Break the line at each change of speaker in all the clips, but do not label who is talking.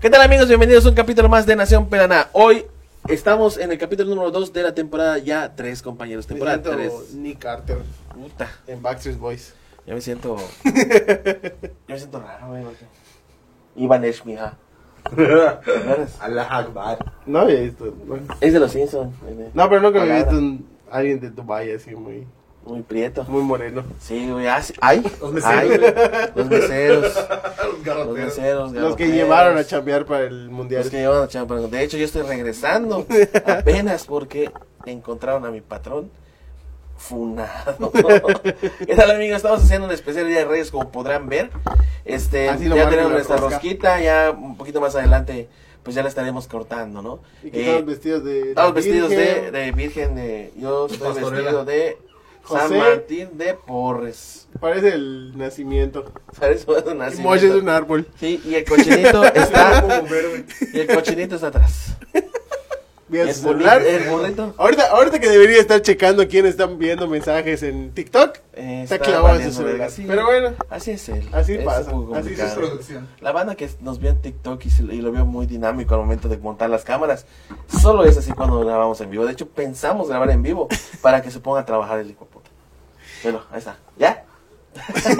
¿Qué tal amigos? Bienvenidos a un capítulo más de Nación Pelaná. Hoy estamos en el capítulo número 2 de la temporada ya 3, compañeros.
Me
Temporada
siento
3.
Nick Carter
Puta.
en Backstreet Boys.
Yo me siento... Yo me siento raro, güey. porque- Iván Eshmija.
Allah Akbar.
No había visto. No,
Es de los Simpsons.
No, pero nunca había
Palabra.
visto un- alguien de Dubai así muy,
Muy prieto.
muy moreno.
Sí, güey. ah, sí. Ay.
Los meseros,
ay,
güey.
Los meseros.
Los
Los
garroteros.
meseros.
Los que
garroteros.
llevaron a chambear para el mundial.
Los que llevaron a Champa. De hecho, yo estoy regresando apenas porque encontraron a mi patrón funado. ¿Qué tal, amigos? Estamos haciendo un especial Día de Reyes, como podrán ver. Este,
Así lo
ya
marca
tenemos
la
nuestra
rosca.
rosquita, ya un poquito más adelante, pues ya la estaremos cortando, ¿no?
Y que
Eh,
estaban vestidos de.
estamos vestidos de,
virgen.
de Virgen de... Yo estoy
Pastorela.
vestido de San
José.
Martín de Porres.
Parece el nacimiento.
¿Sabes? Un
Y Moisés es
nacimiento.
un árbol.
Sí, y el cochinito
Está como
está...
verde.
Y el cochinito está atrás.
Mira
Es
su celular.
bonito, es bonito.
Ahorita, ahorita que debería estar checando quién están viendo mensajes en TikTok,
Eh,
está,
está
clavado en
valiendo
su celular.
verga, sí.
Pero bueno,
Así es él.
Así
Es
pasa,
un poco
así
Es
es
complicado.
producción.
La banda que nos vio en TikTok y, se- y lo vio muy dinámico al momento de montar las cámaras, solo es así cuando grabamos en vivo. De hecho, pensamos grabar en vivo para que se ponga a trabajar el hijo de puta. Bueno, ahí está. ¿Ya?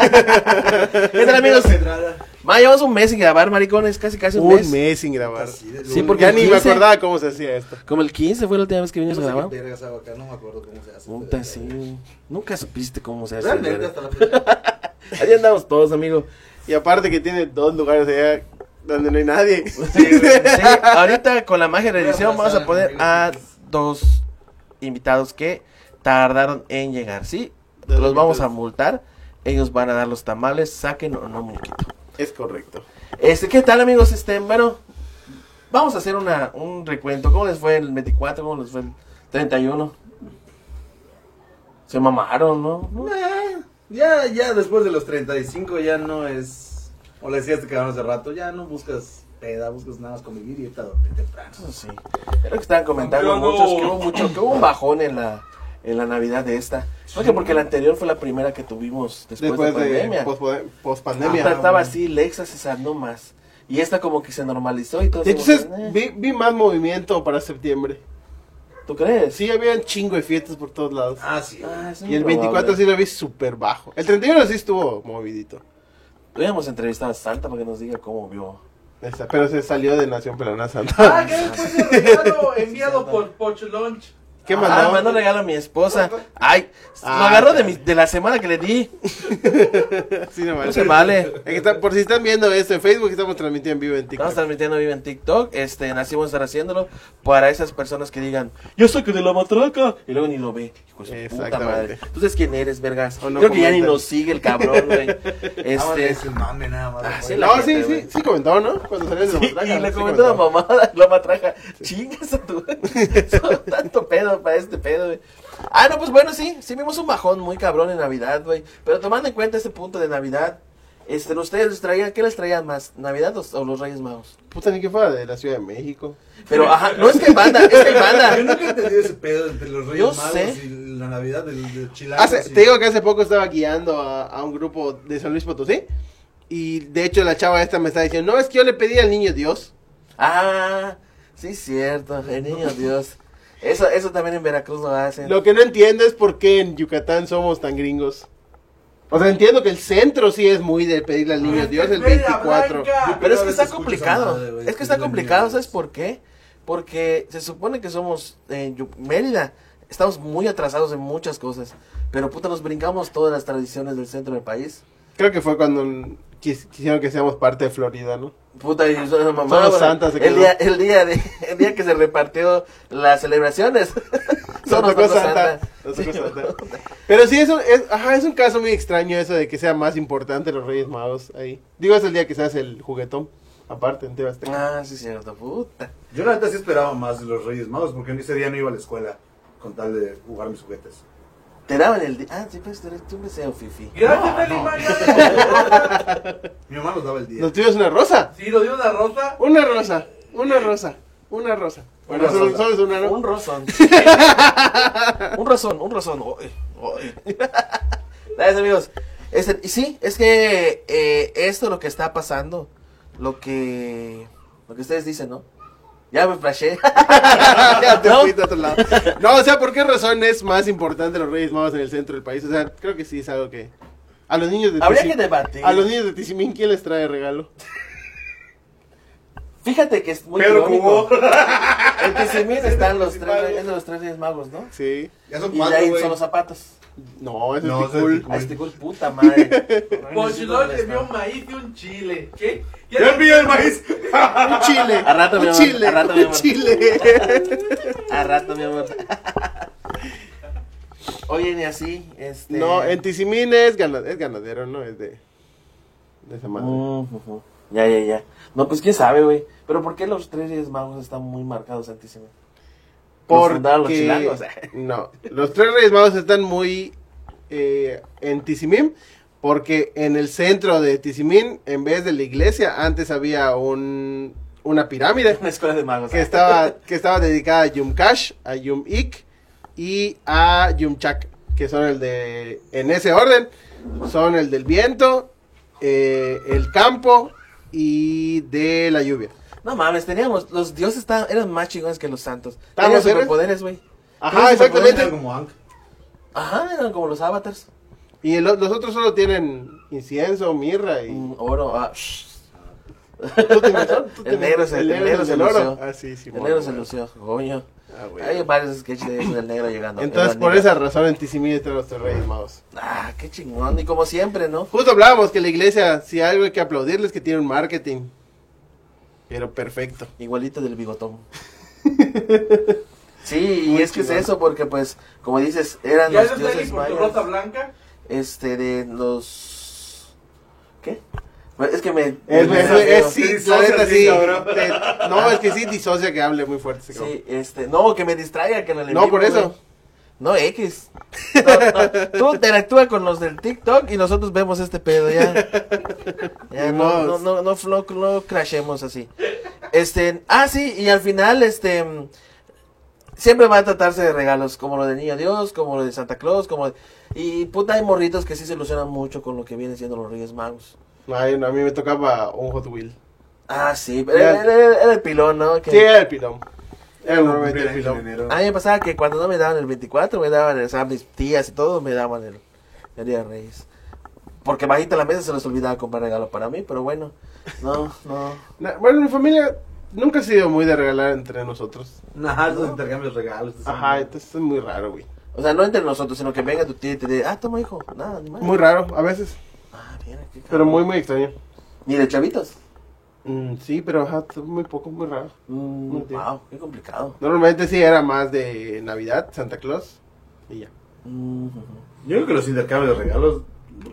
¿Qué tal, amigos?
Pedrada.
Ma, llevamos un mes sin grabar, maricones. Casi, casi un,
un
mes.
mes. sin grabar.
Así de
Sí,
lunes.
porque
Ya ni me
15.
acordaba cómo se hacía esto.
Como el 15 fue la última vez que
Yo
vinimos
no
a
sé
grabar.
qué vergas hago acá, no me acuerdo cómo se hace.
Puta, sí. Nunca supiste cómo se hace.
Realmente
verga.
hasta la fecha.
Ahí andamos todos, amigo.
Y aparte que tiene dos lugares allá donde no hay nadie.
Sí, ahorita con la magia de la edición vamos a poner a dos invitados que tardaron en llegar, ¿sí?
Dos
Los vamos
invitados.
a multar, ellos van a dar los tamales, saquen o no, muñequito.
Es correcto.
Este, ¿qué tal amigos? Este, bueno, vamos a hacer una, un recuento. ¿Cómo les fue el 24? ¿Cómo les fue el 31? Se mamaron, ¿no? ¿No?
Nah, Eh, Ya, ya después de los 35 ya no es. O le decías te quedamos de rato, ya no buscas peda, buscas nada más convivir y irte a dormir temprano.
Eso Pues sí. Es lo que estaban comentando
Campeón,
muchos,
no.
que hubo mucho, que hubo un bajón en la, en la Navidad de esta. No que porque la anterior fue la primera que tuvimos después,
Después
de pandemia.
de pospode-
Ahorita
pospandemia.
estaba así, Lexa cesando más. Y esta como que se normalizó y todo.
de hecho,
se-
¿sabes? vi, vi más movimiento para septiembre.
"Eh, ¿Tú crees?
Sí, había un chingo de fiestas por todos lados.
Ah, sí.
Ah, es
y el
improbable.
24 sí lo vi súper bajo. El 31 sí estuvo movidito.
Hubiéramos entrevistado a Santa para que nos diga cómo vio.
Esa- Pero se salió de Nación Pelana Santa.
Ah, que después el regalo enviado por Pocho Lunch.
¿Qué
Ah,
mandó?
mandó regalo a mi esposa. Ay, lo
Ah,
agarró de,
caray.
mi- de la semana que le di.
Sí, no
No
manches.
se vale.
Es que está- por si están viendo esto en Facebook, estamos transmitiendo en vivo en
Estamos
TikTok.
transmitiendo vivo en TikTok. Este, así vamos a estar haciéndolo para esas personas que digan, yo soy que de la matraca. Y luego ni lo ve. Hijo de su puta
Exactamente.
madre. Entonces, ¿quién eres, vergas?
O no Ah,
Creo que ya
comenta.
ni nos sigue el cabrón, güey. Este.
es un Ah, mame nada más.
Ah, sí,
güey.
la-
No, sí,
gente,
sí,
güey.
sí comentó, ¿no? Cuando salió de la
Sí,
matraca,
y le
sí
comentó la
comentó.
mamada, la matraca, chingas a tu son tanto pedo para este pedo, güey. Ah, no, pues bueno, sí, sí vimos un bajón muy cabrón en Navidad, güey. Pero tomando en cuenta este punto de Navidad, este, ¿ustedes les traían, qué les traían más, Navidad o, o los Reyes Magos?
Puta, ni que fuera de la Ciudad de México.
Pero, ajá, no es que hay banda, es que hay
Yo
banda.
nunca he entendido ese pedo entre los Reyes
Yo
Magos
sé. Ah,
y la Navidad del, del Chilango.
Hace-
sí.
Te digo que hace poco estaba guiando a, a un grupo de San Luis Potosí. Y de hecho, la chava esta me está diciendo: No, es que yo le pedí al niño Dios.
Ah, sí, cierto, el niño Dios. Eso, eso también en Veracruz lo hacen.
Lo que no entiendo es por qué en Yucatán somos tan gringos. O sea, entiendo que el centro sí es muy de pedirle al niño Dios el 24.
Pero es
Primera
que
vez
está
escucho
complicado.
esa madre, güey,
es que
sí,
está
la
complicado,
mierda.
¿sabes por qué? Porque se supone que somos en Yu- Mérida. Estamos muy atrasados en muchas cosas. Pero puta, nos brincamos todas las tradiciones del centro del país.
Creo que fue cuando quis- quisieron que seamos parte de Florida, ¿no?
Puta, y eso era mamá.
Todos
güey.
santas se
el
quedó.
día, el, día de- el día que se repartió las celebraciones. Solo
Santa
tocó
Cruz Santa.
Sí,
Santa Cruz Santa. Pero sí, eso es, ajá, es un caso muy extraño eso de que sea más importante los Reyes Magos ahí. Digo, es el día que se hace el juguetón, aparte, en Tebas
Ah, sí, cierto, puta.
Yo la neta sí esperaba más de los Reyes Magos porque en ese día no iba a la escuela con tal de jugar mis juguetes.
Te daban el día. Ah, sí, pues tú eres tú un deseo, Fifi.
Gracias, Deli Maya.
Mi mamá nos daba el día.
Nos tuvimos una rosa.
Sí, nos dio una rosa.
Una rosa. Una rosa. Una rosa. Bueno,
Una
solo,
rosa.
solo es una, ¿no?
Un rozón. un rozón, un rozón. Oy, oy. Gracias, amigos. Este, y sí, es que eh, esto lo que está pasando, lo que Lo que ustedes dicen, ¿no? Ya me flashé.
ya te
¿No?
fuiste a otro lado. No, o sea, ¿por qué razón es más importante los Reyes Magos en el centro del país? O sea, creo que sí es algo que. A los niños de
Habría
Tizim-
que debatir.
A los niños de Tizimín, ¿quién les trae regalo?
Fíjate que es muy
Pedro
irónico.
Cubó.
En Tizimín están los
principal.
tres, es de los tres reyes magos, ¿no?
Sí.
Ya son
Y de
cuatro,
ahí
güey.
son los zapatos.
No, eso
No,
es
eso es
cool.
cool.
A este gol, puta madre.
Pochilón le vio un maíz y un chile. ¿Qué? Ya
Yo envío el maíz.
Ah, Un chile.
A rato, mi
un
amor,
chile.
a rato, mi
un
amor.
chile.
A rato, mi amor. Oye, ni así, este...
no, en Tizimín es, gana- es ganadero, no es de. De esa madre.
Mm, ujú. Ya, ya, ya. No, pues quién sabe, güey. Pero ¿por qué los tres reyes magos están muy marcados en Tizimín? Los fundaron los chilangos. eh.
no, los tres Reyes Magos están muy eh, en Tizimín porque en el centro de Tizimín, en vez de la iglesia, antes había un, una pirámide
Una escuela de magos.
que estaba, que estaba dedicada a Yumkash, a Yumik y a Yumchak, que son el de, en ese orden, son el del viento, eh, el campo y de la lluvia.
No mames, teníamos... Los dioses estaban, eran más chingones que los santos.
¿Estaban
Tenían
los héroes?
superpoderes, güey.
Ajá, exactamente.
Como Hank.
Ajá, eran como los avatars.
Y el o- los otros solo tienen incienso, mirra y...
Mm, oro, ah, shh.
¿Tú te imaginas? ¿Tú te
El negro es
imaginas?
el, el negro es el oro.
Ah, sí, sí.
El negro se lució, coño. Hay varios sketches de eso del negro llegando.
Entonces,
Era
por
negro.
esa razón en Tizimí están los tres reyes magos.
Ah, qué chingón. Y como siempre, ¿no?
Justo hablábamos que la iglesia, si algo hay que aplaudirles, que tiene un marketing. Pero perfecto.
Igualito del bigotón. sí, y es que es
chingón.
eso, porque pues, como dices, eran
ya
los
se fue
dioses
por tu rosa
mayas.
blanca.
Este, de los... ¿Qué? Bueno, Es que me...
Es,
me-
es-
me-
es- sí,
Disocia,
la neta,
sí,
sí.
cabrón.
Te- no, es que sí disocia que hable muy fuerte. ese cabrón.
Sí, este, no, que me distraiga, que no le
no, por eso.
No, X. No, no, Tú interactúa con los del TikTok y nosotros vemos este pedo ya. Ya,
Ni
no, no,
modos.
no, no, no, no crashemos así. Este, ah, sí, y al final, este, mm, siempre va a tratarse de regalos, como lo de Niño Dios, como lo de Santa Claus, como... Y puta, hay morritos que sí se ilusionan mucho con lo que vienen siendo los Reyes Magos.
Ay, no, a mí me tocaba un Hot Wheel.
Ah, sí, pero era, era- era el pilón, ¿no? Que-
Sí, era el pilón. Era normalmente el
Cumpleaños en
pilón.
enero.
A mí me pasaba que cuando no me daban el 24, me daban, el- o sea, mis tías y todo me daban el, el Día de Reyes. Porque bajita la mesa se les olvidaba comprar regalo para mí, pero bueno, no, no.
Na- Bueno, mi familia nunca ha sido muy de regalar entre nosotros.
Ajá, esos intercambios de regalos.
Ajá, entonces es muy raro, güey.
O sea, no entre nosotros, sino que venga tu tía y te diga, ah, toma hijo, nada, ni más.
Muy raro, a veces.
Ah, mira, qué
Pero muy, muy extraño.
Ni de chavitos.
Mm, sí, pero ajá, t- muy poco, muy raro.
Mm,
Muy bien.
wow, qué complicado.
Normalmente sí era más de Navidad, Santa Claus y ya.
Mm, ujú.
Yo creo que los intercambios de regalos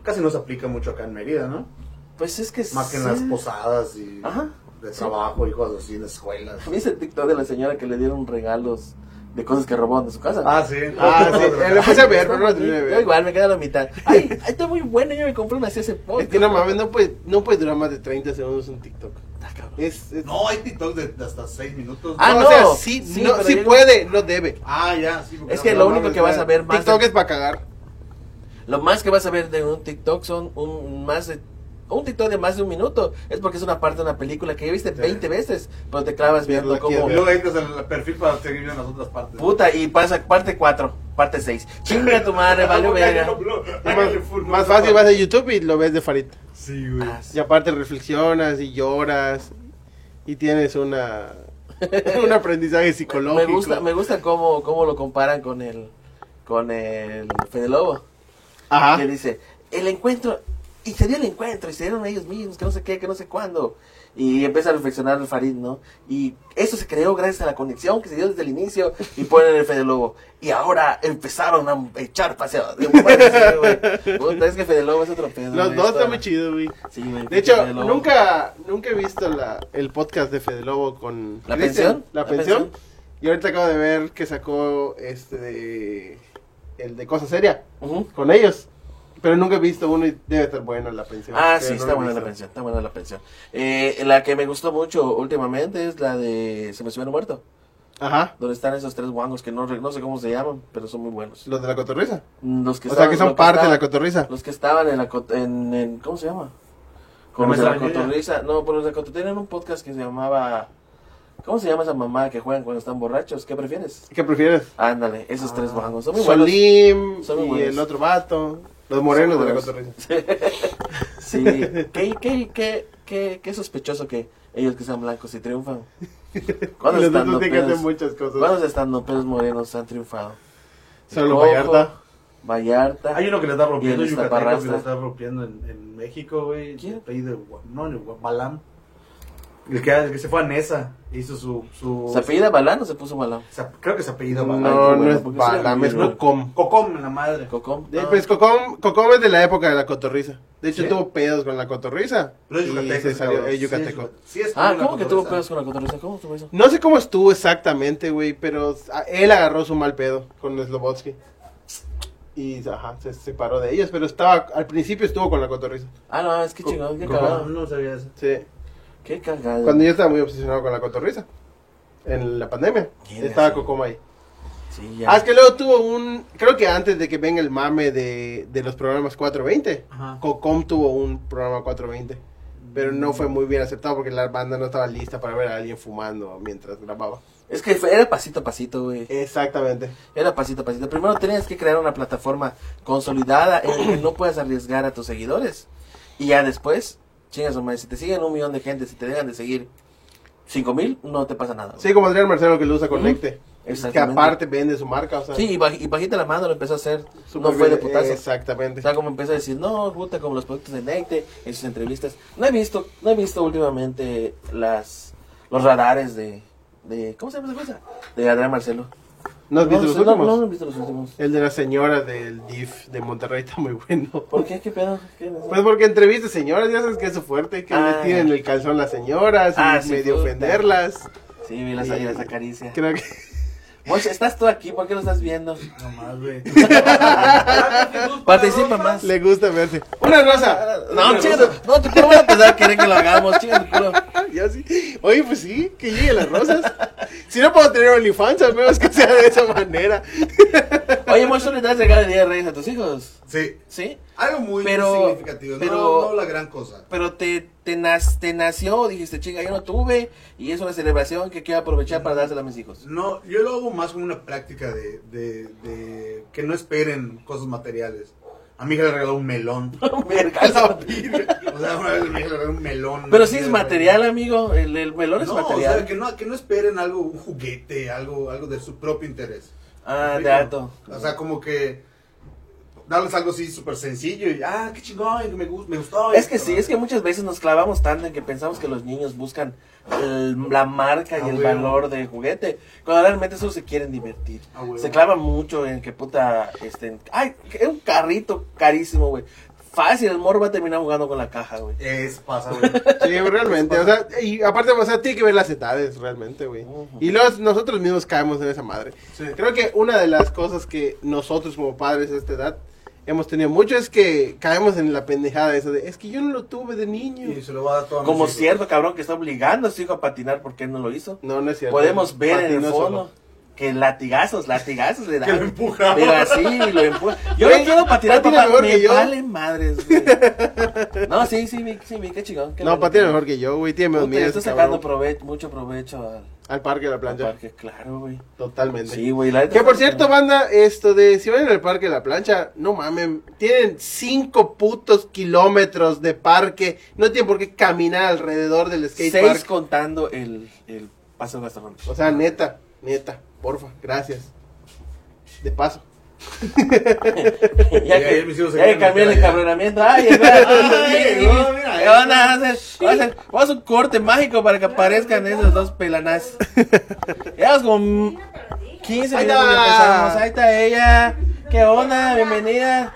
casi no se aplica mucho acá en Mérida, ¿no?
Pues es que
Más que en
sí.
las posadas y
Ajá.
de trabajo y cosas así, en escuelas.
¿Viste el TikTok de la señora que le dieron regalos de cosas que robaron de su casa?
Ah, sí.
Ah, sí, eh, lo puse a ver, pero no lo terminé de
Yo
ver.
igual, me queda la mitad. Ay, ay, está muy bueno, yo me compré una así hace poco.
Es que no mames, no puede, no puede durar más de 30 segundos un TikTok.
Ah, cabrón.
Es, es-
No, hay TikTok de, de hasta 6 minutos.
Ah,
o
no,
sea, sí,
sí,
no,
pero
sí
yo-
puede, no debe.
Ah, ya, sí. porque
Es
no-
que
no
lo único
mames,
que vas a ver más
TikTok
de-
es para cagar.
lo más que vas a ver de un TikTok son un más de un TikTok de más de un minuto es porque es una parte de una película que ya viste 20 veces, pero te clavas viendo
Verla, quiero
cómo
Y luego entras al perfil para seguir viendo las otras partes.
puta y pasa parte 4, parte 6. Chinga tu madre,
Ah,
valió verga.
Más, más fácil vas a YouTube y lo ves de farita.
Sí, güey.
Ah, sí.
Y aparte reflexionas y lloras y tienes una un aprendizaje
Me
psicológico.
gusta, me gusta cómo, cómo lo comparan con el con el Fede Lobo.
Ajá.
que dice, el encuentro, y se dio el encuentro, y se dieron ellos mismos, que no sé qué, que no sé cuándo. Y empieza a reflexionar el Farid, ¿no? Y eso se creó gracias a la conexión que se dio desde el inicio, y ponen el Fede Lobo. Y ahora empezaron a echar paseo. Digo, bueno, sí, güey. Puta, es que Fede Lobo es otro pedo.
Los
güey,
dos
esto-
están muy chidos, güey.
Sí, güey,
De hecho,
Fede Lobo.
nunca, nunca he visto la, el podcast de Fede Lobo con...
¿La
Cristian,
pensión?
La,
¿La
pensión.
pensión?
Y ahorita acabo de ver que sacó este de- el de Cosa Seria
Ujú.
con ellos. Pero nunca he visto uno y debe estar bueno la pensión.
Ah,
Pero
sí,
no
está
lo he
buena la
visto.
pensión, está buena la pensión. Eh, la que me gustó mucho últimamente es la de Se me subió el muerto,
Ajá.
donde están esos tres guangos que no, re- no sé cómo se llaman, pero son muy buenos.
Los de la cotorriza.
Los que
O sea
estaban-
que
los
son parte de
estaban-
la cotorriza.
Los que estaban en la... co- En, en- ¿Cómo se llama? Con los de la
Mensajería.
cotorriza. No, por los de la cotorriza tenían un podcast que se llamaba. ¿Cómo se llama esa mamá que juegan cuando están borrachos? ¿Qué prefieres?
¿Qué prefieres?
Ándale, esos
Ah.
tres vagos. Son muy buenos.
Solim
Son muy
y
buenos.
el otro vato. Los morenos
Son
de la
buenos.
cotorrisa.
Sí. ¿Qué, qué, qué, qué, qué sospechoso que ellos que sean blancos y triunfan.
Y
¿Cuándo
los otros
están
tienen que hacer
pedos?
muchas cosas.
¿Cuándo están pedos morenos han triunfado?
Solo
Ojo,
Vallarta.
Vallarta.
Hay uno que le está rompiendo
Y
en
el
Yucatán, que
Zaparrastra.
le está rompiendo en, en México, güey.
¿Quién?
El apellido de Gua- no, de Guapalam. El que, el que se fue a Nesa, hizo su... su
¿Se apellida Balán o se puso Balán?
se- creo que se apellida
No,
Balam.
no,
bueno,
es
porque
Balam,
sí,
es
güey.
Cocom.
Cocom, la madre.
¿Cocom?
De-
No.
Pues Cocom, Cocom es de la época de la cotorrisa. De hecho,
Ah. ¿Sí?
tuvo pedos con la cotorrisa.
Pero es
y
yucateco.
se
ese
salió,
cabrón.
es yucateco.
Sí, es- sí
Ah,
estuvo en
¿cómo
la
que tuvo
cotorriza.
pedos con la cotorriza? ¿Cómo tuvo eso?
No sé cómo estuvo exactamente, güey, pero a- él agarró su mal pedo con Slobotsky. Y ajá, se separó de ellos, pero estaba al principio estuvo con la cotorrisa.
Ah, no, es que
Co-
chingón, qué
Cocom,
cagado.
No sabía eso.
Sí.
Qué cagado.
Cuando yo estaba muy obsesionado con la cotorrisa. En la pandemia.
¿Quién
Estaba
es?
Cocoma ahí.
Sí, ya.
Ah, es que luego tuvo un. Creo que antes de que venga el mame de, de los programas 420,
Ajá.
Cocom tuvo un programa 420. Pero no fue muy bien aceptado porque la banda no estaba lista para ver a alguien fumando mientras grababa.
Es que fue- era pasito a pasito, güey.
Exactamente.
Era pasito a pasito. Primero tenías que crear una plataforma consolidada en la que no puedas arriesgar a tus seguidores. Y ya después, chingas, hombre, si te siguen un millón de gente, si te dejan de seguir cinco mil, no te pasa nada. güey.
Sí, como Adrián Marcelo que lo usa Conecte. Que
Exactamente.
aparte vende su marca, o sea.
Sí, y, baj- y bajita la mano lo empezó a hacer.
súper
no fue de
bien.
putazo.
Exactamente.
O sea, como empieza a decir, no, puta, como los productos de Necte, en sus entrevistas. No he visto, no he visto últimamente las, los radares de, de ¿cómo se llama esa cosa? De Adrián Marcelo.
¿No has visto
no,
los
sé, no,
últimos?
no, no he visto los últimos.
El de la señora del DIF de Monterrey está muy bueno.
¿Por qué? ¿Qué pedo? ¿Qué les-
Pues porque entrevistas señoras, ya sabes que es su fuerte, que
Ah.
le tienen el calzón las señoras
Ah,
y
sí,
medio
puta.
ofenderlas.
Sí, vi las,
Eh,
las acaricia.
Creo que
Monse, estás tú aquí, ¿por qué lo estás viendo?
No más, güey.
Participa más.
le gusta verse. Una rosa.
No, chicas, no, te voy a empezar a querer que lo hagamos, chicas, culo.
Yo sí. Oye, pues sí, que lleguen las rosas. si no puedo tener OnlyFans, al menos que sea de esa manera.
Oye, Monse, ¿le das regalo de Día de Reyes a tus hijos?
Sí.
¿Sí?
Algo muy
Pero-
significativo, no-
pero-
no, la gran cosa.
Pero te, te, nas- te nació, dijiste, chinga, yo no tuve, y es una celebración que quiero aprovechar para dársela a mis hijos.
No, yo lo hago más como una práctica de, de, de que no esperen cosas materiales. A mi hija le regaló un melón.
Verga.
O sea, una vez mi hija le regaló un melón.
Pero sí es material, amigo, el, el melón
No,
es
o sea,
material.
que no, que no esperen algo, un juguete, algo, algo de su propio interés.
Ah, de
Rico.
alto.
O sea, como que darles algo así súper sencillo y, ah, qué chingón, me, gus- me gustó.
Es que sí, es que muchas veces nos clavamos tanto en que pensamos que los niños buscan el- la marca y
Ah,
el
bueno.
valor del juguete, cuando realmente solo se quieren divertir.
Ah, bueno.
Se clavan mucho en que puta, este, en- ay, que un carrito carísimo, güey. Fácil, el morro va a terminar jugando con la caja, güey.
Es, pasa, güey.
Sí, realmente. O sea, y aparte, pues, o sea, tiene que ver las edades, realmente, güey.
Ujú.
Y los, nosotros mismos caemos en esa madre.
Sí.
Creo que una de las cosas que nosotros como padres a esta edad hemos tenido mucho es que caemos en la pendejada esa de, es que yo no lo tuve de niño.
Y se lo va a dar todo a mis
Como
hijos.
cierto cabrón que está obligando a su hijo a patinar porque él no lo hizo.
No, no es cierto.
Podemos ver en el
Patinó
fondo
solo.
que latigazos, latigazos le dan.
Que lo empuja.
Pero así lo empuja. Yo
Güey,
no quiero patinar,
patina
papá.
mejor
Me
que yo.
vale madres, güey. No, sí, sí, mi, sí, mi, qué chingón. qué
No,
bueno.
patina mejor que yo, güey. Tiene menos
Puta, yo
miedo.
estoy
ese
sacando
cabrón.
prove- mucho provecho al,
Al parque de la
al
plancha.
parque, claro, güey.
Totalmente.
Sí, güey. la neta
Que por
está
cierto,
chingón.
banda, esto de si van al parque de la plancha, no mamen, tienen cinco putos kilómetros de parque, no tienen por qué caminar alrededor del skate
Seis
park.
contando el, el paseo gastronómico.
O sea, neta, neta, porfa, gracias. De paso.
ya
Y ayer
que,
mis hijos se
ya que
quieren
cambié el
meter allá.
encabronamiento. Ay, espera, ay,
Llegó, mira,
¿qué
eso.
van a hacer? Vamos a hacer- vamos a hacer un corte mágico para que aparezcan esos dos pelanás. Llevamos como 15 minutos
Ahí
que
está.
empezamos. Ahí está ella. ¿Qué onda? Bienvenida.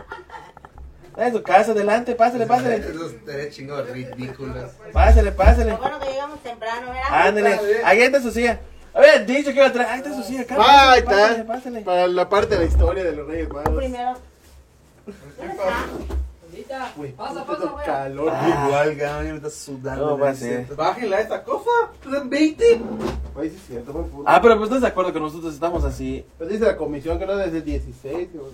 Está en su casa, adelante, pásale, pásale.
Esos tres chingos ridículos.
Pásale, pásale.
Lo bueno que llegamos temprano, ¿verdad?
Ándale. Ahí está su silla. Había dicho que iba a traer. Ahí está su silla, acá.
Ah, ahí
pásale, Pásale,
está.
pásale.
Para la parte de la historia de los Reyes
Tú
Magos.
primero.
Güey,
Pasa,
puto
pasa, güey.
calor.
Ah,
Igual, cabrón, me está sudando.
No,
de
va a
la
ser.
seta.
Bájenla a esta cofa, dan 20.
Ay, sí es cierto, güey, puto.
Ah, pero pues estás de acuerdo que nosotros estamos así.
Pues dice la comisión que no desde 16. güey.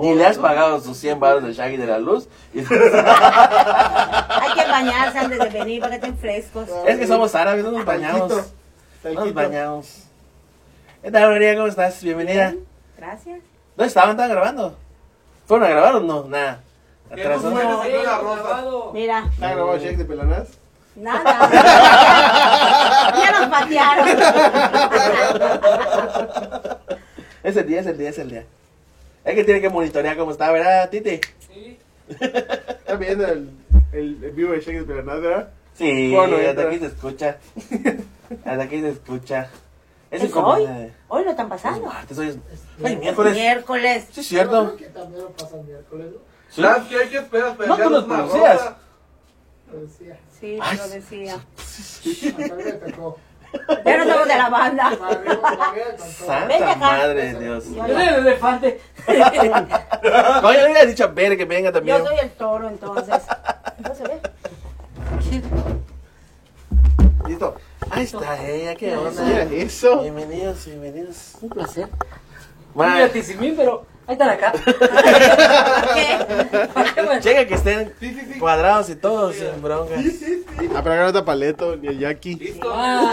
Ni le has pagado sus 100 baros de Shaggy de la luz. Y-
Hay que bañarse antes de venir para que estén frescos.
es que somos árabes, no nos bañamos. No nos bañamos. ¿Qué tal, María? ¿Cómo estás? Bienvenida.
Gracias.
¿Dónde estaban? ¿Estaban grabando? ¿Fueron a grabar o no? Nada.
Hemos
Atrasó.
grabado,
Señora
hemos
Rosa.
grabado.
Mira,
¿Está grabado Shake Ah, de Pelanás?
nada. Ya nos patearon.
Es el día, es el día, es el día. Es que tiene que monitorear cómo está, ¿verdad, Titi?
Sí.
¿Estás viendo el, el, el vivo de Shake de Pelanás, verdad?
Sí,
Bueno,
hasta
entra.
aquí se escucha. hasta aquí se escucha.
¿Es
el
hoy?
comida de-
Hoy lo están pasando.
Martes, hoy es... Ay, miércoles.
Miércoles.
Sí, es cierto.
que también lo pasan miércoles,
Sí.
¿Sabes qué? ¿Qué esperas?
No, tú los conocías.
¿no? Lo decía.
Sí, te lo decía.
Hasta me tocó.
Ya no somos de la banda.
Barrio, barrio, con todo.
Vete
Santa
acá.
madre de Dios.
Yo,
Era el elefante.
No, yo le hubiera dicho a Bere que venga también.
yo soy el toro, entonces. No se ve.
Listo.
Ahí está ella, qué
Mira
onda.
eso.
Bienvenidos, bienvenidos.
Un placer. Mira,
Bueno,
Tizimín, pero ahí están acá.
¿Por qué?
eh, Llega que estén
Sí, sí, sí.
cuadrados y todos sin bronca.
Ah, pero agarra paleto, ni el Jackie.
Listo.
Ah,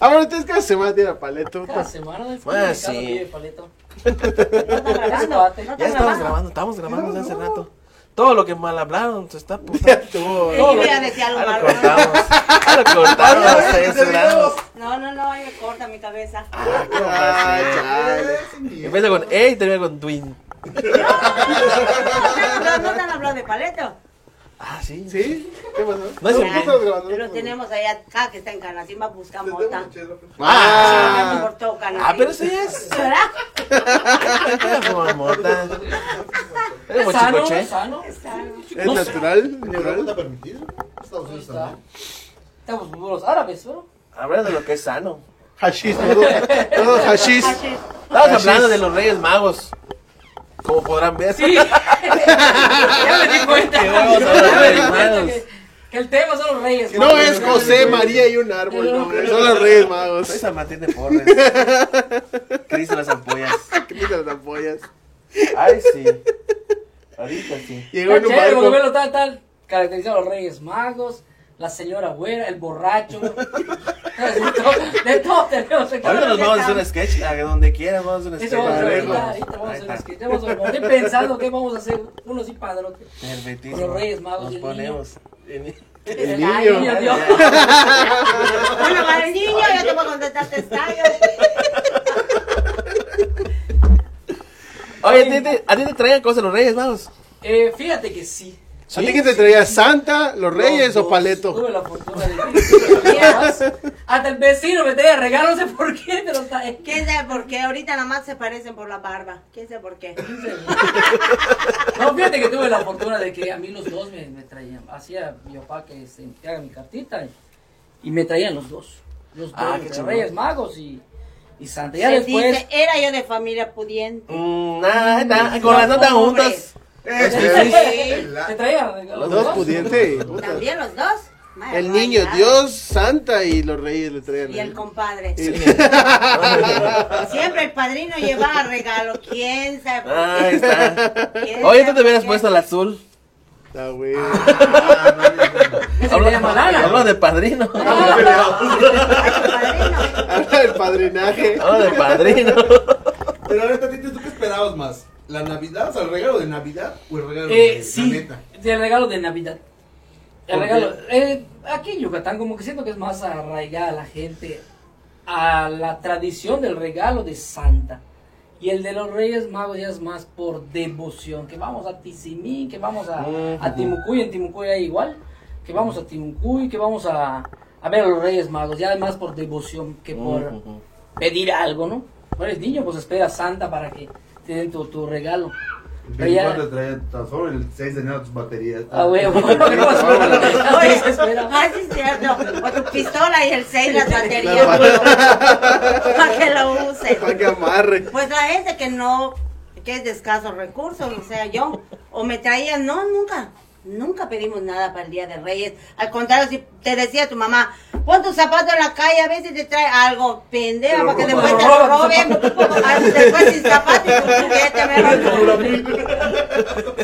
Ah, bueno, entonces cada semana tiene a paleto. pues.
cada semana del
Bueno,
supermercado
sí.
pide paleto.
No están grabando. No
Ya
están
estamos
grabando.
grabando, estamos grabando desde hace rato. Todo lo que mal hablaron se está puta.
Estuvo-
Yo voy a decir algo
Ahora lo
malo. ¿no?
cortamos. Ahora lo
Ah,
cortamos. censuramos.
No, no, no, ahí me corta mi cabeza.
Ay, chale.
Empieza con E y termina con Twin.
No te han hablado- no te han hablado de paleto.
Ah, sí.
¿Sí? ¿Qué pasó?
No es el
¿Por qué
bien.
estamos grabando?
Lo tenemos ahí acá que está en Canacima, buscamos tan.
Ah.
Ah, pero sí es. Era como morta. Era como
Sano,
¿eh?
chicoche.
sano.
¿Es natural?
¿En Europa está permitido? Estados Unidos
Está.
también.
Estamos como los árabes, ¿no?
Hablando de lo que es sano.
Hashish, todo, todo hashish.
Ah,
Estamos
Así
hablando
es.
de los Reyes Magos. Como podrán ver.
Sí. ya me di cuenta.
Que vamos a hablar de hermanos.
Que- Que el tema son los reyes.
No es José, María y un árbol, no, son los Reyes
Soy
Magos.
San Martín de Porres. Cristo las ampollas.
¿Qué te las apoyas?
Ay, sí. Ahorita sí.
Llegó
Está
en un
chévere, porque
barco.
verlo tal, tal. Caracterizado a los reyes magos, la señora güera, el borracho. de todo, de todo tenemos aquí.
Ahorita nos vamos a hacer un sketch. A donde quieras, vamos a hacer un sketch.
Eso vamos a hacer
este Parejo.
ahorita, ahorita vamos a hacer un sketch. Ya vamos a- Estoy pensando qué vamos a hacer. Uno sí padrote.
Perfectísimo.
Con los Reyes Magos y
Nos
el
ponemos. en-
El
Ay,
niño.
Dios, Dios.
Bueno, para el niño, yo te voy a contestar testayo.
Oye, ¿a ti te- ¿a ti te traían cosas los Reyes Magos?
Eh, fíjate que sí.
¿A ti qué te traía? ¿Santa, los Reyes
Los
o
dos.
Paleto?
Tuve la fortuna de Mira, Hasta el vecino me traía regalos, no sé por qué, pero está. es que-
¿Quién sabe por qué? Ahorita nada más se parecen por la barba. ¿Quién sabe por qué?
No, fíjate que tuve la fortuna de que a mí los dos me, me traían. Hacía mi papá que se que haga mi cartita y, y me traían los dos. Los dos,
Ah, qué
los
chingón.
Reyes Magos y, y Santa. Ya
Se
después.
dice, era yo de familia pudiente.
Mm, nada, nada, con las notas
Hombre.
juntas.
Sí,
Te traían
Los dos pudientes.
También los dos. Madre
El niño,
barbaridad.
Dios, Santa y los Reyes le traían.
Y el compadre.
Ah,
Siempre el padrino llevaba regalo. ¿Quién sabe por qué?
Ahí está.
¿Quién
Oye, tú
sabe
te hubieras
por qué?
puesto el azul.
Ah, güey.
Se llama Ah. Lala.
Hablo de padrino.
Padrino.
Habla del padrinaje.
Hablo de padrino.
Pero ahorita, Titi, ¿tú qué esperabas más? ¿La Navidad? O sea, el regalo de Navidad o el regalo
Eh,
de la
sí,
neta?
el regalo de Navidad. El
¿Por
regalo. eh, aquí en Yucatán, como que siento que es más arraigada la gente a la tradición del regalo de Santa. Y el de los Reyes Magos ya es más por devoción. Que vamos a Tizimín, que vamos a, a Timucuy, en Timucuy hay igual. Que vamos a Timucuy, que vamos a, a ver a los Reyes Magos. Ya es más por devoción que por
Ujú.
pedir algo, ¿no? Cuando eres niño, pues espera a Santa para que te den tu, tu regalo. Pero ya-
¿Cuánto traía solo el 6 de enero tus baterías?
Ah, huevo. Oye,
Oye,
se espera.
ah, sí es cierto. O tu pistola y el 6, las baterías.
La
Para que lo use.
Para que amarre.
Pues la gente que no, que es de escasos recursos, o sea, yo, o me traían, no, nunca, nunca pedimos nada para el Día de Reyes. Al contrario, si te decía tu mamá, Pon tus zapatos en la calle, a veces te trae algo pendejo para que
roban.
después te
Lo
lo
roban.
roben. Ah, Después sin zapatos y tu juguete, me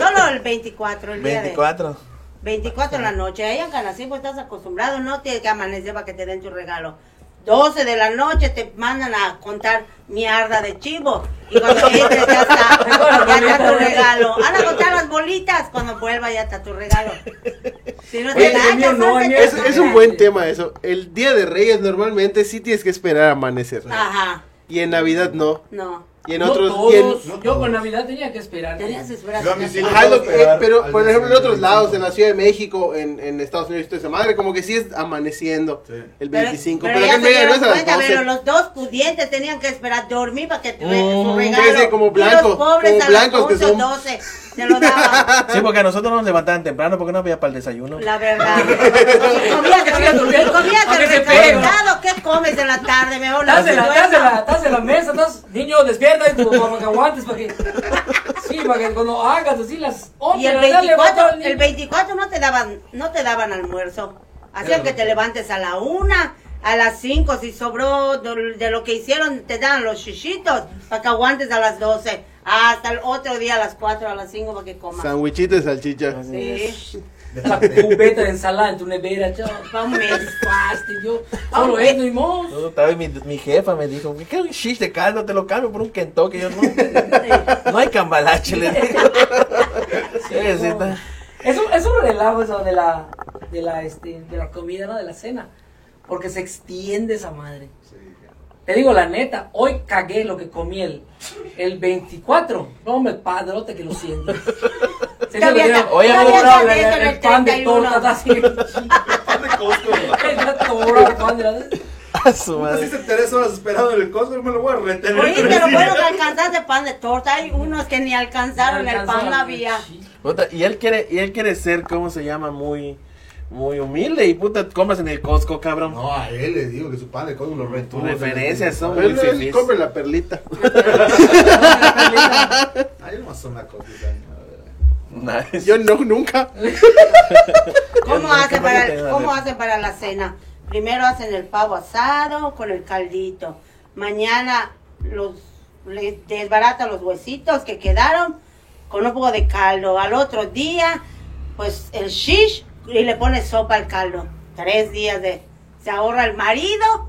lo- Solo el 24, el día de
24.
24 de la noche. Ahí en Canacinfo estás acostumbrado, no tienes que amanecer para que te den tu regalo. 12 de la noche te mandan a contar mierda de chivo. Y cuando entres ya está, ya está tu regalo. Van a contar las bolitas. Cuando vuelva ya está tu regalo. Si no
Oye,
te da,
el mío
ya
no,
sabes que
el mío
te
Es,
toca.
es un buen tema eso. El Día de Reyes normalmente sí tienes que esperar a amanecer.
Ajá,
Y en Navidad no.
no.
Y en
No
otros... y en-
todos. Yo con Navidad tenía que esperar.
Tenías que esperar.
Yo a mis hijos
Ajá,
puedo
lo que-
esperar
eh, pero
al
por
día
ejemplo en otros
siguiente,
lados, en
¿no?
la Ciudad de México, en, en Estados Unidos, todo esa madre, como que sí es amaneciendo
Sí.
el
Pero-
25.
Pero,
Pero, acá
ya
en
se
Mérida no es a
dieron
las
cuenta,
12.
pero los dos pudientes tenían que esperar dormir para que te su
Mm,
regalo.
fíjese, como
Y
blancos,
los pobres
como
a las
blancos que
11
son.
12 se lo daban.
Sí, porque a nosotros nos levantaban temprano porque no había para el desayuno.
La verdad. Si comías, si comías
Aunque
el
se pegue,
recalentado, ¿qué comes en la tarde? Mejor la
Tás en la,
ciruela.
tás en la, tás en la mesa, tás, niño, despierta y tu mamá que aguantes para que. Sí, para que cuando hagas así las once
Y el
de la
24,
mañana, levanta al
el
niño.
24 no te daban, no te daban almuerzo. Hacían que te levantes a la una, a las cinco, si sobró de de lo que hicieron, te dan los chichitos para que aguantes a las 12, hasta el otro día a las 4, a las 5 para que comas.
Sandwichito de salchicha.
Ah,
Sí,
La cubeta de ensalada en tu nevera, chao.
vamos.
Paste, yo. Solo esto y mos.
Yo estaba y mi, mi jefa me dijo, ¿qué un shish de caldo? Te lo cambio por un Kentucky. Yo, no, no hay cambalache, le digo. Sí, sí, está.
Es un, es un relajo eso de la, de la, este, de la comida, ¿no? De la cena. Porque se extiende esa madre. Te digo la neta, hoy cagué lo que comí el, el 24. No, hombre, padrote que lo siento. Se me
Todavía
olvidó.
está-
Oye,
Todavía
amor,
está
de
el-
eso en
el
el
pan de
31.
tortas así. El torta, el pan de la-
A su
Así
madre.
se tres horas esperando en el Costco, no me lo voy a retener.
Oye,
tres
pero bueno,
días.
que alcanzaste pan de torta. Hay unos que ni alcanzaron, el pan no había.
Puta, Y él quiere, y él quiere ser, ¿cómo se llama? Muy, muy humilde. Y puta, compras en el Costco, cabrón.
No, a él le digo que su padre Costco lo
Tus
retuvo.
referencias son
Pero
muy
no es,
feliz.
compre la perlita.
Ah, yo nomás son la Costco. también, a ver.
Nice.
Yo no, nunca.
¿Cómo,
Nunca
hacen
me
para,
detengo, a
¿cómo
ver.
hacen para la cena? Primero hacen el pavo asado con el caldito. Mañana los le- desbaratan los huesitos que quedaron con un poco de caldo. Al otro día, pues el shish y le pone sopa al caldo. Tres días de... Se ahorra el marido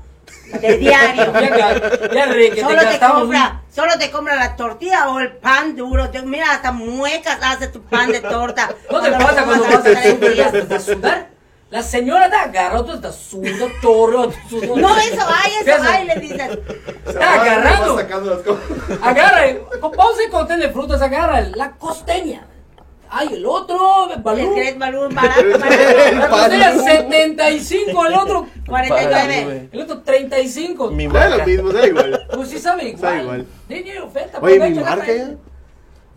de diario.
Ya, ga- ya re, que te
Solo te
gastamos
compra, solo te compra la tortilla o el pan duro. Te- mira, hasta muecas hace tu pan de torta.
¿No te pasa cuando vas a súper a sudar? La señora te agarra, tú estás sudando, torro, sudando.
No, eso, ay, eso,
Fíjate,
ay, le dices.
Se
Está
va,
agarrado.
va sacando las cosas.
Agarra, eh, con pausa y cóctel de frutas, agarra el- la costeña. Ay, el otro,
El
balú.
crees balón barato,
La
barato.
costeña 75, el otro,
49.
el otro 35.
Mi
Da lo
marca.
mismo, da igual.
Pues sí sabe igual.
Sabe igual.
Ni- ni oferta,
Oye,
pues,
mi
vete,
marca ¿eh?
agarra.
ya.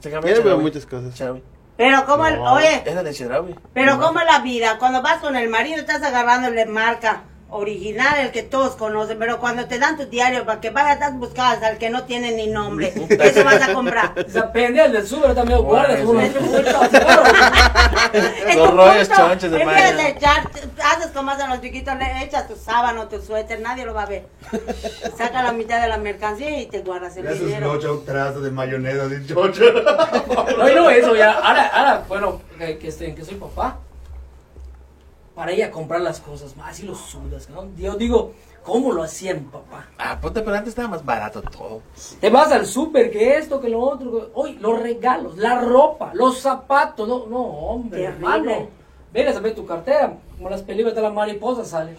Se
Ya
el
veo
Chedraui.
muchas cosas.
Chedraui.
Pero como, el- oye,
Esa de Chedraui.
pero
Mi
como
marca.
la vida, cuando vas con el marido estás agarrándole marca original, el que todos conocen, pero cuando te dan tu diario para que vayas a buscar al que no tiene ni nombre, eso vas a comprar.
Se pendeja el del súper también, guarda.
Órale,
uno.
sí.
Es tu gusto. Es tu
rollos
gusto.
chonches de
En vez
mayo.
echar, haces como hacen los chiquitos, le echas tu sábano, tu suéter, nadie lo va a ver. Saca la mitad de la mercancía y te guardas el
Ya sus
dinero.
ocho trazos de mayonesa de chocha.
No, y no eso, ya, ahora, ahora, bueno, que, que, este, que soy papá, para ir a comprar las cosas, ma, así lo sudas, ¿no? Yo digo, ¿cómo lo hacían, papá?
Ah, puta, pero antes estaba más barato todo.
Te vas al súper, que esto, que lo otro, que- hoy, los regalos, la ropa, los zapatos, no, no, hombre,
Terrible.
hermano. Ven a saber tu cartera, como las películas de la mariposa sale.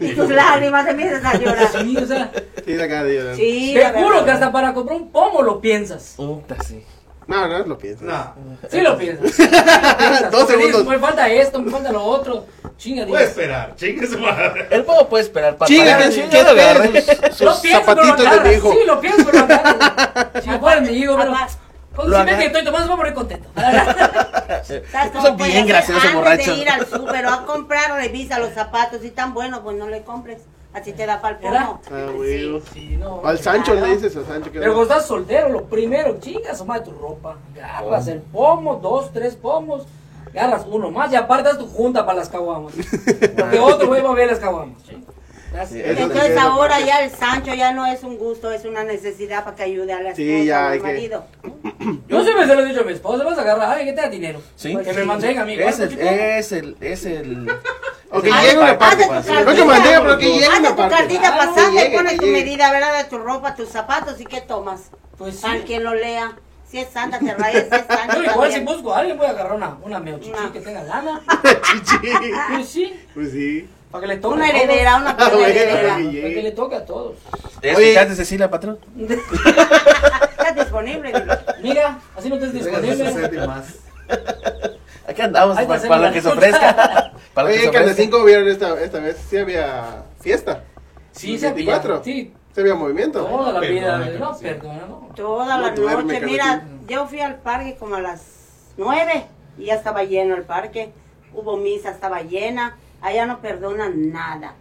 Y tus lágrimas empiezas a llorar.
Sí, o sea,
Sí, la cara de llorar.
Sí,
te
la verdad.
juro que hasta para comprar un pomo lo piensas.
Puta, sí.
No, no lo pienso.
Nah,
Sí lo piensas. sí lo piensas,
Dos
porque dices,
segundos.
Me falta esto, me falta lo otro. Chinga,
puede
dices.
esperar, chingue su madre.
El bobo puede esperar para
Chinga,
pagar.
que-
Chinga,
que
lo agarre.
esperen sus, sus
Lo pienso, pero lo
zapatitos de mi
agarras.
hijo.
Sí, lo pienso, pero lo agarras. Si fuera mi hijo, pero...
Aguas.
Cuando
Lo
si ve
agarra.
que estoy tomando, voy a morir contento. la verdad.
¿Sabes
Puso
cómo puedes
bien
hacer?
gracioso,
Antes
borracho.
de ir al súper o a comprar, revisa los zapatos. Si están buenos, pues no le compres. Así te da pa'l pomo.
Ah, güey.
Sí, no.
Al Sancho
Claro.
le dices, a Sancho que
Pero cuando
no.
estás
Oh.
soltero, lo primero, chingas, toma tu ropa. Agarras el pomo, dos, tres pomos. agarras uno más y apartas tu junta para las caguamas. Porque otro güey va a ver las caguamas. ¿sí? That's
Sí,
it.
eso
Entonces
sí,
ahora ya el Sancho ya no es un gusto, es una necesidad para que ayude a la
Sí,
esposa,
ya
al
hay que-
marido.
Yo siempre se lo he dicho a mi esposa, vas a agarrar, ay, que te da dinero.
Sí.
Que me mantenga, amigo.
Es el,
eh.
es el, es el.
O que
es el
llegue
pack,
una parte.
Haz de tu
No que mantenga, pero que llegue
Haces
una
tu
parte. Ah,
cartita
Claro,
pasante,
que llegue,
pones
que
tu
llegue.
medida, ¿verdad? De tu ropa, tus zapatos y qué tomas.
Pues sí.
Al quien lo lea. Si es santa, te rayas, si es santa.
Yo igual si
también.
busco a alguien voy a agarrar una, una meochichi
Una.
que tenga lana.
Chichi.
Pues sí,
Pues sí.
para que le toque
Una
a todos.
heredera, una
Ah,
buena
bueno,
heredera.
que
Para que
llegue.
le toque a todos.
¿Ya
Oye.
escuchaste, Cecilia, patrón?
Está disponible. dile.
Mira, así no te es
Oigan, no
pues,
se
disponible.
siente más.
Aquí andamos,
Ahí te
pa- para,
hacemos
lo
la
que se
junta.
ofrezca. Para lo que
Oye,
se
en Canal
ofrezca.
5 vieron esta, esta vez. Sí había fiesta.
Sí, se pilla.
24.
Sí,
Sí había movimiento.
toda la vida.
Perdona,
No,
sí.
perdona, no.
Toda
No
la
duerme,
noche.
Carlos.
Mira, yo fui al parque como a las nueve y ya estaba lleno el parque. Hubo misa, estaba llena. Allá no perdonan nada.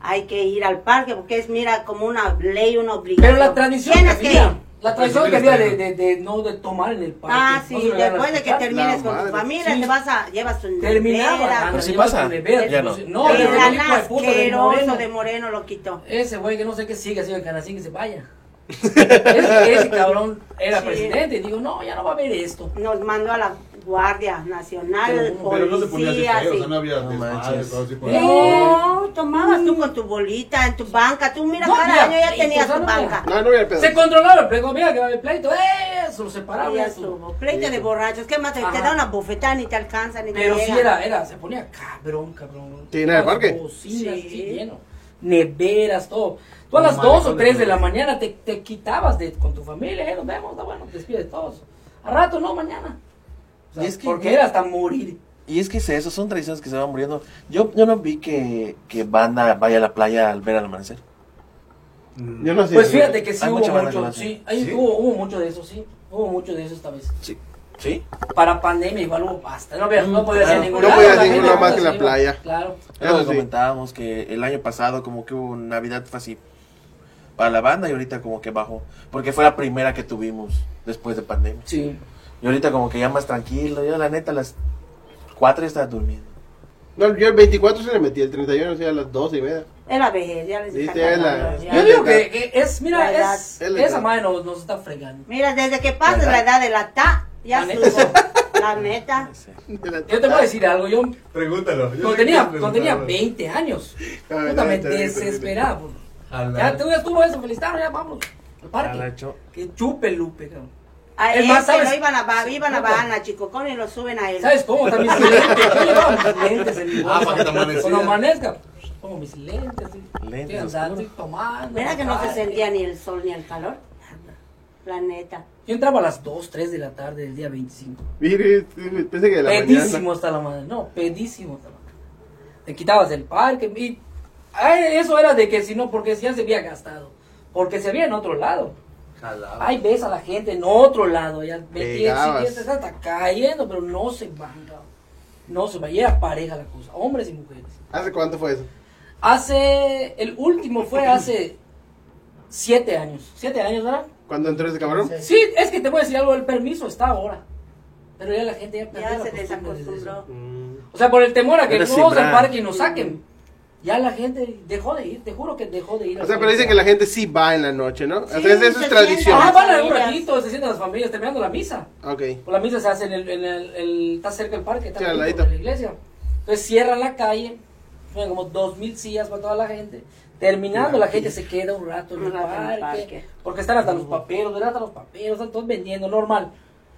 Hay que ir al parque porque es, mira, como una ley, una obligación.
Pero la tradición que
Tienes que ir.
había, la tradición que había de,
Pero
de, de no de tomar en el parque.
Ah,
no
sí,
se regalan
después
las
de que
cosas.
termines
La
con tu
madre.
familia,
Sí.
te vas a, llevas tu nevera.
Terminaba. Ah,
Pero sí
llevas
pasa,
tu nevera,
ya
pues,
no.
No,
el
y el
galán
hijo de puta de
asqueroso
moreno.
de Moreno lo quitó.
Ese güey que no sé qué sigue haciendo en Canal 5 que se vaya. ese, ese cabrón era
Sí.
presidente y digo, no, ya no va a haber esto.
Nos mandó a la Guardia Nacional,
Pero no se ponía así
policía,
feo, o
sí.
sea, no había
No
desmadre,
manches.
cosas así pues. por el estilo.
No, tomabas tú con tu bolita en tu banca. Tú, mira,
No,
cada
mira,
año ya
y
tenías
pues,
tu
ahora
banca.
No, no había pedo.
Se controlaba el pleito, mira que va a haber pleito, ¡eh! Se lo separaba.
Ya
ya estuvo.
estuvo. Pleito de borrachos. ¿Qué más? Te,
Ajá.
te da una bofetada, ni te alcanza, ni
Pero
te
sí
llega.
era, era, se ponía cabrón, cabrón.
Sí, en el parque.
Bocinas,
Sí.
sí, lleno. Neveras, todo. Tú a las
Un
2 o
malecón de
3 de la
neveras.
mañana te, te quitabas de, con tu familia, eh, nos vemos, está bueno, despide todos. A rato, no, mañana. O sea,
Y es que-
porque era hasta morir.
Y es que es eso, son tradiciones que se van muriendo. Yo, yo no vi que, que banda vaya a la playa al ver al amanecer.
Mm.
Yo no sé.
pues fíjate que sí
Hay
hubo
mucha
mucho,
banda que lo hace.
sí, ahí
¿Sí?
Hubo, hubo mucho de eso, sí. Hubo mucho de eso esta vez.
Sí. ¿Sí?
Para pandemia igual hubo basta, no, veas, no podía
claro.
hacer ningún
No
lado,
podía
la
hacer
gente
nada
no
más
que
se
la
iba,
playa.
Claro.
Es lo que
Eso sí.
comentábamos, que el año pasado como que hubo Navidad fue así para la banda y ahorita como que bajó. Porque fue la primera que tuvimos después de pandemia.
Sí.
Y ahorita como que ya más tranquilo. Yo la neta a las 4 estaba durmiendo.
No, yo el 24 se le metí, el 31 sí a las 12 y media.
Era vejez, ya les
Sí,
está
sí, es la-
acabando, ya.
Yo digo que, que es,
La
mira,
edad.
es,
Es la
esa
edad.
madre nos, nos está fregando.
Mira, desde que pasas
La
la edad de la ta, ya
La neta.
subo. La neta.
Yo te voy a decir algo, yo
Pregúntalo. yo
cuando
sé
tenía,
que
cuando tenía
preguntarlo.
20 años,
A ver,
puta,
a
me
ver, te digo,
desesperaba. bro.
Jala.
Ya tú ya estuvo eso, felicitaron, ya vamos al
la
parque.
cho-
Que chupe Lupe, cabrón.
A
Es
él
más,
se lo
¿sabes?
iban a ba- iban a
Puta.
bajar a Chicocón y lo suben a él.
¿Sabes cómo? También mis lentes. Yo llevaba mis lentes en mi bolsa.
Ah, para que te amaneciera.
Cuando amanezca, pues, pongo mis lentes. sí.
Lentes
Estoy andando,
oscuros.
estoy tomando.
Mira que no se
Ay.
sentía ni el sol ni el calor. Nada. La neta.
Yo entraba a las 2, 3 de la tarde del día 25.
Mire, sí, pensé que de la
pedísimo
mañana.
hasta la madre, no, pedísimo hasta la madre. Te quitabas del parque y ay, eso era de que si no, porque ya se había gastado, porque se había en otro lado.
Jala.
Ay, ves a la gente en otro lado, ya
Pegabas.
ves está cayendo, pero no se van, cabrón. no se van, y era pareja la cosa, hombres y mujeres.
¿Hace cuánto fue eso?
Hace, el último fue hace siete años, siete años, ¿verdad?
¿Cuándo entró ese cabrón?
Sí, es que te voy a decir algo, el permiso está ahora, pero ya la gente ya, perdió
Ya
la pues,
se
costumbre de eso.
desacostumbró.
Mm.
O sea, por el temor a que
Era
nos vamos al
sembrar.
parque y nos saquen. Ya la gente dejó de ir, te juro que dejó de ir.
O sea, pero dicen que la gente sí va en la noche, ¿no?
Sí,
Entonces eso
se
es tradición.
Ah,
sienta.
van a un
Familias.
ratito, se sientan las familias terminando la misa.
Ok.
Pues la misa se hace en el, en el- el- está cerca del parque, está
Sí, al
junto
ladito.
con la iglesia. Entonces cierran la calle, ponen como dos mil sillas para toda la gente. Terminando, la gente se queda un rato en
Un
el
rato en
parque,
el parque.
Porque están hasta los paperos, ¿verdad? Hasta los paperos, están todos vendiendo, normal.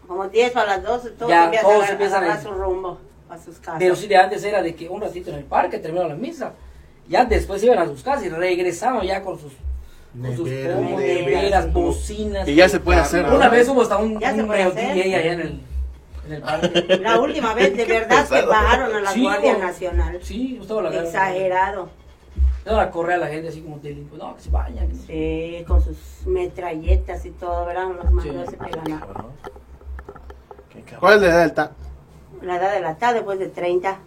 Como 10 a las 12, todos
Ya,
empiezan
todos
a,
empiezan a
agarrar
ir.
su rumbo a sus casas.
Pero sí de antes era de que un ratito en el parque terminaron la misa. Ya después iban a sus casas y regresaban ya con sus con sus
Neveras,
pomos,
neveras,
neveras,
sí.
bocinas.
Y ya se puede hacer.
Una vez hubo hasta un,
Ya se
un
puede
reo
hacer.
DJ allá en el, en el parque.
La última vez, de verdad, que
pesado.
bajaron a la
Sí,
Guardia
no.
Nacional.
Sí, Gustavo la
Exagerado.
Yo la corre a la gente así como delincuente. No, que se vayan. que no.
Sí, con sus metralletas y todo, ¿verdad? Los mandó se pegan a-
Cabrón. Qué cabrón.
¿Cuál es la edad del ta?
La edad de la tarde, después de 30.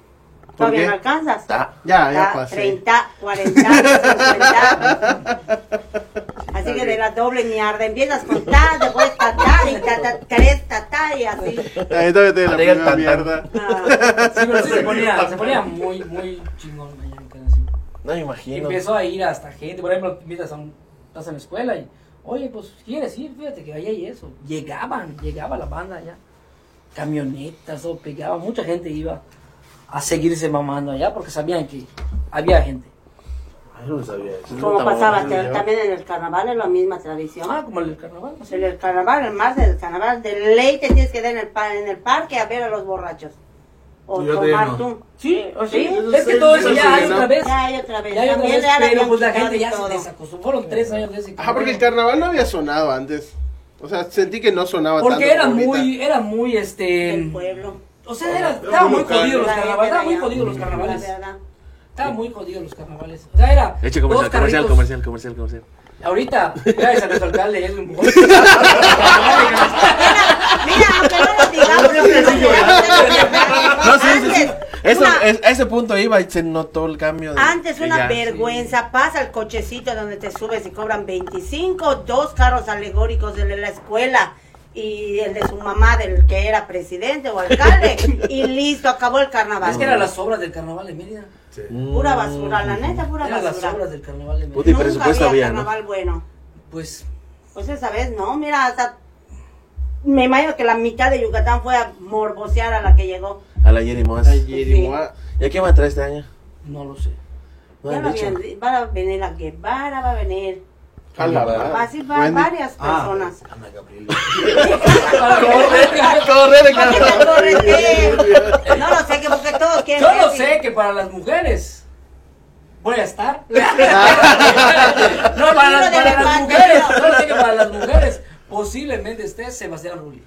¿Por
¿Todavía
qué?
no alcanzas?
Ta.
Ya, ya
Ya,
pasé.
30, 40, 50. Así que de la doble mierda empiezas con ta, después ta, ta, y ta, ta, tres, ta, tatá y así.
Ahí todavía tiene la
Agrega el
primera
tantán.
mierda.
Ah,
Sí, pero sí se ponía, se ponía muy, muy chingón Vallarta, así.
No me
Y
imagino.
empezó a ir hasta gente, por ejemplo, invitas a un, estás en la escuela y, oye, pues quieres ir, fíjate que ahí hay eso. Llegaban, llegaba la banda allá, camionetas, o pegaba, mucha gente iba a seguirse mamando allá porque sabían que había gente.
Ay, no sabía eso.
Como pasaba
bueno, ya.
también en el carnaval, es la misma tradición.
Ah, como el carnaval, así.
En el carnaval, el mar del carnaval, de ley te tienes que dar en el, pa- en el parque a ver a los borrachos. O
Yo de
tomar
no.
tú.
Sí,
o
sí,
sí.
es que todo eso
Sí,
ya hay
¿no?
otra vez.
Ya hay otra vez.
Ya hay otra
También
vez,
ya la
pero
habían
pues la
quitado
gente
y
ya se
todo.
desacostumbró. Fueron tres años de ese
Ajá, porque el
carnaval.
carnaval no había sonado antes. O sea, sentí que no sonaba tanto
Porque era
como ahorita.
muy, era muy este.
Del pueblo.
O sea, era,
muy
estaba muy
local.
jodido los
La gente
carnavales. Estaba
de allá.
muy jodido los
La
carnavales.
verdad.
Estaba muy jodido los carnavales. O sea, era.
Eche
dos
comercial, comercial,
carritos.
comercial, comercial, comercial.
Ahorita, gracias a nuestro alcalde, es un empujón.
Mira, aunque no lo digamos, lo que nos quedamos
No, sí, sí, sí.
Antes,
Eso,
una-
es- a ese punto iba y se notó el cambio. De...
Antes una
ya,
vergüenza, pasa el cochecito donde te subes y cobran 25, dos carros alegóricos de la escuela y el de su mamá del que era presidente o alcalde y listo, acabó el carnaval.
Es que eran las obras del carnaval de Mérida.
Pura basura, la neta, pura
Eran las obras
basura.
del carnaval de
Puta, y
Mérida.
Nunca
presupuesto había, ¿no?
carnaval bueno.
Pues,
Pues esa vez, no, mira, hasta me imagino que la mitad de Yucatán fue a morbosear a la que llegó.
A la Jerry Moss.
Ayer y
Sí.
mua.
¿Y a quién va a entrar este año?
no lo sé.
No
Ya
han
lo
dicho.
habían- va a venir la Guevara, va a venir.
A la madre.
Así va
Wendy.
varias
Ah.
personas.
Ana Gabriel.
Corre de
¿Por qué
carnaval.
te correteas? No lo sé, que porque todos quieren.
Yo lo
ser
sé que para las mujeres. Voy a estar. no, para, las- para las mujeres. Solo sé que para las mujeres. Posiblemente esté Sebastián Rulli.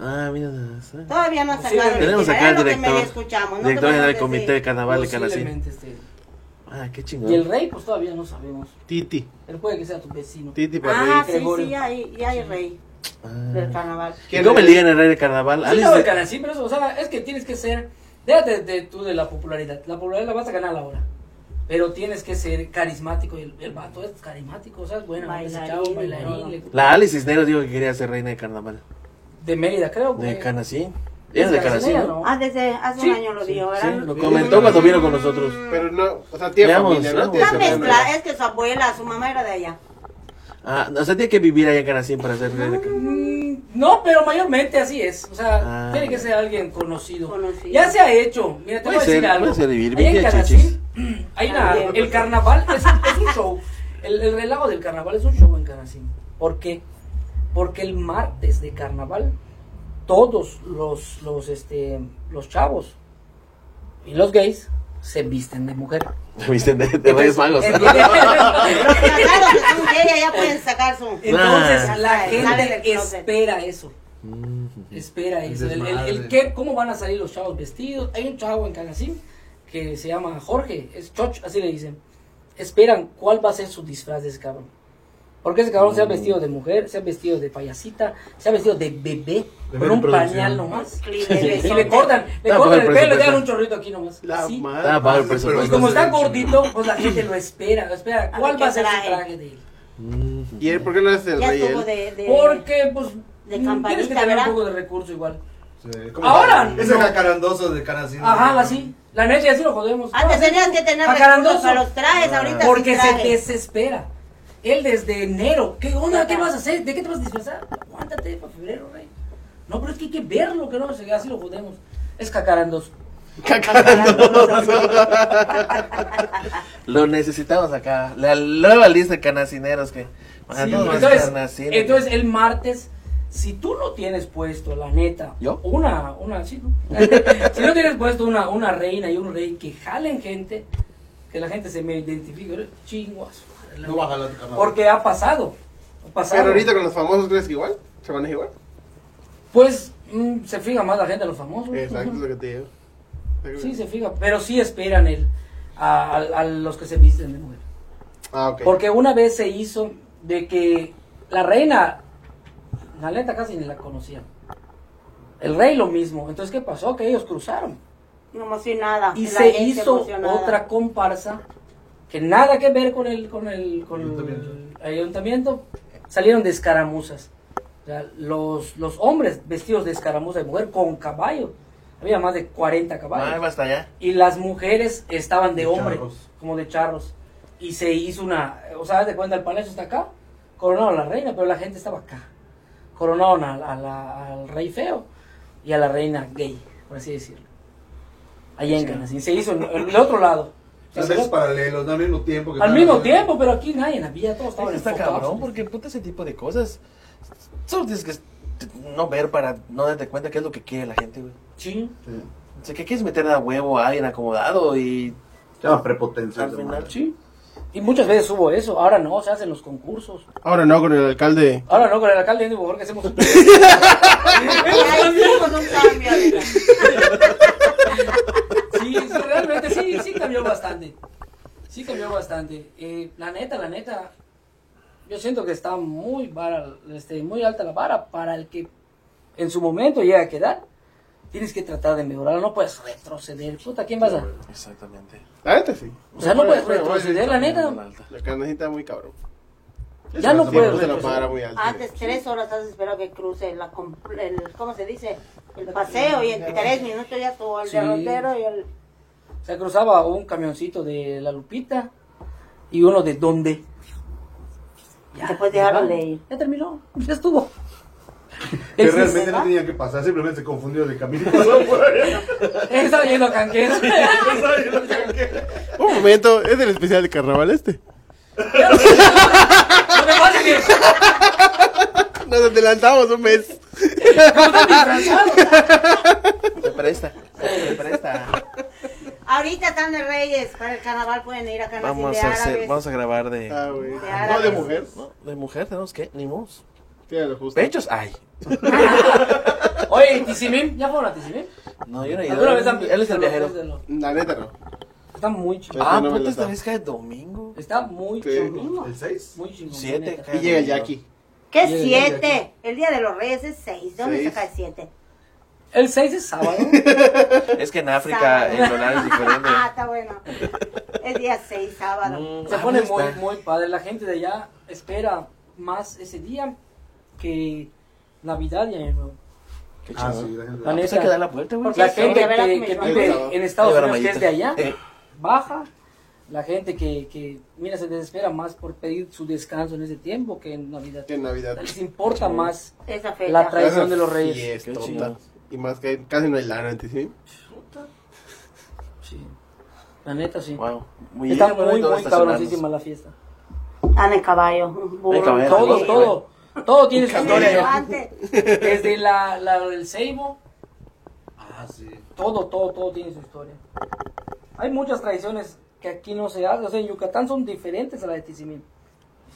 Ah, mira.
así. Todavía no ha
Sí,
sacado el
Tenemos
tema,
acá
era
al
lo que medio
director.
escuchamos. No
director
te
general del
puedo decir.
comité de carnaval de Calacín.
Posiblemente esté.
Ah, qué
Y el
chingón.
rey, pues todavía no sabemos.
Titi.
Él puede que sea tu vecino.
Titi para
Ah, sí,
Gregorio.
sí, ya hay, ya hay rey del
Ah.
carnaval.
¿Y cómo le digan el rey de carnaval?
Sí,
Alex
no,
de-
cara, sí, pero eso, o sea, es que tienes que ser. Déjate de, tú de la popularidad. La popularidad la vas a ganar ahora. Pero tienes que ser carismático. Y el, el vato es carismático, o sea, es bueno.
Bailarín, todo.
bailarín. le-
La Alice Cisneros dijo que quería ser reina de carnaval.
De Mérida, creo.
De
güey.
Canacín. Era de Canacín,
Canacín,
¿no?
¿no?
Ah, desde hace
Sí,
un año lo dio,
Sí,
¿verdad?
lo comentó cuando vino con nosotros.
Pero no, o sea, tiene
Veamos,
familia, ¿no?
veamos.
Tiene
Esa
Una mezcla, eh.
familia.
es que su abuela, su mamá era de allá.
Ah, o sea, tiene que vivir allá en Canacín para ser reina de carnaval.
Mm, No, pero mayormente así es. O sea,
Ah,
tiene que
ya.
ser alguien conocido.
Conocido.
Ya se ha hecho. Mira, te
Puede
voy a decir
ser,
algo.
puede ser vivir
Ahí en
bien,
Canacín, hay una-
También. pues.
el carnaval es, es un show. El, el relajo del carnaval es un show en Canacín. ¿Por qué? Porque el martes de carnaval, todos los, los, este, los chavos y los gays se visten de mujer.
Viste, de, de Reyes Magos.
Los casados que son gay allá pueden sacar su...
Entonces
Ah.
la
Sale del
gente
closet.
espera eso. Espera
El
eso. El, el- el
desmadre.
qué- ¿Cómo van a salir los chavos vestidos? Hay un chavo en Canacín que se llama Jorge, es Choch, así le dicen. Esperan cuál va a ser su disfraz de ese cabrón. Porque ese cabrón se ha vestido de mujer, se ha vestido de payasita, se ha vestido de bebé,
De
con un
bebé en
pañal
producción.
nomás.
Clip,
Y le
besote.
cortan, le
Tampoco
cortan
el
el pelo y le dan
presupuesto.
un chorrito aquí nomás.
La
Así.
Ah,
Estaba
madre.
pago el presupuesto.
Y como está gordito, pues la gente lo espera, lo espera.
ver
¿Cuál
qué
va a ser su
trae.
traje de él?
¿Y él por qué no es el
Ya
rey?
estuvo
él?
de... de-
Porque, pues,
de
mm, tienes que
campanita,
tener
¿verdad?
un poco de recurso igual.
Sí, ¿cómo
Ahora,
se- Ese
no.
jacarandoso de Canacín.
Ajá, así. La neta, así lo jodemos.
Antes
No, así,
Ah, tenías que tener
jacarandoso.
recursos para los trajes, ahorita sí
ah, Porque se
trajes.
desespera. Él desde enero. ¿Qué onda? ¿Qué vas a hacer? ¿De qué te vas a disfrazar? Aguántate para febrero, rey. No, pero es que hay que verlo, que no sé qué, así lo jodemos. Es cacarandoso.
Lo necesitamos acá. La nueva lista de canacineros que.
Sí,
todos los
entonces,
canacineros.
entonces, el martes, si tú no tienes puesto, la neta,
¿Yo?
una, una, sí, ¿no? si no tienes puesto una, una reina y un rey que jalen gente, que la gente se me identifique, chingo a su madre, la
No
neta.
baja la cámara.
Porque ha pasado. Ha pasado.
Pero ahorita con los famosos, ¿crees que igual? ¿Se maneja igual?
Pues mm, se fija más la gente a los famosos.
Exacto, es lo que te digo.
Sí, se fija. Pero sí esperan el, a, a- a los que se visten de mujer.
Ah, ok.
Porque una vez se hizo de que la reina, la neta casi ni la conocían. El rey lo mismo. Entonces, ¿qué pasó? Que ellos cruzaron.
Como si nada.
Y
Ah, la
se
gente
hizo
emocionada.
otra comparsa que nada que ver con el, con el, con el
Ayuntamiento.
ayuntamiento. Salieron de escaramuzas. O sea, los, los hombres vestidos de escaramuza de mujer con caballo. Había más de 40 caballos.
Ah, basta ya.
Y las mujeres estaban de,
De
hombre,
charros.
como de charros. Y se hizo una. O sea, haz de cuenta, el palacio está acá, coronado a la reina, pero la gente estaba acá. Coronaron a la- a la- al rey feo y a la reina gay, por así decirlo. Allá en Canasín. Se hizo en, en el otro lado. O sea,
Tal
del
vez
otro-
paralelos, no al mismo tiempo. que
al
estaban
mismo
haciendo-
tiempo, pero aquí nadie en la villa, todos estaban
Está
enfocados.
cabrón, porque puta ese tipo de cosas. Solo tienes que t- no ver para no darte cuenta qué es lo que quiere la gente, güey.
Sí.
O sea, que quieres meter a huevo a alguien acomodado y
Se llama prepotencia.
al final.
Sí. Y muchas veces hubo eso, ahora no, se hacen los concursos.
Ahora no, con el alcalde.
Ahora no, con el alcalde de Borges hacemos un...
Ya hicimos un cambio. amiga.
Sí, sí, realmente sí, sí cambió bastante. Sí cambió bastante. Eh, la neta, la neta, yo siento que está muy, vara, este, muy alta la vara para el que en su momento llega a quedar. Tienes que tratar de mejorar, no puedes retroceder. Puta, ¿quién vas a...?
Exactamente.
La neta sí.
O sea, no puedes retroceder, la
Muy
neta.
alta.
La canacita está muy cabrón.
Ya no
Siempre
puedes
se la
retroceder.
para muy alta.
Antes tres horas has esperado que cruce la, com- el, ¿cómo se dice? El paseo y en tres minutos ya estuvo el
Sí.
derrotero y el...
Se cruzaba un camioncito de La Lupita y uno de Donde.
Después dejaron de ir.
Ya terminó, ya estuvo.
Que
Ese-
realmente no
¿verdad?
tenía que pasar, simplemente se confundieron de camino. Pasó por allá.
Estaba yendo a canquero.
Un momento, es del especial de carnaval este.
Lo que pasa es que
Nos adelantamos un mes.
Se presta. Se presta.
Ahorita están de Reyes, para el carnaval pueden ir a Canas
Vamos
de
a, hacer,
Árabes.
vamos a grabar de.
Ah, güey.
De
No de
árabes.
mujer.
¿No? ¿De mujer tenemos qué? Ni mos.
Tiene lo justo.
¿Pechos? Ay.
Oye, Tizimín, ¿ya fueron a Tizimín?
No, yo no he ido.
¿Alguna vez han
Él es el viajero.
La neta no.
Está muy chido.
Ah,
Yo no me
puta,
la
esta
sé.
vez cae domingo.
Está muy
Sí.
chingón.
¿El 6?
Muy chingón.
Siete.
neta.
Y llega el Jackie.
¿Qué
Llega el día de
siete? El día de los Reyes es seis. ¿Dónde
Seis.
saca el siete?
El 6 es sábado.
Es que en África
Sábado.
el horario es diferente.
Ah, está bueno. Es día seis, sábado.
Mm,
Se
ah,
pone
ahí
muy,
está.
muy padre. La gente de allá espera más ese día que Navidad y Año Nuevo.
Qué
Ah,
chido.
sí, la gente-
La
Pues hay que
neta.
dar la vuelta, güey.
Porque
La
sí,
gente
de veras
que,
me
que
llama.
vive en Estados
Ahí va la
Unidos, que es de
mallita.
allá, baja. La gente que, que, mira, se desespera más por pedir su descanso en ese tiempo que en Navidad.
En Navidad.
Les importa más
Esa fecha.
la traición de los reyes.
Fiestota.
Qué chido.
Y más que casi no hay lana antes, ¿sí?
Sí. La neta, sí.
Wow. Muy
Está
bien, bueno,
muy,
todo
muy
estacionarnos.
cabroncísima la fiesta.
Ah, de caballo. burro,
De caballo.
todo.
Todo,
sí,
todo. Todo tiene su
El
historia. ya.
elefante.
Desde la, la del Seibo,
Ah, sí.
todo, todo, todo tiene su historia. Hay muchas tradiciones que aquí no se hacen. O sea, en Yucatán son diferentes a la de Tizimín.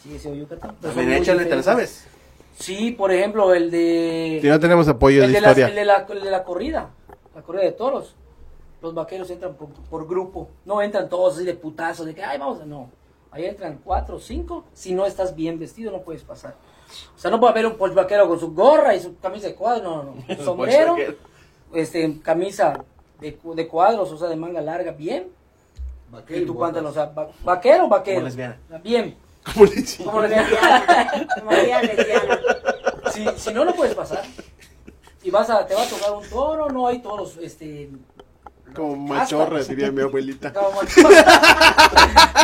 Sigue siendo Yucatán.
A
pero son
ver,
muy
échale, ¿te la
diferentes.
sabes?
Sí, por ejemplo, el de...
Si no tenemos apoyo
el
de
de, las- el
historia.
de la, el de la corrida, la corrida de toros. Los vaqueros entran por, por grupo, no entran todos así de putazo, de que, ay, vamos, a-". no. Ahí entran cuatro o cinco, si no estás bien vestido no puedes pasar. O sea, no puede haber un vaquero con su gorra y su camisa de cuadro, no, no, no. Sombrero, este, camisa de, cu- de cuadros, o sea, de manga larga, bien.
Vaquero
Y tu
botas.
pantalón, o sea, va- vaquero, vaquero.
Como lesbiana.
Bien.
Como le dicen.
Como lesbiana.
Lesbiana, Como día lesbiana.
si, si no, no puedes pasar. Y vas a, te va a tocar un toro, no hay toros, este...
Como machorra,
Hasta-
diría mi abuelita.
No, man.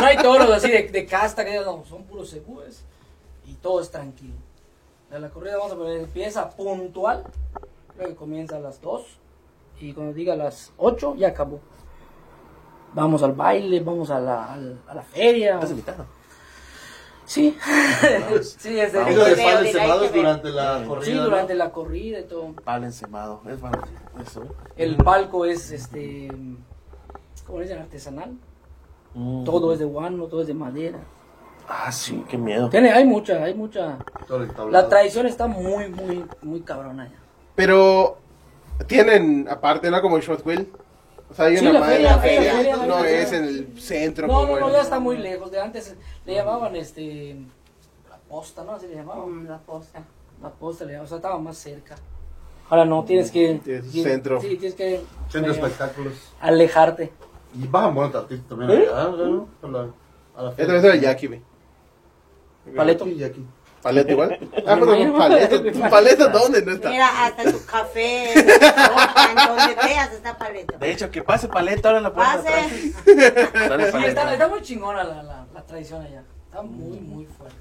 No hay toros así de, de casta que digan, no, son puros segures y todo es tranquilo. A la corrida vamos a poner, empieza puntual, creo que comienza a las 2 y cuando diga las 8 ya acabó. Vamos al baile, vamos a la, al- a la feria.
¿Estás invitado?
Sí, sí, es de-
Ellos
Hay que
están
ver, hay
encerrados
que ver.
durante la corrida.
sí,
¿no?
durante la corrida y todo.
Pal encemado. Es bueno. Eso.
El palco es, este, ¿cómo le dicen? Artesanal.
Mm.
Todo es de guano, todo es de madera.
Ah, sí, qué miedo.
Tiene, hay mucha, hay mucha.
Todo el tablado.
La traición está muy, muy, muy cabrona ya.
Pero tienen, aparte, ¿no? Como el Short Wheel. O sea, hay
Sí,
una
la
madre en
feria,
la
la feria,
feria.
la feria, la
No
feria.
es en el centro.
No,
como
no, no,
el-
ya está muy lejos. De antes le llamaban este. La posta, ¿no? Así le llamaban.
Mm, La posta.
La posta le llamaban, o sea, estaba más cerca. Ahora no, tienes que.
Tienes un
tien-
centro.
Sí, tienes que.
Centro de
medio
espectáculos.
alejarte.
Y bajan buenos artistas también allá, ¿no? Este A la, a la
Ya te ves el Jackie, güey.
Paleto.
Y aquí.
¿Paleta igual? Ah, pero paleta. ¿Tu paleta dónde? No está.
Mira, hasta en tu café, en tu sopa, en donde veas está paleta.
De hecho, que pase paleta ahora en la puerta. de atrás.
Pase.
Dale
Sí, está,
paleta.
está muy chingona la, la, la tradición allá. Está muy, muy fuerte.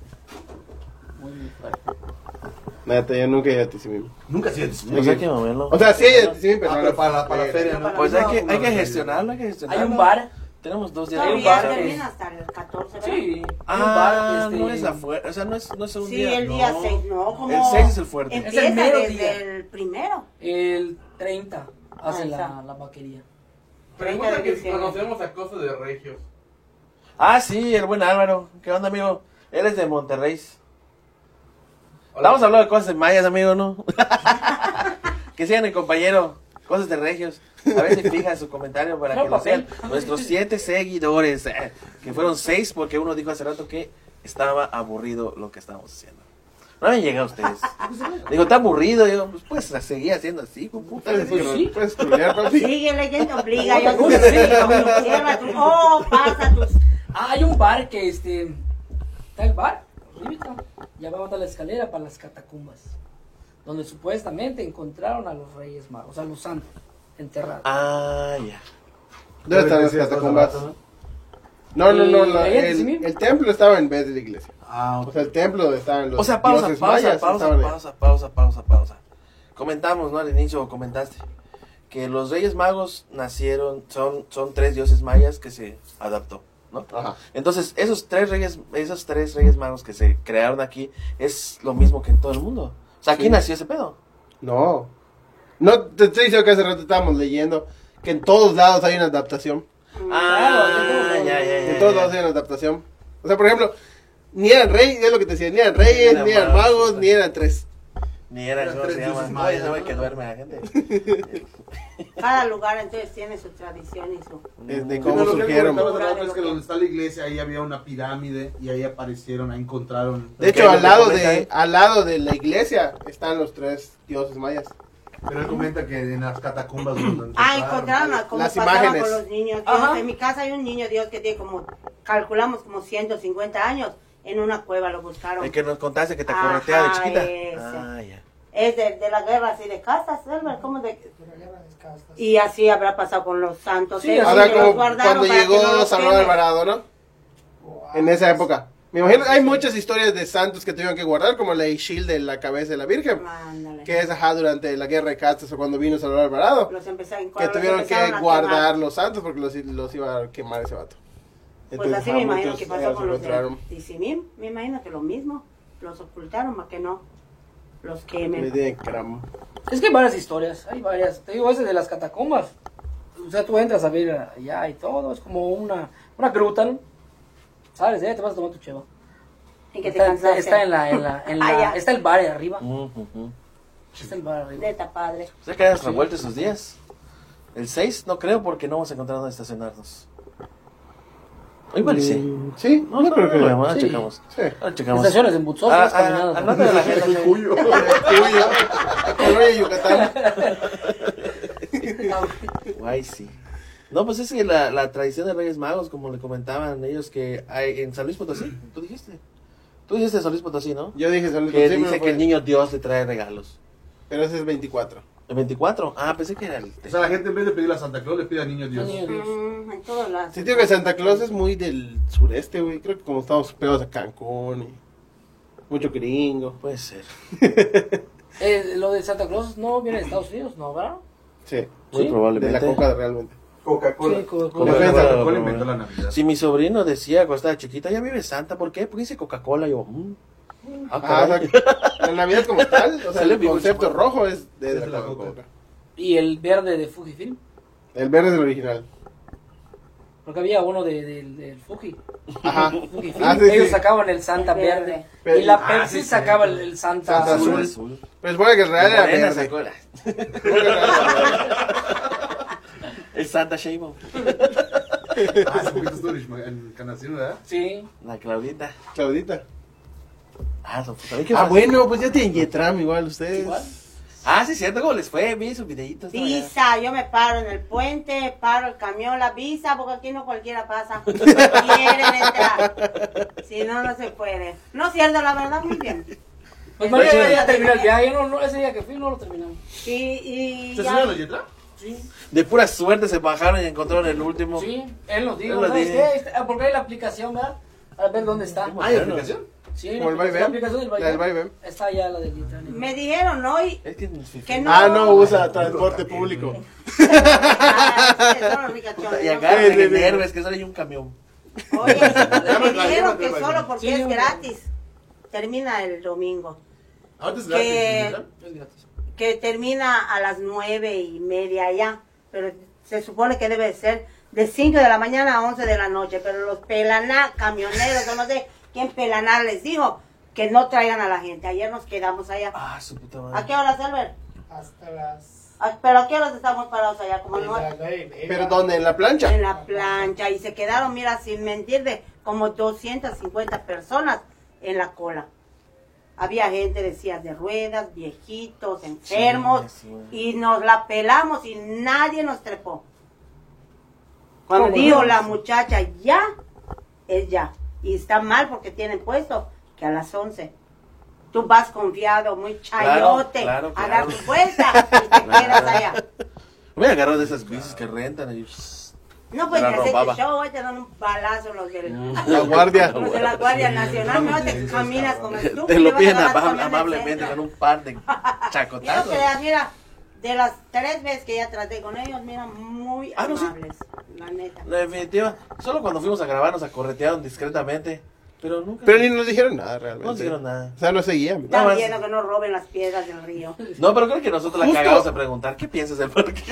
Muy, muy fuerte.
Neta, yo nunca he ido a Tizimín.
Nunca se disminuye.
Pues hay que mamarlo.
O sea, sí he ido a Tizimín, pero
Ah,
no
pero
lo-
para la, para la
eh,
feria, ¿no?
Pues hay
No,
que,
no,
hay que
no,
gestionarlo, hay que
Hay
gestionarlo.
un bar.
Tenemos dos días. de
Todavía
bar.
termina hasta el 14, ¿verdad?
Sí, hay un bar.
Ah,
este,
no es afuera. O sea, no es, no es un
Sí,
día.
el día
no.
6, no, como...
El 6 es el fuerte.
Empieza
Es el mero
desde
día.
el primero.
El 30 hace
Ahí
la,
está.
la vaquería.
Pregunta que si
conocemos a Costa de Regios.
Ah, sí, el buen Álvaro. ¿Qué onda, amigo? Él es de Monterrey.
Hola.
Vamos a hablar de cosas de mayas, amigo, ¿no? que sigan el compañero. Cosas de regios. A ver si fija su comentario para
No,
que lo
papel.
sean. Nuestros siete seguidores, eh, que fueron seis porque uno dijo hace rato que estaba aburrido lo que estábamos haciendo. No habían llegado ustedes. Digo, está aburrido. Yo, pues, pues la seguía haciendo así, hijo de puta.
Puedes
Pues sí.
culiar, puedes culiar, papi.
Sigue leyendo, obliga. Yo
Uy, sí, cabrón.
Cierra tu- Oh, pasa tus...
Ah, hay un bar que este. Está el bar, arribita. Ya va a la escalera para las catacumbas. Donde supuestamente encontraron a los reyes magos, a los santos, enterrados.
Ah, ya.
¿Dónde están las
Decías,
catacumbas?
¿no?
No, no, no. la-
¿Ahí en Tizimín?
el, el templo estaba en vez de la iglesia.
Ah,
O sea, el templo donde estaban los
O sea, pausa,
dioses
pausa,
mayas
pausa,
estaban ahí.
pausa, pausa, pausa, pausa. Comentamos, ¿no? Al inicio o comentaste que los Reyes Magos nacieron, son, son tres dioses mayas que se adaptó, ¿no?
Ajá.
Entonces, esos tres reyes, esos tres reyes magos que se crearon aquí es lo mismo que en todo el mundo. O sea, aquí
Sí.
nació ese pedo.
No. No, te estoy diciendo que hace rato estábamos leyendo que en todos lados hay una adaptación.
Ah, ya, ya, ya.
En todos lados hay una adaptación. O sea, por ejemplo, ni eran reyes, es lo que te decía, ni eran reyes,
Ni eran
ni eran
magos,
magos,
sí.
ni eran tres.
Ni era, ¿cómo
Tres
se
dioses
llama?
mayas,
Oye, no hay
¿no?
que duerme la gente.
Cada lugar entonces tiene su tradición y su...
De, de
Pero
este, cómo
lo que
surgieron.
comentaba hace rato es que donde está la iglesia, ahí había una pirámide y ahí aparecieron, ahí encontraron.
De
Ok,
hecho,
lo
al
que
lado
comenta,
de,
¿eh?
al lado de la iglesia están los tres dioses mayas.
Pero él comenta que en las catacumbas. donde
Ah, encontraron a cómo
Las
pasaban
imágenes.
con los niños. Dios,
Ajá.
en mi casa hay un niño, Dios, que tiene como, calculamos como 150 años, en una cueva lo buscaron.
El que nos contaste que te
Ajá,
corretea de chiquita.
ese.
Ah, ya.
Es de, de la guerra así de casas, ¿verdad? ¿Cómo de...?
Pero ya la descastas.
Y así habrá pasado con los santos.
Sí,
¿eh?
así
Ahora
Donde
como
los guardaron
cuando
para que
llegó
no los
Salvador
quemen.
Alvarado, ¿no?
Wow.
En esa época. Me imagino, hay muchas historias de santos que tuvieron que guardar, como la Ishil de la cabeza de la Virgen,
Ándale.
que es ajá, durante la guerra de castas o cuando vino Salvador Alvarado,
Los empezaron,
que
cuando los
tuvieron que
empezaron a
guardar
quemar.
los santos porque los, los iba a quemar ese vato.
Pues así
ajá,
me imagino
muchos,
que
eh,
pasó con los de
encontraron.
Tizimín. Me imagino que lo mismo. Los ocultaron para que no
Ah,
los
Le
quemen.
tienen cram.
Es que hay varias historias, hay varias. Te digo, ese de las catacumbas. O sea, tú entras a ver allá y todo, es como una, una gruta, ¿no? ¿Sabes? Ya te vas a tomar tu cheva.
Y que te
está, está-
cansaste.
está en la, en la, en la-
Ah, ya.
está el bar ahí arriba.
Ujú, ujú.
Está el bar arriba.
Neta, padre.
O sea, Pues que hayas revuelto esos días. El 6 no creo porque no vamos a encontrar dónde estacionarnos. Igual y sí.
Mm, Sí,
No, no,
yo creo que
no,
no.
ahora
Sí.
checamos.
Sí.
Ahora checamos.
Estaciones en Butzón,
Ah,
tienes
ah,
caminadas.
anota de la agenda, sí.
Cuyo. Colonia Yucatán.
Guay, sí. No, pues es que la, la tradición de Reyes Magos, como le comentaban ellos, que hay en San Luis Potosí, tú dijiste. Tú dijiste San Luis Potosí, ¿no?
Yo dije San Luis
que
Potosí,
dice
pero
que
fue-
el niño Dios le trae regalos.
Pero ese es 24.
¿El 24? Ah, pensé que era el...
O sea, la gente en vez de pedir a Santa Claus le pide a Niño Dios.
Niño Dios.
Mm, en todos lados.
Sí, digo que Santa Claus es muy del sureste, güey. Creo que como estamos pegados a Cancún y mucho gringo.
Puede ser.
Eh, lo de Santa Claus no viene de Estados Unidos, ¿no? ¿Verdad?
Sí.
Muy
Sí,
De
probablemente.
la coca realmente.
Coca-Cola.
Sí, Coca-Cola.
Coca-Cola
Coca-Cola,
Coca-Cola
Coca-Cola.
inventó la Navidad.
Si mi sobrino decía cuando estaba chiquita, ya vive Santa, ¿por qué? Porque dice Coca-Cola. Yo, mm. ah,
Ah,
caray.
o sea, la Navidad como tal, o sea,
Sale
el
bien
concepto
chico.
rojo es de,
Es
la,
de la
Coca-Cola.
Coca.
Y el verde de Fujifilm.
El verde es el original.
Porque había uno de, del- del Fuji.
Ajá.
Fujifilm.
Ah, sí,
Ellos
sí.
sacaban el Santa
El verde.
verde.
Pero-
y la
ah,
Pepsi
sí, sí.
sacaba el, el Santa,
Santa
azul.
azul. Pero supone Pues que el real era
Morena
verde.
sacó la-
Supone que el real era verde.
El Santa Sheinbaum.
Ah, ese poquito estuvo en Ishmael- en Canacino, ¿verdad?
Sí.
La Claudita.
Claudita.
Ah, no, pues, ¿sabes qué
Ah,
pasa?
bueno, pues ya tienen Yetram igual ustedes.
Igual.
Ah, sí, cierto, cómo les fue, vi sus videitos. ¿no? Ya.
Visa, yo me paro en el puente, paro el camión, la visa, porque aquí no cualquiera pasa. Quieren entrar. Si no, no se puede. No, cierto, la verdad, muy bien.
Pues no, ya, ya terminó el viaje. No, no, ese día que fui no lo terminamos.
Y, y
¿Se
ya-
subió a la yetra?
Sí,
De pura suerte se bajaron y encontraron el último.
sí, él nos
Él
dijo.
nos
¿sabes
dijo.
qué? Este- ah, Porque hay la aplicación, ¿verdad? A ver dónde
Ah,
está.
¿Hay aplicación?
Sí,
Como el
la
vaivén.
aplicación del
La del
vaivén.
vaivén.
Está allá la del Italia.
me dijeron hoy
Es que nos
que no.
Ah, no, usa transporte público.
Ah, sí, son los ricachones,
Y
¿no?
acá
Sí, sí,
de
sí.
nervios, que sale un camión.
Oye, me
la
dijeron
llevo,
que
te la
solo
llevo.
porque
Sí,
es
hombre.
gratis. Termina el domingo.
Ahorita es gratis.
Que,
¿verdad?
Es gratis.
que termina a las nueve y media ya. Pero se supone que debe ser de 5 de la mañana a 11 de la noche. Pero los pelaná, camioneros, yo no sé quién pelaná les dijo que no traigan a la gente. Ayer nos quedamos allá.
Ah, su puta madre.
¿A qué hora, Albert?
Hasta las.
¿A- ¿Pero a qué horas estamos parados allá? Como
Pues
de
no
las nueve y media.
¿Pero dónde? ¿En la plancha?
en la plancha y se quedaron, mira, sin mentir, de como 250 personas en la cola. Había gente de sillas de ruedas, viejitos, enfermos,
Sí, sí.
y nos la pelamos y nadie nos trepó. Cuando
¿Cómo
dijo
no?
la muchacha, ya, es ya. Y está mal porque tienen puesto que a las 11. Tú vas confiado, muy chayote,
claro,
a dar
claro.
tu vuelta y te quedas allá.
Voy a agarrar de esas bicis que rentan. Y...
No, pues
La
te haces
robaba. Mm.
el show, hoy te dan un palazo los del...
La guardia.
Los de la Guardia Nacional, no te caminas como estúpido.
Te lo piden
vas a
amable-
ganar
amablemente
con
con un
el
par de
centro. Yo
chacotazos.
que la- mira, de las tres veces que ya traté con ellos, mira, muy
Ah, no, sí.
amables, la neta.
La definitiva, solo cuando fuimos a grabar nos acorretearon discretamente, pero nunca
Pero ni nos dijeron nada realmente.
no nos dijeron nada.
O sea, no seguían.
nada
Están
más.
viendo que no roben las piedras del río.
No, pero creo que nosotros la
Justo.
cagamos a preguntar, ¿qué piensas del parque?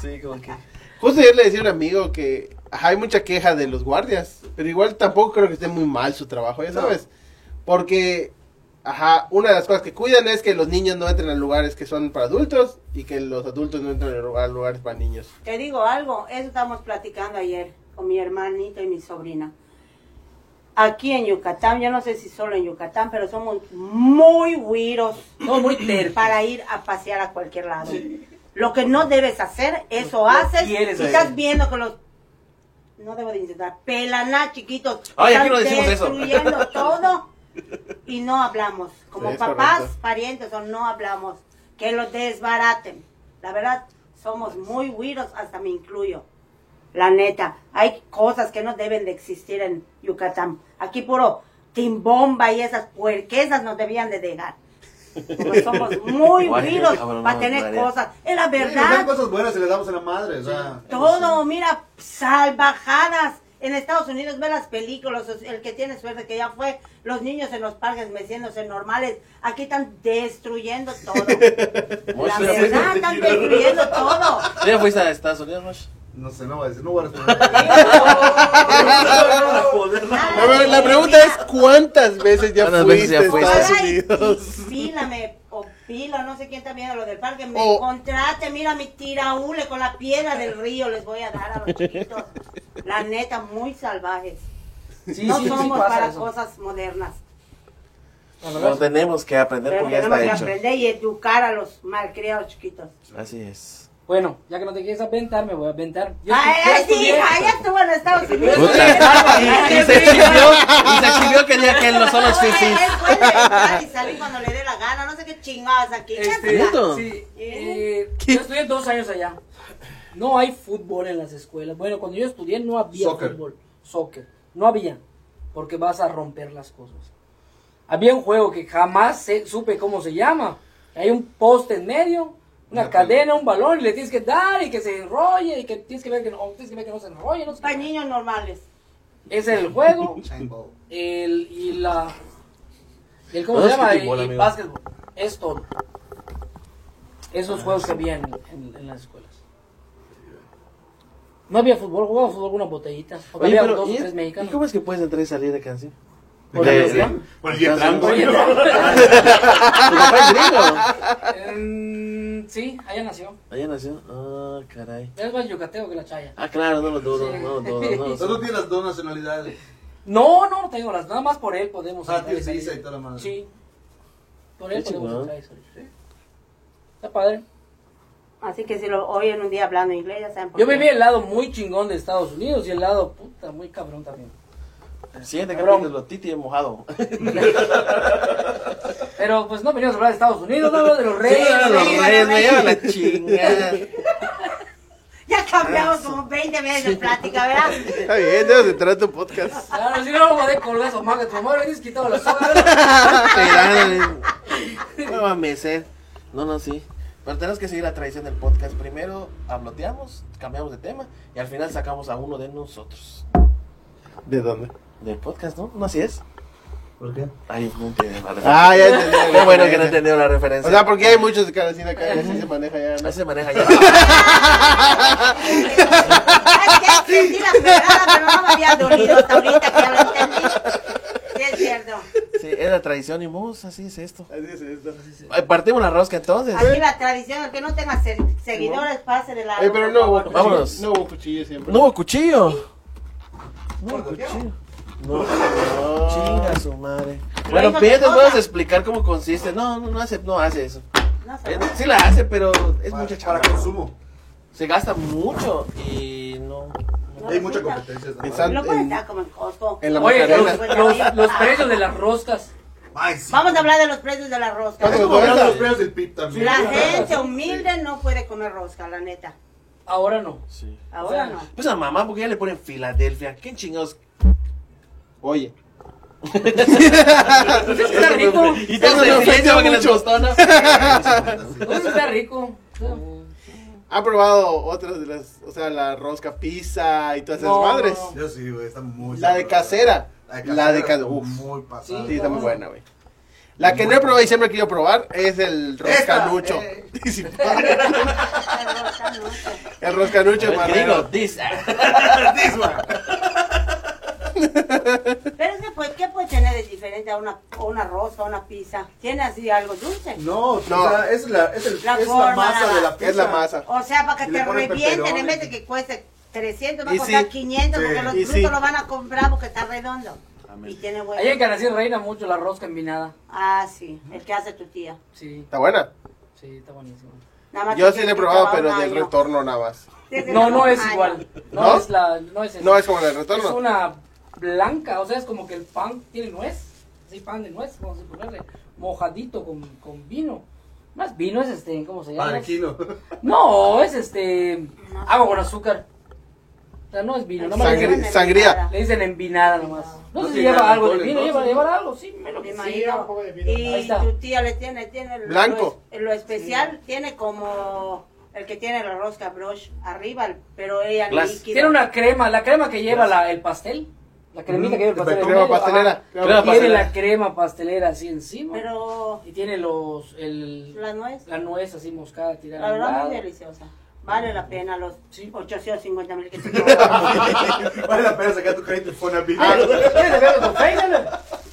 sí, como que...
Justo ayer le decía a un amigo que ajá, hay mucha queja de los guardias, pero igual tampoco creo que esté muy mal su trabajo, ya sabes. Porque, ajá, una de las cosas que cuidan es que los niños no entren a lugares que son para adultos y que los adultos no entren a lu- a lugares para niños.
Te digo algo, eso estamos platicando ayer con mi hermanito y mi sobrina. Aquí en Yucatán, yo no sé si solo en Yucatán, pero somos muy huiros
No, muy terco.
para ir a pasear a cualquier lado. Lo que no debes hacer, eso haces.
quieres
y
hacer.
estás viendo que los. No debo de intentar. Pelaná, chiquitos.
Ay, aquí
están
no decimos eso.
destruyendo todo y no hablamos. Como
Sí, es
papás,
correcto.
parientes o no hablamos. Que los desbaraten. La verdad, somos muy huiros, hasta me incluyo. La neta, hay cosas que no deben de existir en Yucatán. Aquí puro timbomba y esas puerquesas nos debían de dejar. Porque somos muy
Guay,
huiros
cabrón,
para
no,
tener
María.
cosas. Es
Sí,
la
nos dan
verdad.
cosas buenas y le damos en la madre. O sea,
Todo, mira, salvajadas. En Estados Unidos ve las películas, o sea, el que tiene suerte que ya fue, los niños en los parques meciéndose normales, aquí están destruyendo todo. La
Mosh, ¿tú ya
verdad,
fuiste-
están destruyendo todo.
¿Tú ya fuiste a Estados Unidos, Mosh?
no sé, no voy a decir, no voy a responder.
La, ver- la pregunta es, ¿cuántas veces ya
¿Cuántas veces
fuiste
ya
a
fuiste?
Estados
Ojalá y-
Unidos?
y Pila, me, o pila, no sé quién está viendo lo del parque, me
O-
contrate, mira mi tiraúle con la piedra del río, les voy a dar a los chiquitos. La neta, muy salvajes.
Sí,
no
sí, sí
somos
pasa
para
eso.
cosas modernas.
Lo tenemos que aprender
Pero
porque Pues ya
tenemos
está
que
hecho.
aprender y educar a los malcriados chiquitos.
Así es.
Bueno, ya que no te quieres aventar, me voy a aventar. Yo
Ay, ay,
estudié-
Ah, sí,
estudié-
hija, ya estuvo en Estados Unidos.
Puta. Y, y se chivió, y se chivió que día que él no son los
Oye,
fifís.
él puede entrar y salir cuando le dé la gana, no sé qué chingadas aquí.
Este,
¿Neta?
sí, eh, yo estudié dos años allá. No hay fútbol en las escuelas. Bueno, cuando yo estudié no había
Soccer.
fútbol, soccer. No había, porque vas a romper las cosas. Había un juego que jamás se- supe cómo se llama. Hay un poste en medio, una
Una
cadena, un balón, y le tienes que dar y que se enrolle y que tienes que ver que no, tienes que ver que no se enrolle. No sé
Para
qué.
niños normales.
Ese es el juego.
Chainball.
el y la y el cómo
No,
se
es que
llama
fútbol,
el, el
amigo.
básquetbol es todo esos juegos que había en, en- en las escuelas no había fútbol jugaba fútbol con unas botellitas porque
Oye,
había
pero,
dos o
¿y,
tres
¿y
mexicanos
cómo es que puedes entrar y salir de acá así?
Por
De-
la
de-
velocidad.
Por el Vietnam,
Oye,
coño.
¿Tu papá es gringo?
Em, sí allá nació
Allá nació. Ah, caray.
es más yucateo que la chaya
Ah, claro, no lo dudo, no lo dudo, no lo
Solo
dudo.
tiene las dos nacionalidades.
no no no tengo las nada más por él podemos
O sea,
entrar y
tienes visa y
salir.
toda la madre.
sí por él
Qué
podemos
chingón.
entrar y salir Está padre.
Así que si lo oyen un día hablando inglés, ya saben por
Yo
qué.
viví el lado muy chingón de Estados Unidos y el lado puta muy cabrón también.
Siguiente
Cabrón.
capítulo, Titi mojado.
Pero pues no venimos a hablar de Estados Unidos, no hablo de los reyes.
Los reyes me llevan la chingada.
Ya cambiamos como 20 veces de plática, ¿verdad?
Está bien, de eso se trata un podcast.
Claro, si no, no podés colgar esos mangas, tu mamá le hubieras quitado las hojas.
Te dan, eh. No mames, eh. No, no, sí. Pero tenemos que seguir la tradición del podcast. Primero habloteamos, cambiamos de tema y al final sacamos a uno de nosotros.
¿De dónde?
Del podcast, ¿no? ¿No así es?
¿Por qué?
Ay, no entendí la referencia.
Ah, ya entendí.
Qué bueno que no entendió la referencia.
O sea, porque hay muchos de Caracina acá, así se maneja ya. ¿no?
Así se maneja ya.
Es que entendí la pedrada, pero no me había dolido hasta ahorita que ya lo entendí. Sí, es cierto.
Sí, es la tradición y mus, así es esto.
Así es esto.
Ay, Partimos la rosca entonces.
Aquí la tradición, el que no tenga se- seguidores, pase de la.
Eh, pero no hubo cuchillo.
Vámonos.
No hubo cuchillo siempre.
No hubo cuchillo. No hubo cuchillo. No.
Ah,
Chinga su madre. Bueno,
hizo
bien,
otra
les vamos
cosa.
a explicar cómo consiste. No, no, no hace, no hace eso.
No se
Eh,
va.
Sí la hace, pero es mucha
para
chamba.
consumo.
Se gasta mucho y no.
No
Hay
resulta.
mucha competencia. esta
Exacto.
madre.
Lo pueden dar como en Costco.
En la
Oye,
Macarena.
los, los, los precios de las roscas.
Ay, sí.
Vamos a hablar de los precios de la rosca.
¿Cuánto
Vamos a hablar de los
cuesta?
premios del PIB también.
La gente humilde no puede comer rosca, la neta.
Ahora no.
Sí.
Ahora no.
Pues a mamá, porque ya le ponen Filadelfia. ¿Quién chingados?
Oye.
Pues es que está rico.
Y tengo en silencio porque les gustó, ¿no?
Pues es que está rico.
¿Ha probado otras de las, o sea, la rosca pizza y todas esas
No,
madres?
no.
Yo sí, güey, está muy
La de
sabrosa.
casera. La de
está
casera. Uf.
Muy pasada.
Sí, está muy buena, güey. La que no he probado y siempre he querido probar es el roscanucho.
eh.
La rosca no.
El roscanucho de
¿Qué digo?
marrero.
This.
This one.
Pero es que, pues, ¿qué puede tener de diferente a una, a una rosa, a una pizza? Tiene así algo dulce.
No,
No.
o sea, es la, es el,
La
es
forma,
la masa
la-
de la pizza.
Es la masa.
O sea, para
Y
que
le
te
ponen
revienten, en
pepperoni.
vez de que cueste 300, va a
Y
costar
sí.
500
Sí.
porque los
Y
frutos
sí.
lo van a comprar porque está redondo. Y tiene
Allá en
huevo.
Canacín reina mucho la rosca envinada.
Ah, sí, el que hace tu tía.
Sí,
Está buena.
sí, está buenísimo.
Nada más
Yo
que
sí le he
tiene que
probado,
acabar
pero
un
del
año.
retorno nada más.
Desde
No,
el
no es
año.
igual. No,
¿No?
es la. No es,
No, es como la del
Es
retorno.
una blanca, o sea, es como que el pan tiene nuez. Sí, pan de nuez, vamos a ponerle. Mojadito con, con vino. Más vino es este, ¿cómo se llama?
Parequino.
No, es este. Agua con azúcar. O sea, no es vino, nomás le
Sangre-
dicen,
sangría.
le dicen envinada nomás. No,
No
sé si
tiene
lleva
nada
algo de
alcohol,
vino, lleva,
entonces,
lleva algo, sí, me lo
Mi
que
lleva un
marido.
poco de vino.
Ahí
Y
está.
tu tía le tiene, tiene lo-
Blanco.
Lo, es- lo especial tiene como el que tiene la rosca brush arriba, pero ella
Glass.
líquido.
Tiene una crema, la crema que lleva la, el pastel. La cremita que lleva el
La
pastel. en
crema
medio,
pastelera,
ajá.
crema
Tiene
pastelera.
la crema pastelera así encima.
Pero
Y tiene los. El,
la nuez,
la nuez así moscada tirada.
la
al
verdad,
lado.
muy deliciosa. Vale la pena los
Sí.
850 mil que se
Vale la pena sacar tu crédito en Fonavit.
Ah, ¿Quieres ver tu Facebook?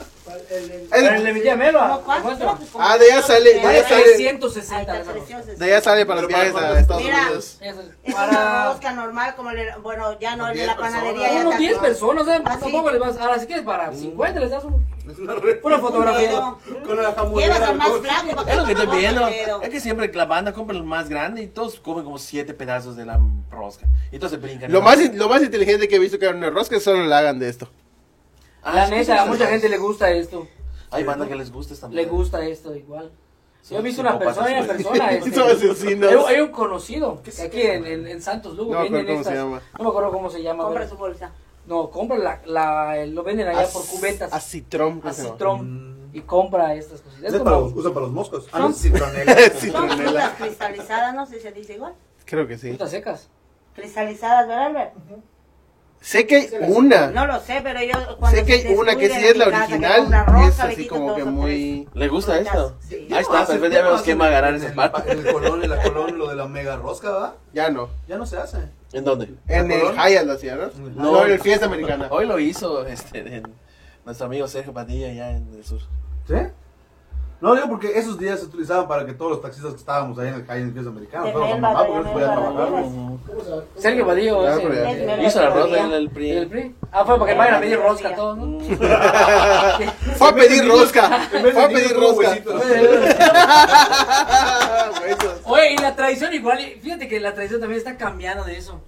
El- el-
El-
Le metí a Melo.
Como
ah, te
cuatro,
muestro.
pues, como
Ah, de allá
cuatro,
sale, de
pero
allá
ahí
Hay
sale,
160
está
de esa rosca.
de
360.
allá sale para los viajes a Estados
Mira.
Unidos.
Eso es.
Es una
Para
rosca normal, como le- bueno, ya no
Con
el de la
10
panadería.
personas.
Ya
unos
está
10 personas, ¿eh?
Ah, sí.
Tampoco le vas. Ahora, si quieres,
Mm.
para 50 les das un-
Es una re-
una fotografía.
Pero
Con la jamurera.
Llevas al más
alcohol.
flaco. para que
Es lo que
te
estoy viendo.
ponga el dedo.
Es que siempre la banda compra el más grande y todos comen como siete pedazos de la rosca. Y todos se brincan.
Lo más, in- lo más inteligente que he visto que era una rosca es solo la hagan de esto.
Ah,
La
sí,
neta, a
sí, sí,
mucha
sí.
gente le gusta esto.
Hay banda que les gusta esta
Le
madre.
gusta esto igual.
Sí,
Yo he visto
sí,
una
no pasa
persona, una
eso.
persona. este,
Son asesinos.
hay, un- hay un conocido que aquí en, en- en Santos Lugo
No me
venden
acuerdo cómo se
estas.
llama.
No me acuerdo cómo se llama.
Compra
pero-
su bolsa.
No, compra la, la- lo venden allá por cubetas.
A
Así,
Citrom. ¿cómo se llama?
Mm.
Trump. Y compra estas cositas.
Ese
Es
es para
como-
los- Usa para los moscos. Ah,
No.
no, citronela.
Son frutas
Citronela.
cristalizadas, no sé si se dice igual.
Creo que sí.
frutas secas.
Cristalizadas, ¿verdad, Albert?
Sé que hay una.
No lo sé, pero yo cuando
Sé que hay una que sí es la original. Es así como que muy.
¿Le gusta esto?
Sí.
Ah,
Ahí está, tal vez ya vemos quién va a ganar ese
El-
pato.
El colón, el colón, lo de la mega rosca, ¿verdad?
Ya no.
Ya no se hace.
¿En dónde?
En el
¿Colón?
Hyatt lo hacía, ¿no?
No.
No, en el Fiesta Americana.
Hoy lo hizo este, en- nuestro amigo Sergio Padilla allá en el sur.
¿Sí? No, digo porque esos días se utilizaban para que todos los taxistas que estábamos ahí en el calle en el fiesta americano,
De
fuéramos a
Melba,
mamá porque no se
de
podía
Ah,
Melba,
trabajar.
de
güey.
Melba.
¿cómo se- cómo se-
Sergio Badillo.
Ah,
ese,
pero ya-
el-
Es
Hizo la
Pero
rosa en
ya.
el
el
PRI.
PRI. Ah, fue para que vayan a pedir rosca a todos, ¿no?
Mm.
Fue a pedir rosca.
En vez de
Fue a
niños,
pedir
puro
rosca.
huesito.
Ah, huesos.
Oye, y la tradición igual, y fíjate que la tradición también está cambiando de eso.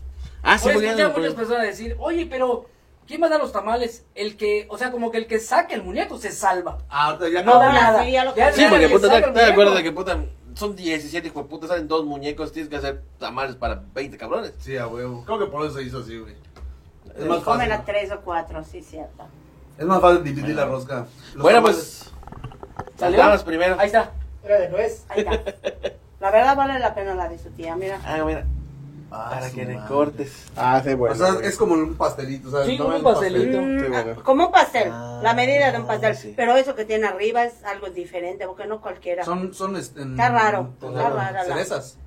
Ah, sí,
Oye,
porque ya
escuché a
no-
muchas personas decir, oye, pero ¿quién va a dar los tamales? El que, o sea, como que el que saque el muñeco se salva.
Ah, ya
No da
sí,
nada.
ya lo-
Ya
Sí,
nadie
porque puta,
saca el
¿estás de acuerdo
muñeco.
de que puta, son 17 hijos de puta, salen dos muñecos, tienes que hacer tamales para 20 cabrones?
Sí, a huevo. Creo que por eso se hizo así, güey. Es más fácil.
Comen a tres o cuatro, sí, cierto.
Es más fácil dividir la rosca. Los
bueno,
tamales-
pues,
¿Salió?
damas primero.
Ahí está.
Era de nuez.
Ahí está. La verdad vale la pena la de su tía, mira.
Ah, mira,
Ah,
para
su
que
madre.
recortes.
Ah, sí, bueno.
O sea,
güey.
es como un pastelito, o sea,
Sí,
no
como
es
un
Sí,
pastelito.
Mm,
bueno.
ah, Como un pastel,
Ah,
la medida de un pastel.
sí.
Pero eso que tiene arriba es algo diferente, porque no cualquiera.
Son, son, este, en-
Está raro,
en-
está rara la-
cerezas.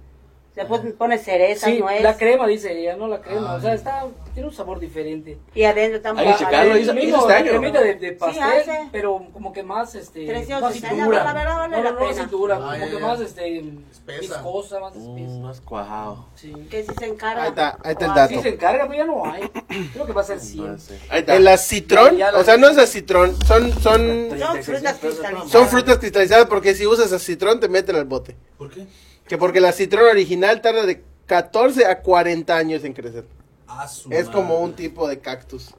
Le pon- pone cerezas,
Sí,
nuez.
la crema, dice ella, no la crema.
Ay.
o sea, está, tiene un sabor diferente.
Y adentro están
Hay que checarlo, hizo- hizo
Mismo,
este año.
cremita de, de pastel,
hace.
pero como que más, este,
Precioso,
más
está
cintura.
la verdad, vale
no,
la
no, no,
pena.
cintura,
Ah,
como
ya,
que
ya.
más, este,
Espesa.
viscosa, más espesa.
Mm, más cuajado.
Sí.
Que si se encarga.
Ahí está, ahí está el
O
dato.
Sí se encarga, pero ya no hay. Creo que va a ser 100.
No sé. Ahí está.
El acitrón,
Ya la-
o sea, no es acitrón, son, son,
Son frutas
36 pesos, ¿no?
cristalizadas.
son frutas cristalizadas porque si usas acitrón te meten al bote.
¿Por qué?
Que porque el acitrón original tarda de 14 a 40 años en crecer.
Ah, su
Es
madre.
como un tipo de cactus. Ah,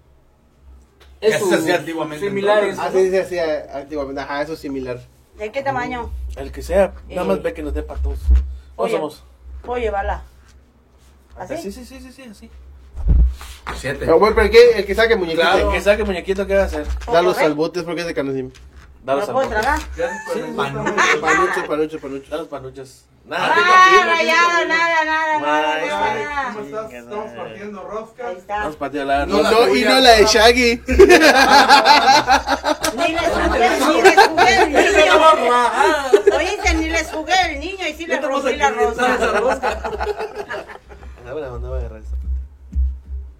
Es
Eso se
Uh,
hacía antiguamente,
Similares.
entonces.
Así se hacía antiguamente. Ajá, eso es similar.
¿De qué tamaño?
El que sea, nada
Eh.
más ve que nos dé para todos. ¿Cómo
Oye.
somos?
Puedo llevarla. ¿Así?
Sí, sí, sí, sí, sí, así.
Siete.
Pero, bueno, pero ¿qué? el que saque muñequito.
Claro. El que saque muñequito, ¿qué va a hacer?
Dalos
¿Corre?
al bote es porque es de canosim.
Dalos
¿Lo puedo tragar?
Panucho.
Panucho, panucho, panucho.
Dalos panuchos.
Ah, rayado, nada, nada, nada,
Maestro.
nada.
¿Cómo estás? Estamos partiendo rosca.
Ahí está.
Vamos partido la
Y no, y no la de Shaggy.
Ni les jugué, ni les jugué el niño. Oíste, ni les jugué el niño y sí les rompí la rosa.
Ahora, ¿dónde va a agarrar esto?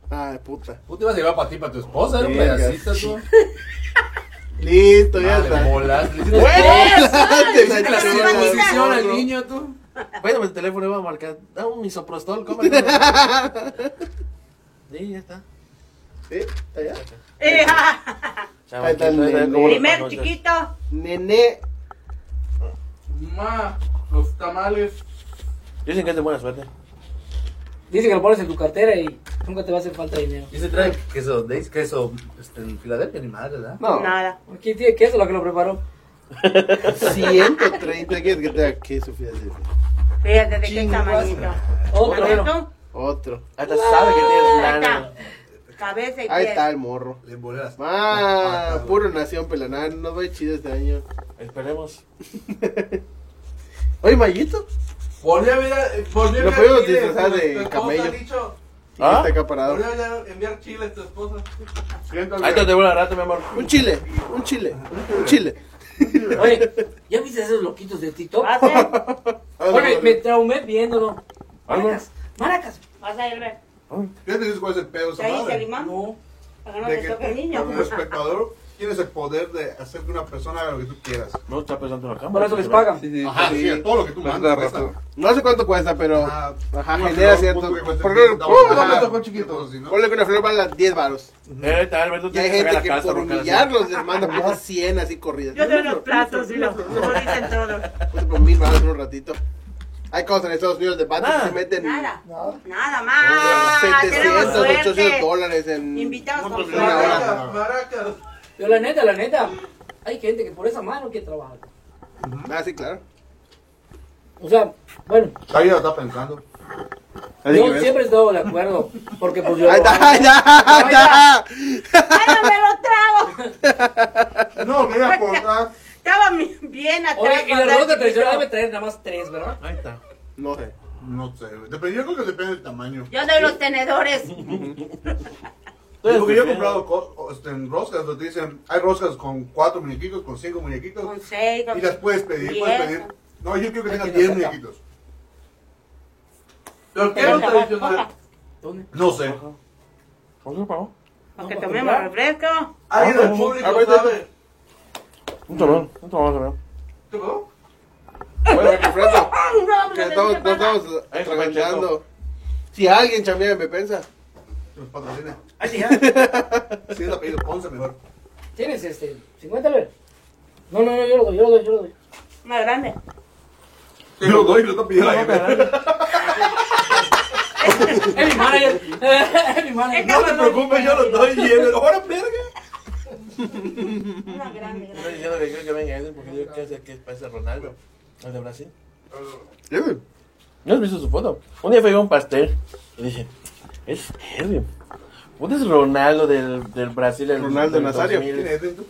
Ay, Ah, puta.
Tú te ibas a llevar para ti, para tu esposa, era un
Verga.
pedacito, tú.
Listo, ya
Madre,
está.
bolas. Le hiciste-
Adelante,
Le hiciste la
Nacho.
circuncisión al niño, tú.
Bueno, pues el teléfono iba a marcar. Da un misoprostol, cómprate. sí, ya está.
Sí, está ya.
Eh, ah,
Chaval,
está el
ya está,
nene.
como los
Primer
panuchos.
chiquito.
Nene.
Ma, los tamales.
Dicen que es de buena suerte.
Dice que lo pones en tu cartera y nunca te va a hacer falta dinero.
Y se trae queso, ¿deis queso este, en Filadelfia? Ni madre, ¿verdad?
No.
Nada.
Aquí tiene queso lo que lo preparó.
130. ¿Qué es que tenga queso, fíjate?
Fíjate de qué
Chingo,
tamañito.
Otro.
¿Correcto?
Otro.
Hasta sabe que
Ahí
tienes
está.
lana.
Cabeza y
Ahí está
pies.
el morro.
Le volé las las
Ah,
patas,
puro nación pelanal. No va chido este año.
Esperemos.
Oye, Mayito.
Volví a ver. Volví a
Lo
ver Pues,
podemos
chile,
disfrazar
tu-
de
tu esposa,
camello.
Licho.
¿Ah?
Está acá parado.
Volví a ver- enviar chile a tu esposa.
Ahí te devuelvo la rata, mi amor.
Un chile. Un chile. Un chile.
Oye, ¿ya viste esos loquitos de TikTok?
¿Vas a
Oye, me traumé viéndolo. Maracas, maracas.
¿Vas a ir?
Fíjate dices cuál es el pedo,
¿Te
Pues
esa
ahí el
madre.
limón?
No.
Para que no
De
te
que
toque
tú,
el niño.
Como espectador, tienes el poder de hacer que una persona haga lo que tú quieras.
No está pensando en la cámara.
Por eso les pagan.
Ajá, sí, a todo lo que tú mandas. cuesta.
No sé cuánto cuesta, pero.
Ah,
Ajá,
una
genera
flor,
cierto.
punto que cuesta
Por
diez
ejemplo,
centavos.
ajá.
Ah, me tocó chiquito, si no.
Ponle que una flor vale 10 varos.
Eh, está, Alberto,
Y hay
tienes que
gente
pagar
que
la casa,
por
porque así-
humillarlos les manda por 100 así corridas.
Yo doy los platos y los lo dicen todo.
Puta, por mil varos en un ratito. Hay cosas en Estados Unidos de patos
Nada.
que se meten.
Ah. Nada.
No.
Nada más. Tenemos
700, 800
suerte.
dólares en.
Invitados con
pues,
Una hora.
suerte.
Maracas, maracas.
Pero la neta, la neta, hay gente que por esa mano quiere trabajar.
Ah, sí, claro.
O sea, bueno,
Ahí lo está pensando.
yo siempre he estado de acuerdo. Porque pues yo.
Ahí está, ahí está, ahí está.
¡Ay, no me lo trago!
No, mira, aportar.
Estaba mi- bien atrás.
Oye, y la
cuando era
ropa
chiquito.
tradicional debe traer nada más tres, ¿verdad?
Ahí está.
No sé.
No sé, güey. Depende- yo creo que depende del tamaño.
Yo doy los tenedores.
Sí, porque yo he comprado co- o, este, en roscas donde dicen, hay roscas con cuatro muñequitos, con cinco muñequitos,
Con seis. con-
y las puedes pedir,
Diez.
puedes pedir. No, yo creo que
Ay,
tengan
que
diez
no sepa.
muñequitos.
Tortero
Venga, va,
tradicional.
ponla,
¿Dónde?
No sé.
¿Por qué pagó?
Para que tomemos refresco.
Alguien del
Ah,
público
bueno.
este-
sabe.
Un tomón, un tomón, cabrón.
¿Qué pasó?
Bueno, mi fresa,
¡Ay, no!
que
me
estamos,
lo
no estamos tragando. Si alguien chambea me pensa.
Los patrocina.
Ahí sí, ya.
Si es apellido Ponce, mejor.
¿Tienes este? ¿50 ver? No, no, no, yo lo doy, yo lo doy, yo lo doy.
Más grande.
Te lo doy, no te pidió la gente.
Es mi manager. Es mi manager.
No te preocupes, yo lo doy y él, ahora verga.
Una grande,
Yo
grande.
no le creo que venga él porque yo quiero saber qué parece Ronaldo. ¿El de Brasil?
Eh,
¿No has visto su foto? Un día fui a un pastel y dije, es serio. ¿Dónde es Ronaldo del, del Brasil? El,
Ronaldo
del
Nazario.
2000?
¿Quién es esto?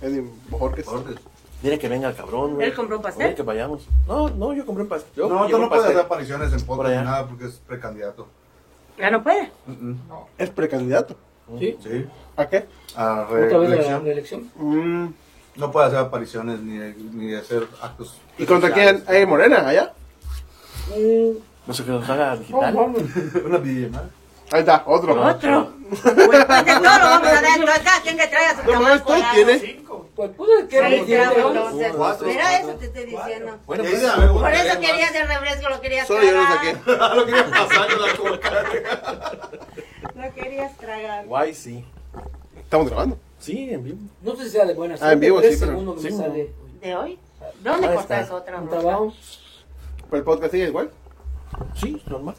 Eddie Borges.
Dile que venga el cabrón, güey.
¿Él compró un pastel?
Dile que vayamos. No, no, yo compré un pastel. Yo,
No,
yo
tú
compré
no puedes
un
hacer
pastel.
apariciones en
Por
podcast
allá.
ni nada porque es precandidato.
Ya no puede.
Es precandidato.
Sí.
Sí.
¿A qué?
A
Otra vez la, la
reelección.
elección.
Mm,
No puede hacer apariciones ni, ni hacer actos.
¿Y contra quién? Eh, Morena, allá.
No sé que nos haga digital.
Una videollamada.
Ahí está, otro.
Otro. Pues, pues de todo lo vamos a dar. Entonces, cada quien que traiga su
No mames,
tamal
todo
colado.
tiene.
Pues puse que era
Ahí
el
está,
diente, ¿no?
entonces.
Cuatro,
Mira, eso te estoy diciendo.
Bueno,
Y ahí
pues,
se la ve
Por
voltear,
eso
¿no?
querías el refresco, lo querías
Solo yo lo
tragar.
saqué.
Ah, Lo quería pasar con la coca.
Lo querías tragar.
guay, sí.
Estamos grabando.
Sí, en vivo.
No sé si sea de buena
Ah, en vivo
tres
sí, pero-
segundos que
sí,
me
no.
sale
¿De hoy? ¿Dónde
Ahí
cortas
está.
otra
un
rosa?
trabajo.
Pero el podcast sigue igual.
Sí, normal.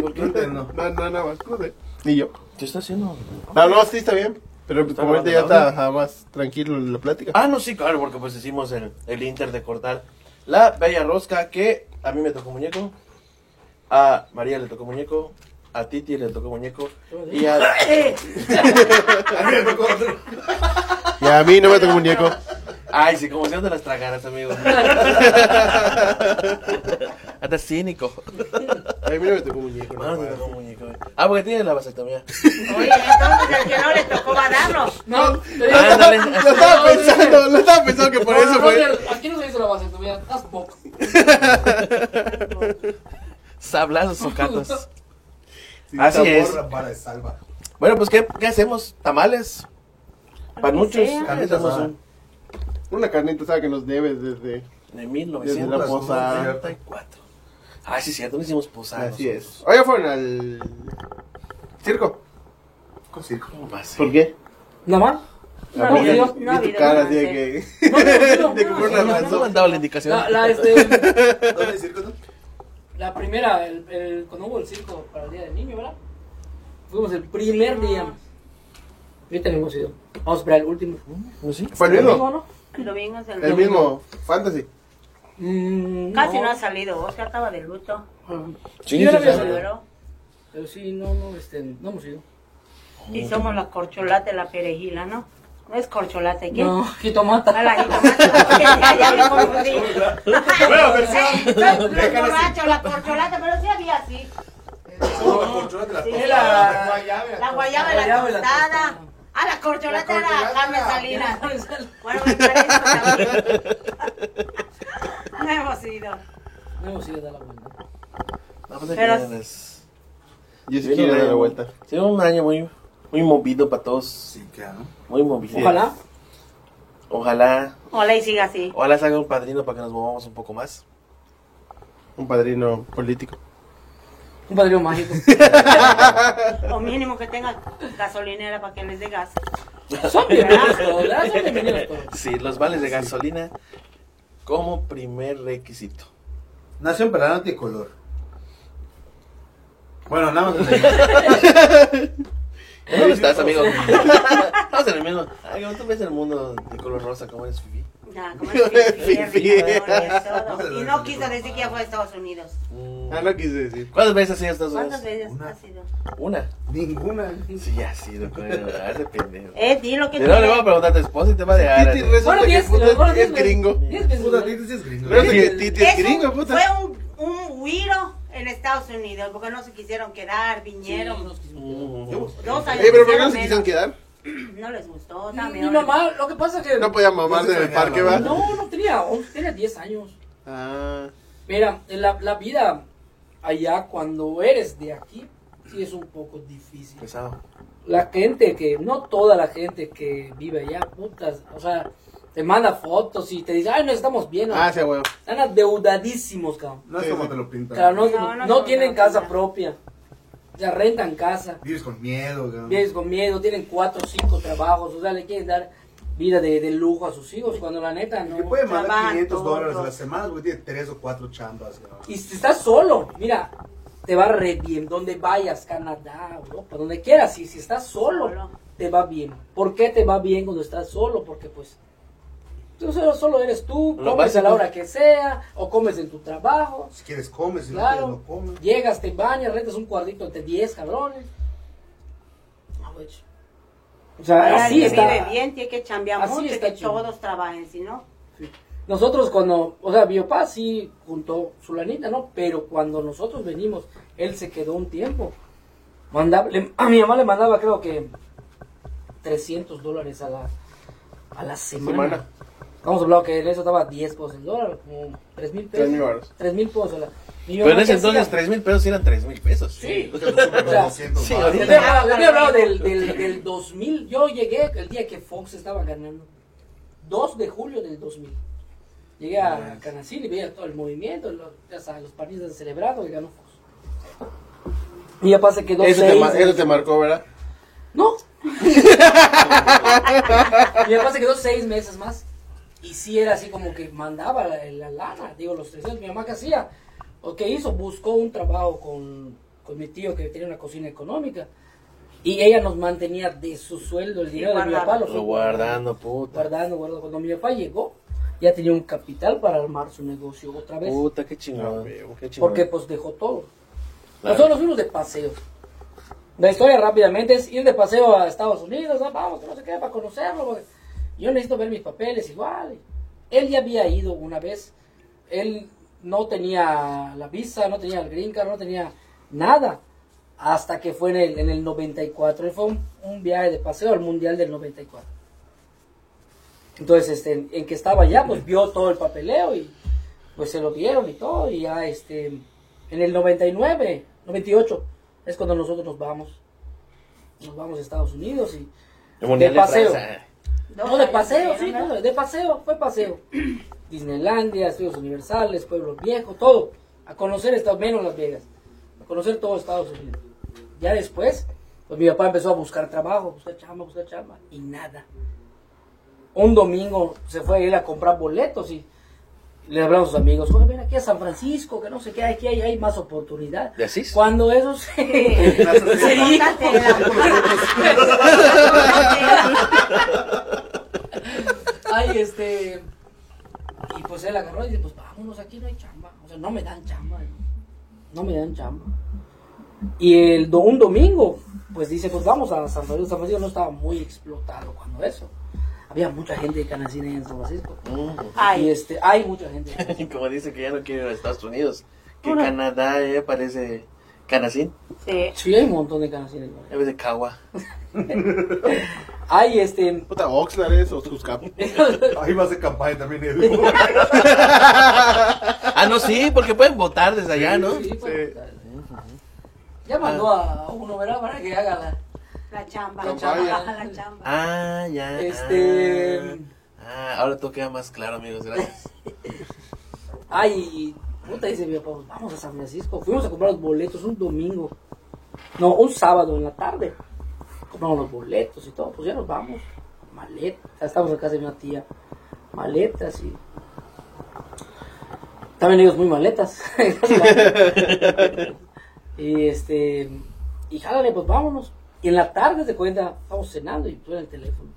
¿Por qué no?
No, no, nada más. No sé. Ni yo.
¿Qué está haciendo?
No, no, sí está bien. Pero pues,
Está
como ahorita ya
grabando,
está ajá, más tranquilo la plática.
Ah, no, sí, claro, porque pues hicimos el, el inter de cortar la bella rosca que a mí me tocó muñeco, a María le tocó muñeco, a Titi le tocó muñeco y a...
Y a mí no me tengo muñeco.
Ay, sí, como si no te las tragaras, amigo. Hasta cínico.
A mí no me tocó muñeco.
Mano, me tocó
No,
muñeco, güey. Ah, porque tiene la vasectomía.
Oye, entonces el que no le tocó va a darlo.
No, te digo,
Ándale.
lo estaba pensando, lo estaba pensando que por
no,
eso
no,
fue.
Roger, Aquí no se hizo la base, tu vida. Estás box.
Sablazos o catos.
Sí,
Así
esta
es.
borra para de salva.
Bueno, pues, ¿qué, qué hacemos? ¿Tamales? ¿Panuchos?
sea.
Carnita asada.
Una carnita, ¿sabes? Que nos debes desde.
De
Desde la
1994.
posada.
Ah, sí, cierto, no hicimos posada.
Así es. Oiga, fueron al. Circo.
Con circo.
¿Cómo va a ser?
¿Por qué?
¿Nada más?
La
No,
amiga,
no,
vi
no,
tu
no,
cara
no,
así de
no,
que.
No, no, no,
De que
no,
por una
no, no.
No me han dado la indicación.
La, la, este,
¿Dónde el circo? no?
la primera, el, el, cuando hubo el circo para el Día del Niño, ¿verdad? Fuimos el
Ah.
primer día. Ahorita no hemos ido. Vamos para el último.
Pues sí.
Fue el mismo.
¿no?
El domingo es el
El mismo. Fantasy.
Mm,
Casi no ha salido, Oscar estaba de luto.
Sí,
yo no
sí,
había
sí.
salido.
Lloró.
Pero sí, no, no, este, no hemos ido.
Y somos la corcholata y la perejila, ¿no? No es corcholata, ¿y ¿qué?
No, jitomata.
A la jitomata, ya, ya me confundí.
Nueva
Sí,
versión.
soy borracho, la corcholata, pero sí había así.
Solo la colchona de la
Sí,
tos.
la-
La guayaba y
La
la
guayaba y la
tostada.
tostada.
Ah, la corcholata era Carmen Salinas. Bueno, me parece
no
también. No hemos ido.
hemos ido a dar la vuelta.
No, pues,
Pero-
aquí es-
Yo sí
Vino
quiero
un
dar la
año-
vuelta.
Sí, un año muy, muy movido para todos.
Sí, queda, ¿no?
Muy movido.
Ojalá.
Ojalá.
Ojalá y siga así.
Ojalá salga un padrino para que nos movamos un poco más.
Un padrino político.
Un padrino mágico.
O mínimo que tenga gasolinera para que les dé gas.
Son bienvenidos todos, ¿verdad? Son bienvenidos todos.
Sí, los vales de gasolina como primer requisito.
Nació en verano anticolor. Bueno, nada más. que-
¿Eh?
¿Dónde estás, amigo? Estamos en el mismo. Ay, ¿cómo tú ves el mundo de color rosa? ¿Cómo eres, Fifi?
Ya, como es
Fifi.
fifi, ricachones, todo. Y no quiso decir que ya fue a Estados Unidos.
Mm.
Ah, no quise decir.
¿Cuántas veces has ido a Estados Unidos?
¿Cuántas veces
Una.
has ido?
Una.
Ninguna.
Sí, ya ha sido, con el de pendejo.
Eh, di lo que
Yo no le voy a
quieres.
preguntar a tu esposa y te va a dejar.
Titi resulta
Bueno,
que
diez,
puta,
los buenos
es
diez,
gringo.
diez veces,
Puta,
¿no?
Titi sí es gringo.
Resulta que
Sí.
Titi es
Es un-
gringo, puta.
Fue un, un huiro en Estados Unidos porque no se quisieron quedar, vinieron.
Mm.
Dos años.
Ey, Eh, pero ¿por qué no
hicieron
se quisieron
menos.
quedar?
No les gustó.
Mi,
también.
mi mamá, lo que pasa es que.
No podía mamarse en el parque, ¿va?
No, no tenía 11, tenía 10 años.
Ah,
Mira, la, la vida allá cuando eres de aquí, sí es un poco difícil.
Pues
Pesado.
La gente que, no toda la gente que vive allá, putas, o sea, te manda fotos y te dice, ay, nos estamos bien.
ah, sí, huevo.
Están adeudadísimos, cabrón.
No es
Sí,
como
sí.
te lo pintan.
Claro, no,
No, no,
no
no,
tienen
no,
casa
no.
propia. Ya rentan casa.
Vives con miedo, cabrón.
Vives con miedo, tienen cuatro o cinco trabajos, o sea, le quieren dar vida de, de lujo a sus hijos cuando la neta no.
Que puede
Trabajan
mandar 500 dólares a la
todos.
semana, güey, tiene 3 o 4 chambas, güey.
Y si estás solo, mira, te va re bien. Donde vayas, Canadá, Europa, donde quieras. Y si estás solo,
Solo.
te va bien. ¿Por qué te va bien cuando estás solo? Porque pues tú solo, solo eres tú,
Lo
comes a la
básico.
hora que sea, o comes en tu trabajo.
Si quieres comes, si
Claro.
no quieres no comes.
Llegas, te bañas, rentas un cuadrito entre 10 cabrones. Ah, güey. O sea, así
Así
está.
vive bien, tiene que chambear
Así
mucho y
está
que
chido.
todos trabajen, si no,
Nosotros cuando, o sea, Biopá sí juntó su lanita, ¿no? Pero cuando nosotros venimos, él se quedó un tiempo. Mandaba, le- a mi mamá le mandaba creo que 300 dólares a la, a la semana.
Semana.
Vamos a hablar que en eso estaba 10 pesos el dólar, como 3 mil pesos.
Tres mil varos.
3 mil pesos. a la- Mi
Pero en
mamá,
ese
¿qué
entonces
hacía?
3 mil pesos eran 3 mil pesos.
Sí.
Como
O sea,
200
sí,
baros.
Le estoy hablando- le estoy hablando del, del, del 2000. Yo llegué el día que Fox estaba ganando. 2 de julio del 2000. Llegué a Canacil y veía todo el movimiento, los, ya sabes, los partidos celebrados y ganó Fox. Y ya pasa que dos
Eso te, ma- eso te marcó, ¿verdad?
No. y además se quedó seis meses más. Y sí era así como que mandaba la, la lana, digo, los 300. Mi mamá que hacía, o que hizo, buscó un trabajo con, con mi tío que tenía una cocina económica. Y ella nos mantenía de su sueldo el dinero de mi
guardaba.
papá. fue
Lo guardando, puta.
Guardando, guardando. Cuando mi papá llegó, ya tenía un capital para armar su negocio otra vez.
Puta, qué
Ah,
chingón. qué chingón.
Porque pues dejó todo.
Claro.
Nosotros nos fuimos de paseo. La historia rápidamente es ir de paseo a Estados Unidos, ah, vamos, que no se queda para conocerlo. porque Yo necesito ver mis papeles igual. Él ya había ido una vez. Él no tenía la visa, no tenía el green card, no tenía nada. Hasta que fue en el, en el 94. Él fue un, un viaje de paseo al Mundial del 94. Entonces, este, en, en que estaba allá, pues vio todo el papeleo y pues se lo dieron y todo, y ya este, en el 99, 98, es cuando nosotros nos vamos, nos vamos a Estados Unidos y
El mundial
de paseo.
Francia.
dos
No, de
años
paseo, sí,
tuvieron, ¿no?
no, de paseo, fue paseo. Disneylandia, Estudios Universales, Pueblos Viejos, todo. A conocer Estados menos Las Vegas. A conocer todo Estados Unidos. Ya después, pues mi papá empezó a buscar trabajo, buscar chamba, buscar chamba, y nada. Un domingo se fue él a comprar boletos y le hablamos a sus amigos, "Oye, ven aquí a San Francisco, que no sé qué, aquí hay, hay más oportunidad.
¿De Asís?
Cuando eso se... se dijo,
Póntate la-
Ay, este. Y pues él agarró y dice: Pues vámonos, aquí no hay chamba. O sea, no me dan chamba. No, No me dan chamba. Y el do- un domingo, pues dice: Pues vamos a San Francisco. San Francisco no estaba muy explotado cuando eso. Había mucha gente de canacina en San Francisco. Y
Ay,
este, hay mucha gente.
Como dice que ya no quiere ir a Estados Unidos. Que
Ahora.
Canadá ya parece Canacín
sí.
Sí, hay un montón de canacines. güey.
en vez de Cagua.
Hay este.
Puta, Oxnard es o Tuscap.
Ahí vas de campaña también, Edu. güey.
Ah, no, sí, porque pueden votar desde allá, Ah, ¿no?
Sí, pues, Ya mandó a a uno, ¿verdad? Para que haga la.
La chamba, la
Campaña.
chamba, la chamba.
Ah, ya.
Este-
ah. Ah, ahora todo queda más claro, amigos, gracias.
Ay, puta, dice mi papá, vamos a San Francisco. Fuimos a comprar los boletos un domingo. No, un sábado en la tarde. Compramos los boletos y todo. Pues ya nos vamos. Maletas. Estamos en casa de una tía. Maletas y... También ellos muy maletas. y este... Y jálale, pues vámonos. Y en la tarde se cuenta, estamos cenando y suena el teléfono.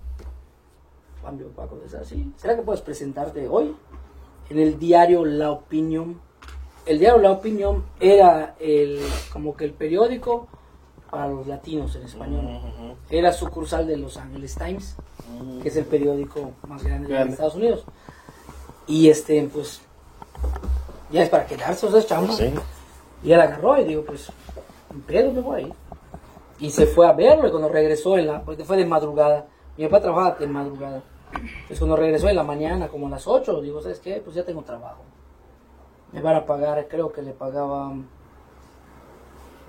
Cambio para conversar, sí. ¿Será que puedes presentarte hoy? en el diario La Opinión. El diario La Opinión era el, como que el periódico para los latinos en español. Era sucursal de Los Angeles Times, que es el periódico más grande de
Grande.
Estados Unidos. Y este, pues, ya es para quedarse, o sea, es
Pues
chamba. Y él agarró y digo, pues, en pedo me voy a ir. Y se fue a verlo y cuando regresó, en la, porque fue de madrugada. Mi papá trabajaba de madrugada. Entonces cuando regresó en la mañana, como a las 8, digo, ¿sabes qué? Pues ya tengo trabajo. Me van a pagar, creo que le pagaba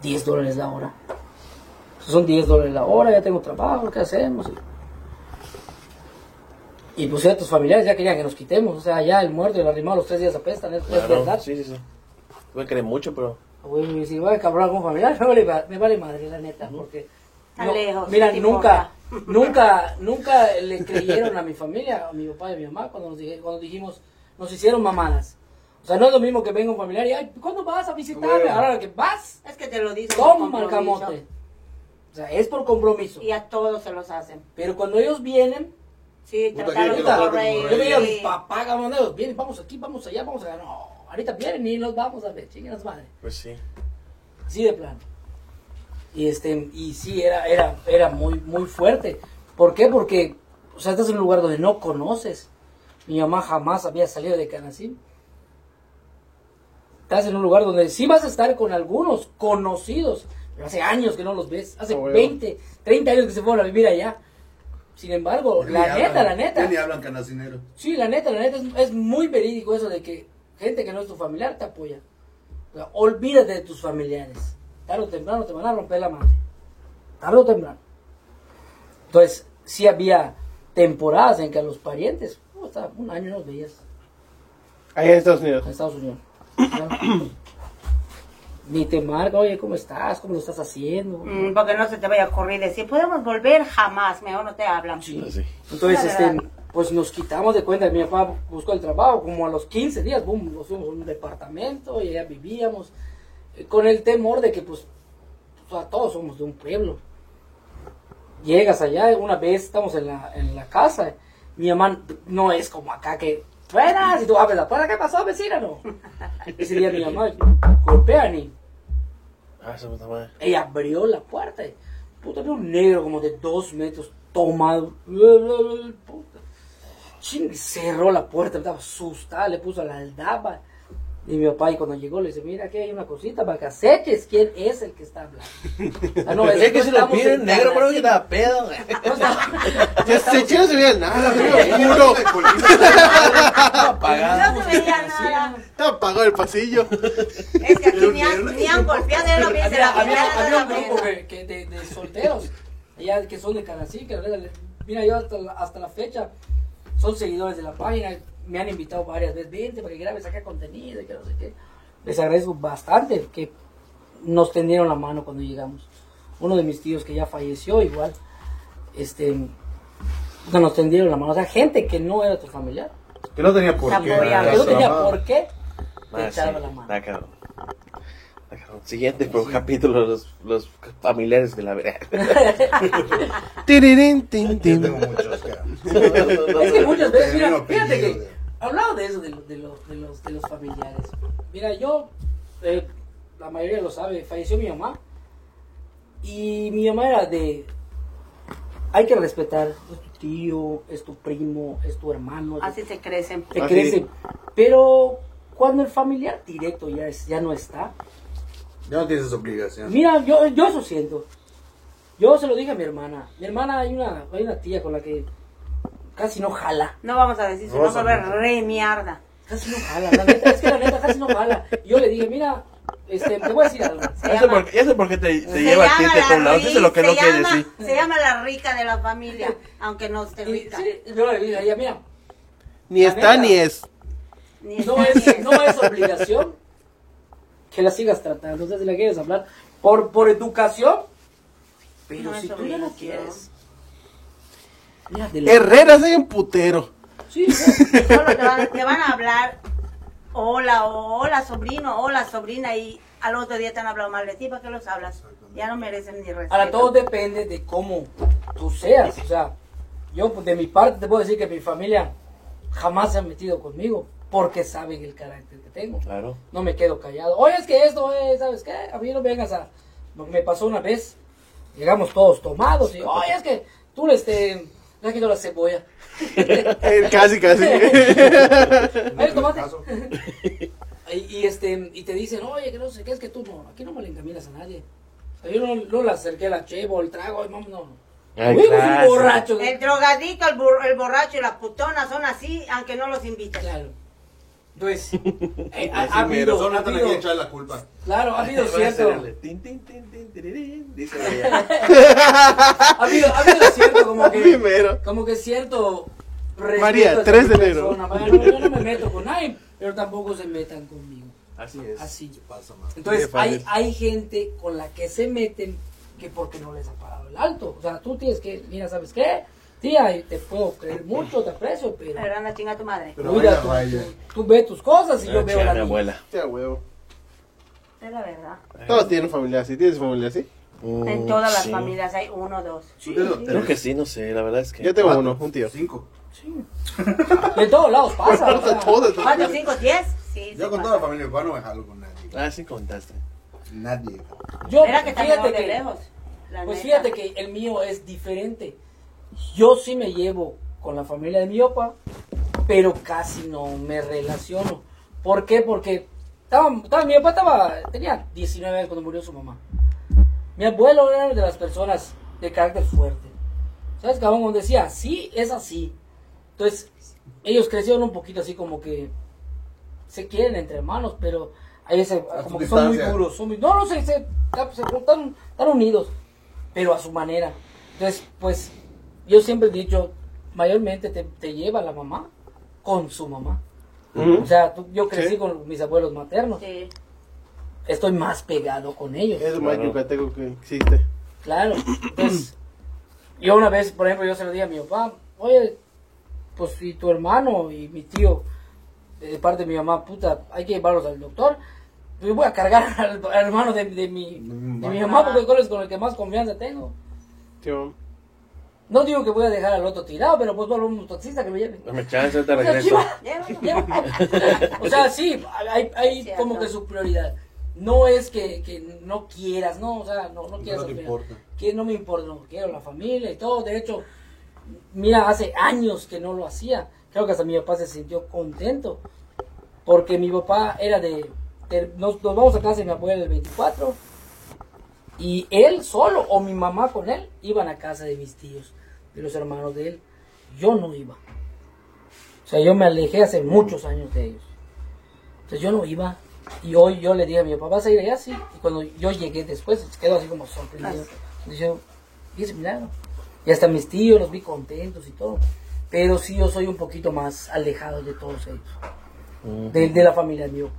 10 dólares la hora. Pues, son 10 dólares la hora, ya tengo trabajo, ¿qué hacemos? Y pues ya tus familiares ya querían que nos quitemos. O sea, ya el muerto y el arrimado los tres días apestan, es, es verdad.
Sí, sí, sí. Voy a creer mucho, pero.
Güey, si voy a cabrar con familiar, me vale, ma- me vale madre, la neta, porque...
Tan lejos,
Mira,
tipo
nunca,
acá.
Nunca, nunca le creyeron a mi familia, a mi papá y a mi mamá, cuando nos dije- cuando dijimos, nos hicieron mamadas. O sea, no es lo mismo que venga un familiar y, ay, ¿cuándo vas a visitarme?
Bueno.
Ahora que vas,
Es que te lo dicen. por
toma el
compromiso.
camote. O sea, es por compromiso.
Y a todos se los hacen.
Pero cuando ellos vienen,
Sí,
Puta,
trataron
que
de
lo tratan
todo
como
rey.
yo
Sí.
veía a mis papás, gamoneros, vienen, vamos aquí, vamos allá, vamos allá. No, ahorita vienen y nos vamos a ver, chingas madre.
Pues sí.
Así de plano. Y este, y sí, era, era, era muy, muy fuerte. ¿Por qué? Porque, o sea, estás en un lugar donde no conoces. Mi mamá jamás había salido de Canacín. Estás en un lugar donde sí vas a estar con algunos conocidos, pero hace años que no los ves, hace
Ah, bueno.
20, 30 años que se fueron a vivir allá. Sin embargo,
Ya ni
la neta,
hablan-
la neta.
ya ni hablan canacinero.
Sí, la neta, la neta, es, es muy verídico eso de que gente que no es tu familiar te apoya. O sea, olvídate de tus familiares. Tarde o temprano te van a romper la madre. Tarde o temprano. Entonces, sí había temporadas en que a los parientes, uh, hasta un año no los veías
Ahí en Estados Unidos.
en Estados Unidos. Ni te marca, oye, ¿cómo estás? ¿Cómo lo estás haciendo?
Mm, Porque no se te vaya a ocurrir decir, podemos volver jamás, mejor no te hablan.
Sí.
Así.
Entonces,
La
este,
verdad.
pues nos quitamos de cuenta. Mi papá buscó el trabajo, como a los 15 días, boom, nos fuimos a un departamento y allá vivíamos. eh, Con el temor de que, pues, o sea, todos somos de un pueblo. Llegas allá, una vez estamos en la, en la casa, mi mamá no es como acá que, buenas, y tú abres la puerta, ¿qué pasó, vecina? No. Ese día mi mamá golpea y
Ah, esa puta madre.
ella abrió la puerta. y, Puta, había un negro como de dos metros tomado. bla, bla, bla, puta. Ching, cerró la puerta, estaba asustada, le puso la aldaba. Y mi papá, y cuando llegó, le dice: Mira, aquí hay una cosita para que aceches quién es el que está hablando. O
Ah,
sea, no, es que
si lo
estamos
piden
en
negro, bro, que
Canacín.
estaba pedo. güey.
No estamos-
Ya se chino se veía nada,
Mira,
puro.
de colina.
Apagado.
No se veía nada.
Te apagó el pasillo.
Es que aquí ni han, ni han golpeado, es lo que dice
había,
la
había-
primera
había
de
un grupo que, que de, de solteros, allá que son de Canasí, que la verdad, mira, yo hasta la, hasta la fecha son seguidores de la página, me han invitado varias veces, vente para que grabes acá contenido y que no sé qué. Les agradezco bastante que nos tendieron la mano cuando llegamos. Uno de mis tíos que ya falleció igual, este, que nos tendieron la mano. O sea, gente que no era tu familiar,
Que no tenía por qué.
Zamboya.
que no tenía
Ajá.
por qué te
Ah, sí.
echaron la mano.
Está cabrón. Está cabrón. Siguiente pues, capítulo, los, los familiares de la verga.
Tirirín, tin,
Yo
tin.
tengo muchos, cara.
Es que muchas veces,
Tenía
mira,
un
fíjate
apellido
que
de-
hablado de eso, de, lo- de los, de, los, de los familiares. Mira, yo, eh, la mayoría lo sabe, falleció mi mamá. Y mi mamá era de, hay que respetar, es tu tío, es tu primo, es tu hermano, es-
Así se crecen.
te
así.
crece. Pero cuando el familiar directo ya, es, ya no está,
Ya no tienes esa obligación.
Mira, yo, yo eso siento. Yo se lo dije a mi hermana. Mi hermana hay una, hay una tía con la que casi no jala.
No vamos a decir, se va a volver re mierda.
Casi no jala. La neta, es que la neta casi no jala. Y yo le dije, mira, este, te voy a decir algo.
Ya sé por, ya sé por qué te, te lleva a ti de
la
todos lados.
ri-
Eso es lo que
se
no quiere
llama-
decir.
Se llama la rica de la familia, aunque no esté
Y,
rica.
sí, yo le dije a ella, mira,
Ni está ni es.
Ni
no
está
es,
bien.
no es obligación que la sigas tratando. Entonces, si la quieres hablar por, por educación, pero
No es
si tú ya no
obligación.
quieres. Mira, de la-
Herreras hay un putero.
Sí, no.
Solo te van, te van a hablar hola, o- hola sobrino, hola sobrina y al otro día te han hablado mal de ti, ¿para qué los hablas? Ya no merecen ni respeto.
Ahora, todo depende de cómo tú seas. O sea, yo pues, de mi parte te puedo decir que mi familia jamás se ha metido conmigo porque saben el carácter que tengo.
Claro.
No me quedo callado. Oye, es que esto, eh, ¿sabes qué? A mí no vengas a... Lo que me pasó una vez, llegamos todos tomados y, oye, es que tú le este, le has quitado la cebolla.
Eh, Casi, casi.
Oye, el tomate. y, y, este, y te dicen, oye, que no sé qué, es que tú no, aquí no me le encaminas a nadie. O sea, yo no, no le acerqué la cheva o el trago, ay, mami, no.
Ay,
Uy, eres
clase.
pues, un borracho.
El drogadito, el, bor- el borracho y la putona son así, aunque no los invites.
Claro. Entonces, eh, ha, ha
Así mero.
habido,
Solo
ha
no te quieren
habido-
echar la culpa.
claro, ha habido
Van a hacer
cierto,
el tin, tin, tin, tin, tirirín, dice ella.
ha habido, ha habido cierto como que,
Primero.
como que cierto respeto
María,
hacia
3 de
mi
enero.
persona. Vaya, no, yo no me meto con nadie, pero tampoco se metan conmigo.
Así es.
Así.
Pasa, man.
Entonces,
Qué fácil.
hay, hay gente con la que se meten que porque no les ha pagado el alto. O sea, tú tienes que, mira, ¿sabes qué? Tía, y te puedo creer mucho, te aprecio, pero
Pero anda chinga tu madre.
Pero
cuida
vaya,
tu-
vaya.
tu- tú ve tus cosas y
Eh,
yo
Ah,
veo
chía,
la
mi
mía.
abuela.
Sí, a huevo.
Es la verdad.
Eh.
Todos tienen familia así. ¿Tienes familia así?
Oh,
En todas las
Sí.
familias hay uno o dos.
Creo que sí, Ah. no sé, la verdad es que.
Yo tengo uno, un tío.
Cinco.
De todos lados pasa. o sea,
Todos.
¿Cuatro, cinco, diez? Sí.
Yo
sí
con
pasa.
toda la familia cubana no me jalo con nadie.
Ah, sí contaste.
Nadie.
yo,
Era que también
pues fíjate
de
que,
lejos. la
Pues
neta.
fíjate que el mío es diferente. Yo sí me llevo con la familia de mi opa, pero casi no me relaciono. ¿Por qué? Porque estaba, estaba- mi papá estaba, tenía 19 años cuando murió su mamá. Mi abuelo era de las personas de carácter fuerte. ¿Sabes? Cabrón, Como decía, sí, es así. Entonces, ellos crecieron un poquito así como que se quieren entre hermanos, pero a veces
A
como
tu
que son muy
distancia.
duros. son muy- no, no, se, se, se juntan, están unidos, pero a su manera. Entonces, pues, yo siempre he dicho, mayormente te, te lleva la mamá con su mamá. O sea, tú- yo crecí
Sí.
con mis abuelos maternos.
Sí.
Estoy más pegado con ellos.
Es lo más
Claro.
yucateco que existe.
Claro. Entonces, yo una vez, por ejemplo, yo se lo dije a mi papá, oye, pues si tu hermano y mi tío, eh, de parte de mi mamá, puta, hay que llevarlos al doctor, yo voy a cargar al, al hermano de, de mi, de mi mamá porque con el- con el que más confianza tengo.
Tío.
No digo que voy a dejar al otro tirado, pero pues vuelvo a un taxista que me lleve.
Dame chance, ahorita
O sea,
regreso.
chiva,
Llévalo.
o sea, sí, hay, hay
Cierto.
como que su prioridad. No es que, que no quieras, no, o sea, no, no
No,
quieras.
te
al final.
importa.
Que no me importa, no, quiero la familia y todo. De hecho, mira, hace años que no lo hacía. Creo que hasta mi papá se sintió contento. Porque mi papá era de. de- nos, nos vamos a casa de mi abuela el 24. Y él solo, o mi mamá con él, iban a casa de mis tíos, de los hermanos de él. Yo no iba. O sea, yo me alejé hace muchos años de ellos. Entonces yo no iba. Y hoy yo le dije a mi papá, ¿vas a ir allá? Sí. Y cuando yo llegué después, quedó así como sorprendido. Dice, y ese milagro. Y hasta mis tíos los vi contentos y todo. Pero sí, yo soy un poquito más alejado de todos ellos. de, de la familia de mi papá.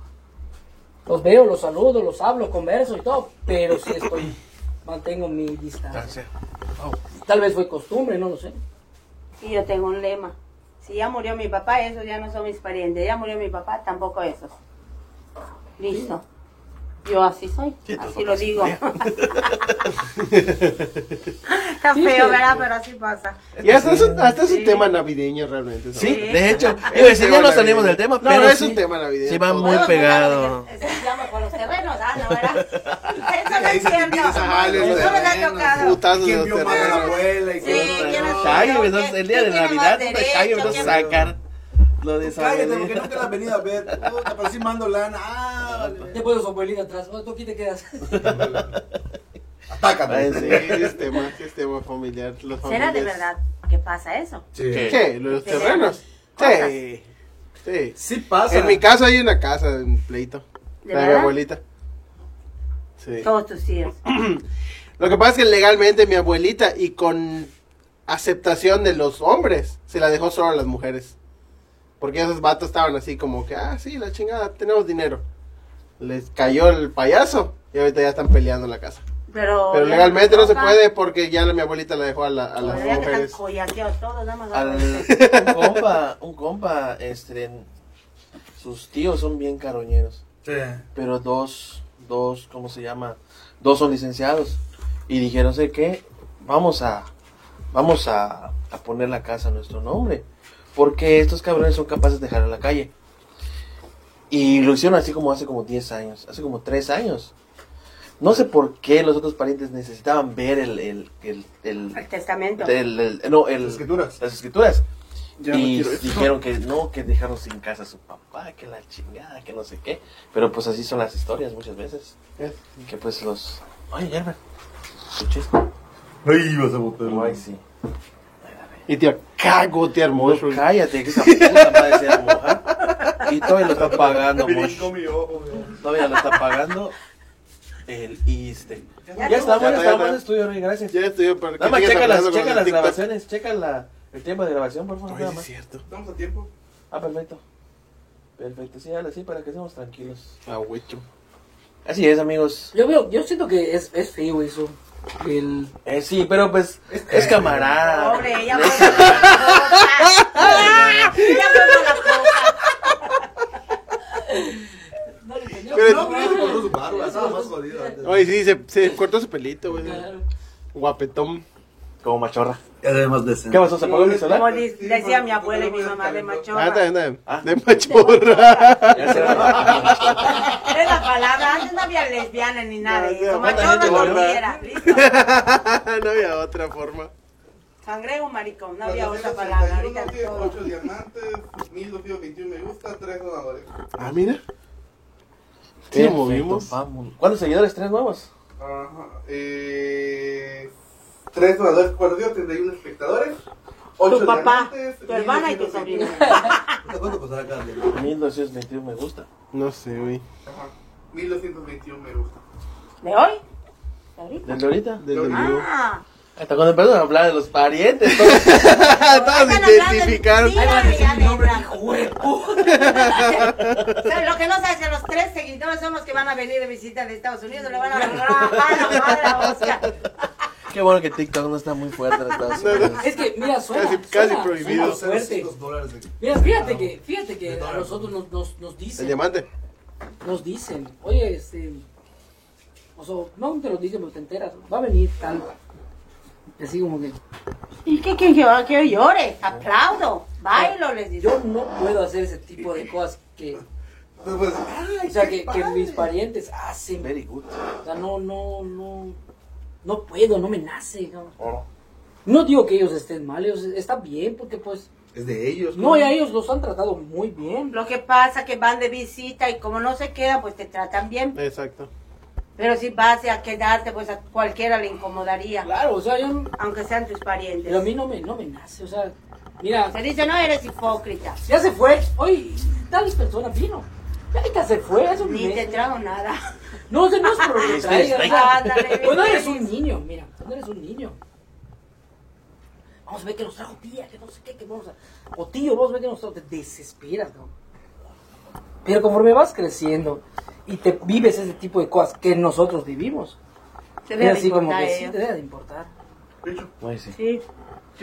Los veo, los saludo, los hablo, converso y todo. Pero sí estoy, mantengo mi distancia.
Gracias.
Tal vez fue costumbre, no lo sé.
Y yo tengo un lema. Si ya murió mi papá, esos ya no son mis parientes. Ya murió mi papá, tampoco esos. Listo. Yo así soy. Así lo digo. Está
Sí,
feo,
sí.
¿verdad? Pero así pasa.
Y hasta es un, hasta es un
Sí.
tema navideño realmente. ¿sabes?
Sí, de hecho, iba a decir, ya no salimos del tema,
No,
pero
no es
sí,
un tema navideño.
Sí, va
Todo.
muy
Todos
pegado.
me dan- Se llama con los terrenos, ah, no, ¿verdad? Eso no
Ahí
es
se
cierto.
divide esa madre,
Eso
los
no me ha
terrenos,
tocado.
Putazos de
¿Quién
los
vio más a la
terrenos.
abuela y
Sí,
cosas?
¿quién
No,
es-
Chayo, me das- el día de
¿Quién tiene
Navidad,
más
puta, Chayo, me
derecho?
vas a sacar. Lo de esa
Cállate,
abuela.
porque nunca la has venido a ver. Puta, pero sí mando lana. Ah, vale, vale.
Después de su abuelita atrás, "Oh, ¿tú aquí te quedas?
Atácame.
Ah,
Ay, Sí, es tema, sí, es tema familiar. Los
¿Será de
familiares.
verdad que pasa eso?
Sí.
Sí, los
¿Será?
terrenos.
Cosas.
Sí. Sí.
Sí pasa.
En mi casa hay una casa, un pleito.
¿De
la de mi
verdad?
abuelita. Sí.
Todos tus tíos.
Lo que pasa es que legalmente mi abuelita y con aceptación de los hombres se la dejó solo a las mujeres. Porque esos vatos estaban así como que, ah, sí, la chingada, tenemos dinero. Les cayó el payaso y ahorita ya están peleando la casa.
Pero,
Pero legalmente no se
Oh, toca.
puede porque ya la- mi abuelita la dejó a, la- a las
Pero ya que están
mujeres.
collateados todos, nada más.
Al- un compa, un compa, este, sus tíos son bien caroñeros,
Sí.
pero dos, dos, ¿cómo se llama? Dos son licenciados y dijeron, sé qué, vamos a, vamos a, a poner la casa a nuestro nombre, porque estos cabrones son capaces de dejar en la calle. Y lo hicieron así como hace como 10 años, hace como 3 años. No sé por qué los otros parientes necesitaban ver el, el, el, el-
El testamento.
el- el- no, el-
Las escrituras.
Las escrituras.
no
y
quiero esto.
dijeron que no, que dejaron sin casa a su papá, que la chingada, que no sé qué. Pero pues así son las historias muchas veces. Que pues los... Oye, Gerber. ¿Tu chiste?
Ay, vas a botarlo.
Ay, sí.
Y te cago, te hermoso.
Cállate, que esa puta madre se va a mojar. Y todavía lo está pagando, Mosh. Todavía lo está pagando el ISTE. Ya, está bueno,
está, ya
está bueno
está.
estudio, Rey, gracias.
Ya estoy para
Nada más
sigas
checa las,
hablando con
checa
el
las
TikTok.
grabaciones, checa la, el tiempo de grabación, por favor.
Oye,
nada
sí es
más.
cierto.
¿Estamos a tiempo?
Ah, perfecto. Perfecto, sí, ahora sí, para que seamos tranquilos.
Ah, huecho.
Así es, amigos.
Yo veo, yo siento que es, es feo eso. El...
Eh, sí, pero pues es camarada.
Pobre, ella fue una cosa. Ella fue una cosa.
No,
Pero-
No, pero se cortó su barba, estaba más jodido antes.
Oye, sí, se, se cortó su pelito, güey.
Claro.
Guapetón.
Como machorra.
Era más decente.
¿Qué pasó? ¿Se apagó mi
Como
celular?
di- decía mi abuela y mi mamá de
Ah,
machorra.
está
Es
bien, está bien. De machorra.
Ya se va.
la palabra. Antes no había lesbiana ni nada. de eso.
No, no,
Machorra
no,
no
no.
era. Listo.
no había otra forma.
Sangrego maricón. No
Las
había otra
281
palabra. Ahorita
tiene
todo.
ocho diamantes, 1221 me gusta, 3 donadores.
Ah, mira. Sí,
Perfecto,
movimos.
vamos. ¿Cuántos seguidores? ¿Tres nuevos?
Ajá. Eh, 3 donadores por Dios, 31 espectadores. ocho
Tu papá,
diamantes,
tu hermana y tu
1221.
¿Cuánto costará cada día?
1221 me gusta.
No sé, güey.
Ajá. 1221 me gusta.
¿De hoy? ¿De ahorita?
¿Desde ahorita?
Desde luego.
Ah.
Hasta cuando empezaron a hablar de los parientes.
Ah, Todos
Están hablando de-
identificaron.
Sí, dale, ya ven,
Hombre,
ya.
hijo de puta.
¿Sabes? Lo que no sabes que los tres seguidores son los que van a venir de visita de Estados Unidos. Le van a rajar la madre a Oscar.
Qué bueno que TikTok no está muy fuerte en Estados Unidos.
Es que, mira, suena.
Casi- casi
suena-
prohibido.
suena fuerte.
200 dólares de-
Mira, fíjate que, fíjate que a
dólar.
nosotros nos, nos, nos
El
dicen,
diamante.
nos dicen, oye, este, o sea, no te lo dicen, pero te enteras, va a venir tal, Y así como que,
¿Y qué que yo, que yo llore? Aplaudo, bailo, les digo.
yo no puedo hacer ese tipo de cosas que, o
pues,
Entonces,
sea, que, que mis parientes hacen,
Very good.
o sea, no, no, no, no puedo, no me nace, no,
Oh.
No digo que ellos estén mal, ellos están bien, porque pues,
es de ellos.
no, y a ellos los han tratado muy bien,
Lo que pasa que van de visita y como no se quedan, pues te tratan bien.
Exacto.
Pero si vas a quedarte, pues a cualquiera le incomodaría,
claro, o sea, yo, no-
aunque sean tus
pero a
parientes.
mí no me, no me nace, o sea, mira,
Se dice, no eres hipócrita.
Ya se fue. Oye, tal persona vino. Ya ahorita se fue, eso
Ni te trago nada.
No, se no es por lo que traiga, o sea,
Ándale,
Cuando eres un niño, mira, cuando eres un niño. Vamos a ver que nos trajo tía, que no sé qué, que vamos a... O tío, vamos a ver que nos trajo. Te desesperas, ¿no? Pero conforme vas creciendo y te vives ese tipo de cosas que nosotros vivimos,
Se
es
ve
así como
importar
que
a
sí
ellos.
te debe de importar.
Pues sí.
Sí.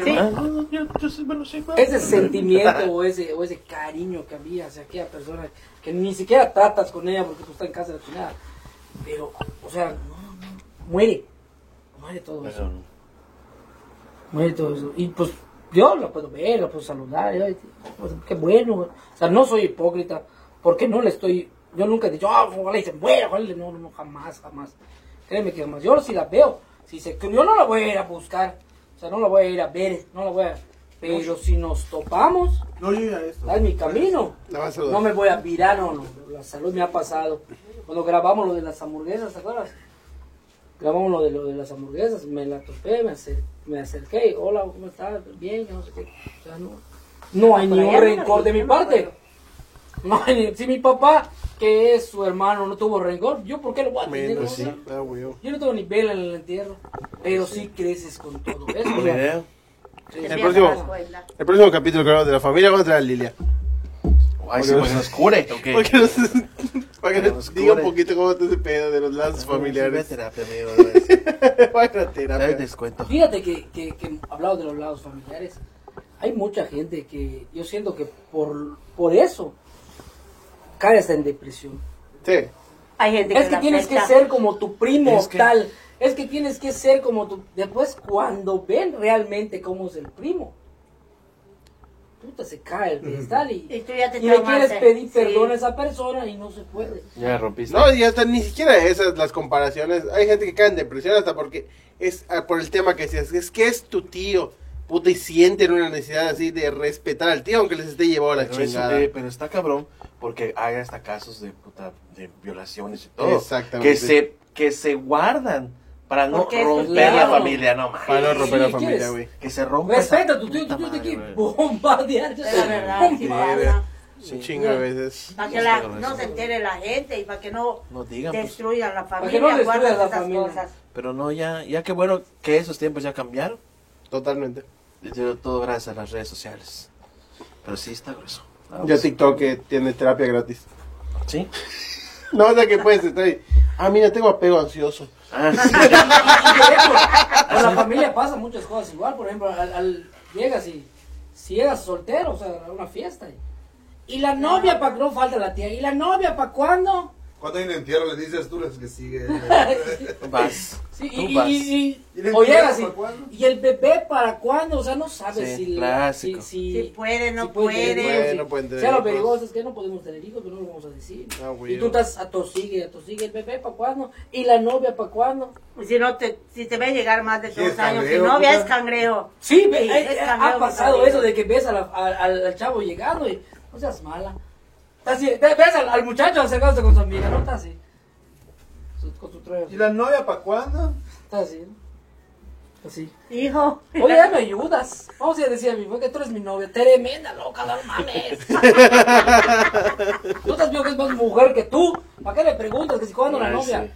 Sí.
Ah, no, no, yo- yo sí, bueno, sí, va.
ese sentimiento o ese, o ese cariño que había hacia aquella persona que ni siquiera tratas con ella porque tú estás en casa de la chingada. Pero, o sea, no, no, muere. Muere todo eso.
Perdón.
Muere todo eso. Y pues yo lo puedo ver, lo puedo saludar. yo, pues, qué bueno. güey. O sea, no soy hipócrita. ¿Por qué no le estoy.? Yo nunca he dicho, ah, ojalá y se muera, ojalá y- No, no, no, jamás, jamás. Créeme que jamás. Yo sí la veo. Si se, yo no la voy a ir a buscar. O sea, no la voy a ir a ver. No la voy a. Pero si nos topamos,
No, yo ya esto.
está en mi camino.
La vas a saludar.
No me voy a virar, no, no. La salud me ha pasado. Cuando grabamos lo de las hamburguesas, ¿te acuerdas? Grabamos lo de lo de las hamburguesas, me la topé, me, acer- me acerqué, hola, ¿cómo estás? Bien, que no sé qué. O sea, no, no hay
Por
ni
allá
un
no me
rencor de mi
acuerdo, no me
parte.
acuerdo.
No hay ni- si mi papá, que es su hermano, no tuvo rencor, ¿yo por qué lo voy a tener? no?
Menos, sí. Ah, güey. oh.
Yo no tengo ni vela en el entierro, pero sí, creces con todo eso. o
Buena
sea,
idea.
Te
El
empiezas a dar
próximo,
cuenta.
el próximo capítulo creo, de la familia contra Lilia.
Ay, sí, pues nos cure. ¿o qué?
Para que nos, para que
Para
nos
los
diga un
cure.
poquito cómo está ese pedo de los lazos
Ve a
familiares.
terapia, amigo, de verdad.
Vaya
Dale
terapia.
descuento.
Fíjate que, que, que hablado de los lados familiares, hay mucha gente que yo siento que por, por eso cae hasta en depresión.
Sí.
Hay gente
Es que
la
tienes que
afecta.
ser como tu primo
Es que-
tal, es que tienes que ser como tu... Después cuando ven realmente cómo es el primo, puta se cae el pedestal y,
Y tú ya te
y le
traumaste.
quieres pedir
Sí.
perdón a esa persona y no se puede.
Ya rompiste.
No, y hasta ni siquiera esas las comparaciones. Hay gente que cae en depresión hasta porque es ah, por el tema que decías. Es que es tu tío. Puta, y sienten una necesidad así de respetar al tío, aunque les esté llevado a la
Pero, eso,
chingada.
eh, pero está cabrón porque hay hasta casos de puta, de violaciones y todo.
Exactamente.
Que se, que se guardan para no
Porque es
romper la
claro.
familia, no mames.
Para no romper la
Sí,
familia,
¿quieres?
güey.
Que se rompa.
Respeta
esa
a tu tío, tu
puta
tío te
madre,
quiere
güey.
bombardear.
Es la verdad, sí
Bombardear.
pasa.
Un chingo de veces.
Para que la, no se entere la gente y para que no
No digan, pues.
destruyan la
Para
familia,
que no destruyan
guardan
la
esas
familia.
cosas.
Pero no, ya, ya que bueno que esos tiempos ya cambiaron.
Totalmente.
Yo, todo gracias a las redes sociales. Pero sí está grueso. Ah,
Ya
pues,
TikTok que tiene terapia gratis.
Sí.
No, o sea que puedes estar ahí. Ah, mira, tengo apego ansioso.
Ah,
A la familia pasa muchas cosas igual, por ejemplo, al, al- llegas y si eras soltero, o sea, a una fiesta. Y, y la novia para no falta la tía, y la novia para cuándo?
Cuando hay un entierro le dices tú las que sigue.
Vas.
Sí, y,
Tú
y-
vas.
y- y-
¿Y el
o
bebé
llegas y,
para cuándo?
y el bebé para cuándo, o sea, no sabes
Sí,
si, la- si,
clásico.
si-
Si puede, no
si puede,
puede.
Bueno, no pueden tener
sea, lo
hijos.
peligroso es que no podemos tener hijos, pero no lo vamos a decir.
Ah, güey.
y tú estás atosigue, atosigue el bebé para cuándo, y la novia para cuándo.
Si no te, si te ve llegar más de
Sí,
dos
es
años, si
cangrejo,
novia
puta.
es cangrejo.
pues, Sí, ve-
Sí,
eh,
es pues,
eh,
cambiado
ha pasado
totalmente.
eso de que ves a la- a- al, al chavo llegando y no seas mala. Está así, ve- ves al, al muchacho acercándose con su amiga, ¿no? Está así. Su- con su traje.
¿Y la novia para cuándo?
Está así, ¿no? Está así.
Hijo.
Oye, ya me ayudas. Vamos a decir a mi mujer que tú eres mi novia. Tremenda loca, no mames. tú estás viendo que es más mujer que tú. ¿Para qué le preguntas que si cuándo la
Ay,
novia?
sí.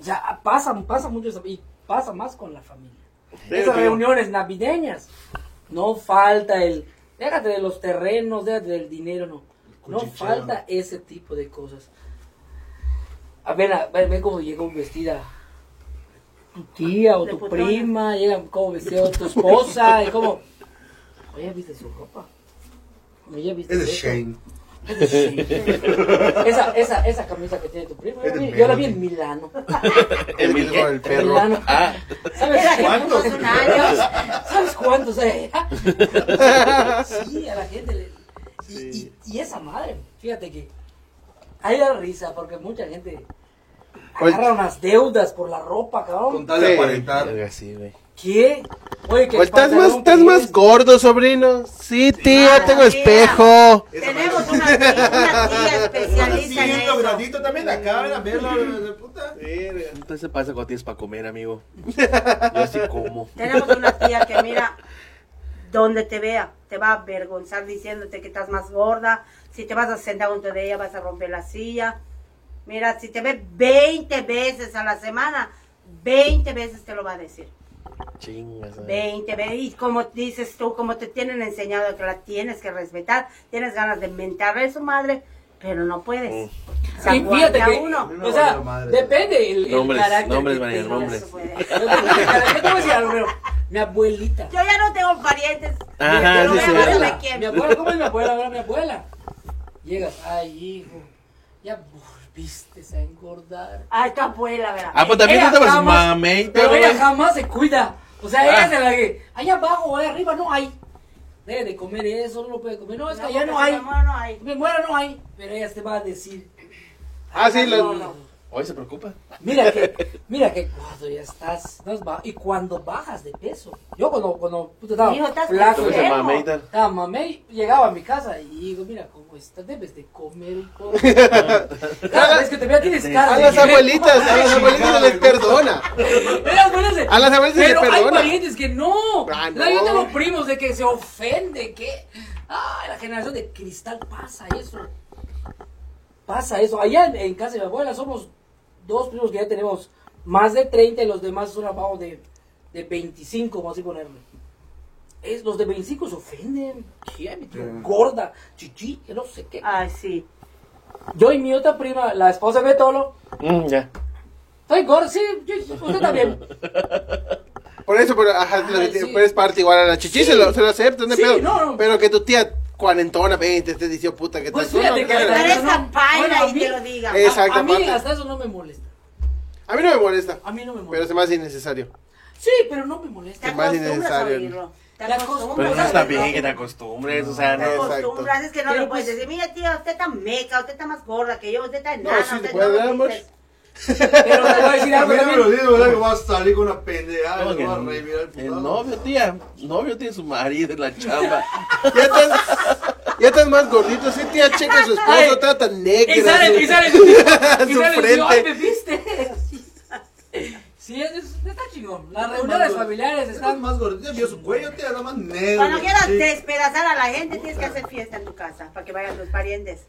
O sea, pasa, pasa mucho eso, y pasa más con la familia.
Sí,
Esas
sí.
reuniones navideñas. No falta el. Déjate de los terrenos, déjate del dinero, no. No
cuchicheo.
falta ese tipo de cosas. A ver, a ver, ve cómo llegó vestida tu tía o
De
tu
putona.
prima, llega cómo vestida tu esposa, y cómo. Oye, viste su ropa. Oye, viste
Es de
eso.
Shane.
Es de Shane. esa, esa, esa camisa que tiene tu prima, yo
Es
la
de
vi, yo la vi en
Melody.
Milano.
El hijo del perro.
Milano.
Ah,
¿Sabes
Era
cuántos?
juntos un año.
¿Sabes cuántos hay Sí, a la gente le... Y, y- y esa madre, fíjate que... Ahí da risa porque mucha gente
Oye.
agarra unas deudas por la ropa,
Con
cabrón.
tal de
Sí.
aparentar.
verga, sí, güey.
¿Qué? Oye, que el
Oye, Pues, ¿Estás
pantalón
más,
que
estás
tienes-
más gordo, sobrino? Sí, tía,
Ah,
tengo
tía.
espejo.
Tenemos una, una tía especialista en
Siendo
eso.
grandito también acá, ven a verlo de puta.
Entonces pasa cuando tienes para comer, amigo. Yo sí como.
Tenemos una tía que mira donde te vea, te va a avergonzar diciéndote que estás más gorda. Si te vas a sentar junto de ella, vas a romper la silla. Mira, si te ve 20 veces a la semana, 20 veces te lo va a decir.
Chingas. eh.
20 veces. Y como dices tú, como te tienen enseñado que la tienes que respetar, tienes ganas de mentarle a su madre, pero no puedes. Se
Y fíjate
aguanta
que,
uno.
mí me valió
o sea,
madre.
depende el, el
Nombres,
carácter.
nombres,
que
María,
tengas.
nombres.
No se puede.
Yo te voy a decir- yo te voy a decir algo, pero mi abuelita.
Yo ya no tengo parientes.
Ajá,
Pero
sí,
voy
sí.
a hablar de quién.
Mi abuela, ¿cómo es mi abuela? Ahora mi abuela. Llegas, ay, hijo, ya volviste a engordar.
Ah, tu abuela, ¿verdad?
Ah, pues también
Ella
no estabas
jamás-
mamey,
Pero
güey.
ella jamás se cuida. O sea, ella
Ah.
es de la que, allá abajo o allá arriba no hay. Debe de comer eso, no lo puede comer. No, es Pues que allá no
porque
hay.
mi mamá no hay.
Mi abuela no hay. Pero ella te va a decir.
Ah, sí,
"Ay,
lo-
no, no".
Hoy se preocupa.
Mira que, mira que cuando ya estás, no es ba- y cuando bajas de peso. Yo cuando, cuando, puta, estaba
Hijo, estás
flaco,
Entonces,
enfermo.
mamey, tal.
estaba mamey, llegaba a mi casa y digo, mira cómo estás, debes de comer un poco. Cada vez que te vea tienes
ah.
cara
A
de
las
que-
abuelitas, a las abuelitas se les perdona.
Pero las abuelas de-
A las abuelas se les
Pero hay
perdona.
parientes que no.
Ah,
La- Yo
no.
tengo primos de que se ofende, que ah, la generación de cristal pasa eso. Pasa eso. Allá en, en casa de mi abuela somos dos primos que ya tenemos más de 30 y los demás son abajo de, de 25, vamos a ponerle. Es, los de 25 se ofenden. ¿Qué? Mi tío, gorda, chichi, que no sé qué.
Ay, sí.
Yo y mi otra prima, la esposa de Tolo,
Mm, ya.
estoy gorda, sí, yo- usted también.
Por eso, pero, ajá,
Ay,
lo que te-
sí.
pero es parte igual a la chichi,
Sí.
se, lo, se lo acepto, no hay
Sí,
pedo.
no, no.
Pero que tu tía cuarentona, veinte, te dice, "Oh, puta, que
Pues
estás gorda,
fíjate que
¿no?
hasta
Pero
eso
esa
no-
paila
bueno, a
y
mí-
te lo diga.
a-
Exacto,
A mí
aparte.
hasta eso no me molesta.
A mí no me molesta,
A mí no me
pero
molesta.
se me hace innecesario.
Sí, pero no me molesta.
Te
más
acostumbras a
innecesario.
oírlo. Te
Pero
Pero
acostumbras
eso
no
a
está
oírlo.
bien que te acostumbres, o sea,
Te
no.
Exacto.
acostumbras, es que no
Pero
le puedes
pues-
decir, mira tía, usted está meca, usted está más gorda que yo, usted está enana,
sí,
usted
puede,
no
amor.
dices.
Pero te voy a decir
A
algo
mí no me lo
también.
digo, ¿verdad? Que vas a salir con una pendejada.
No,
y
que
lo vas a
no.
revivir al
El
putado.
novio, tía. Novio tiene su marido en la chamba.
Ya estás, ya estás más gordito, sí, tía, checa a su esposo,
Ay.
está tan negro.
Y sale,
así.
y sale. Y
Su
sale, y yo, ay,
frente.
me viste. Sí, es, es- está chingón. Las reuniones familiares
Estás
están
más gordito, vio su cuello, te da más negro.
Cuando quieras
Sí.
despedazar a la gente, tienes que hacer fiesta en tu casa para que vayan tus parientes.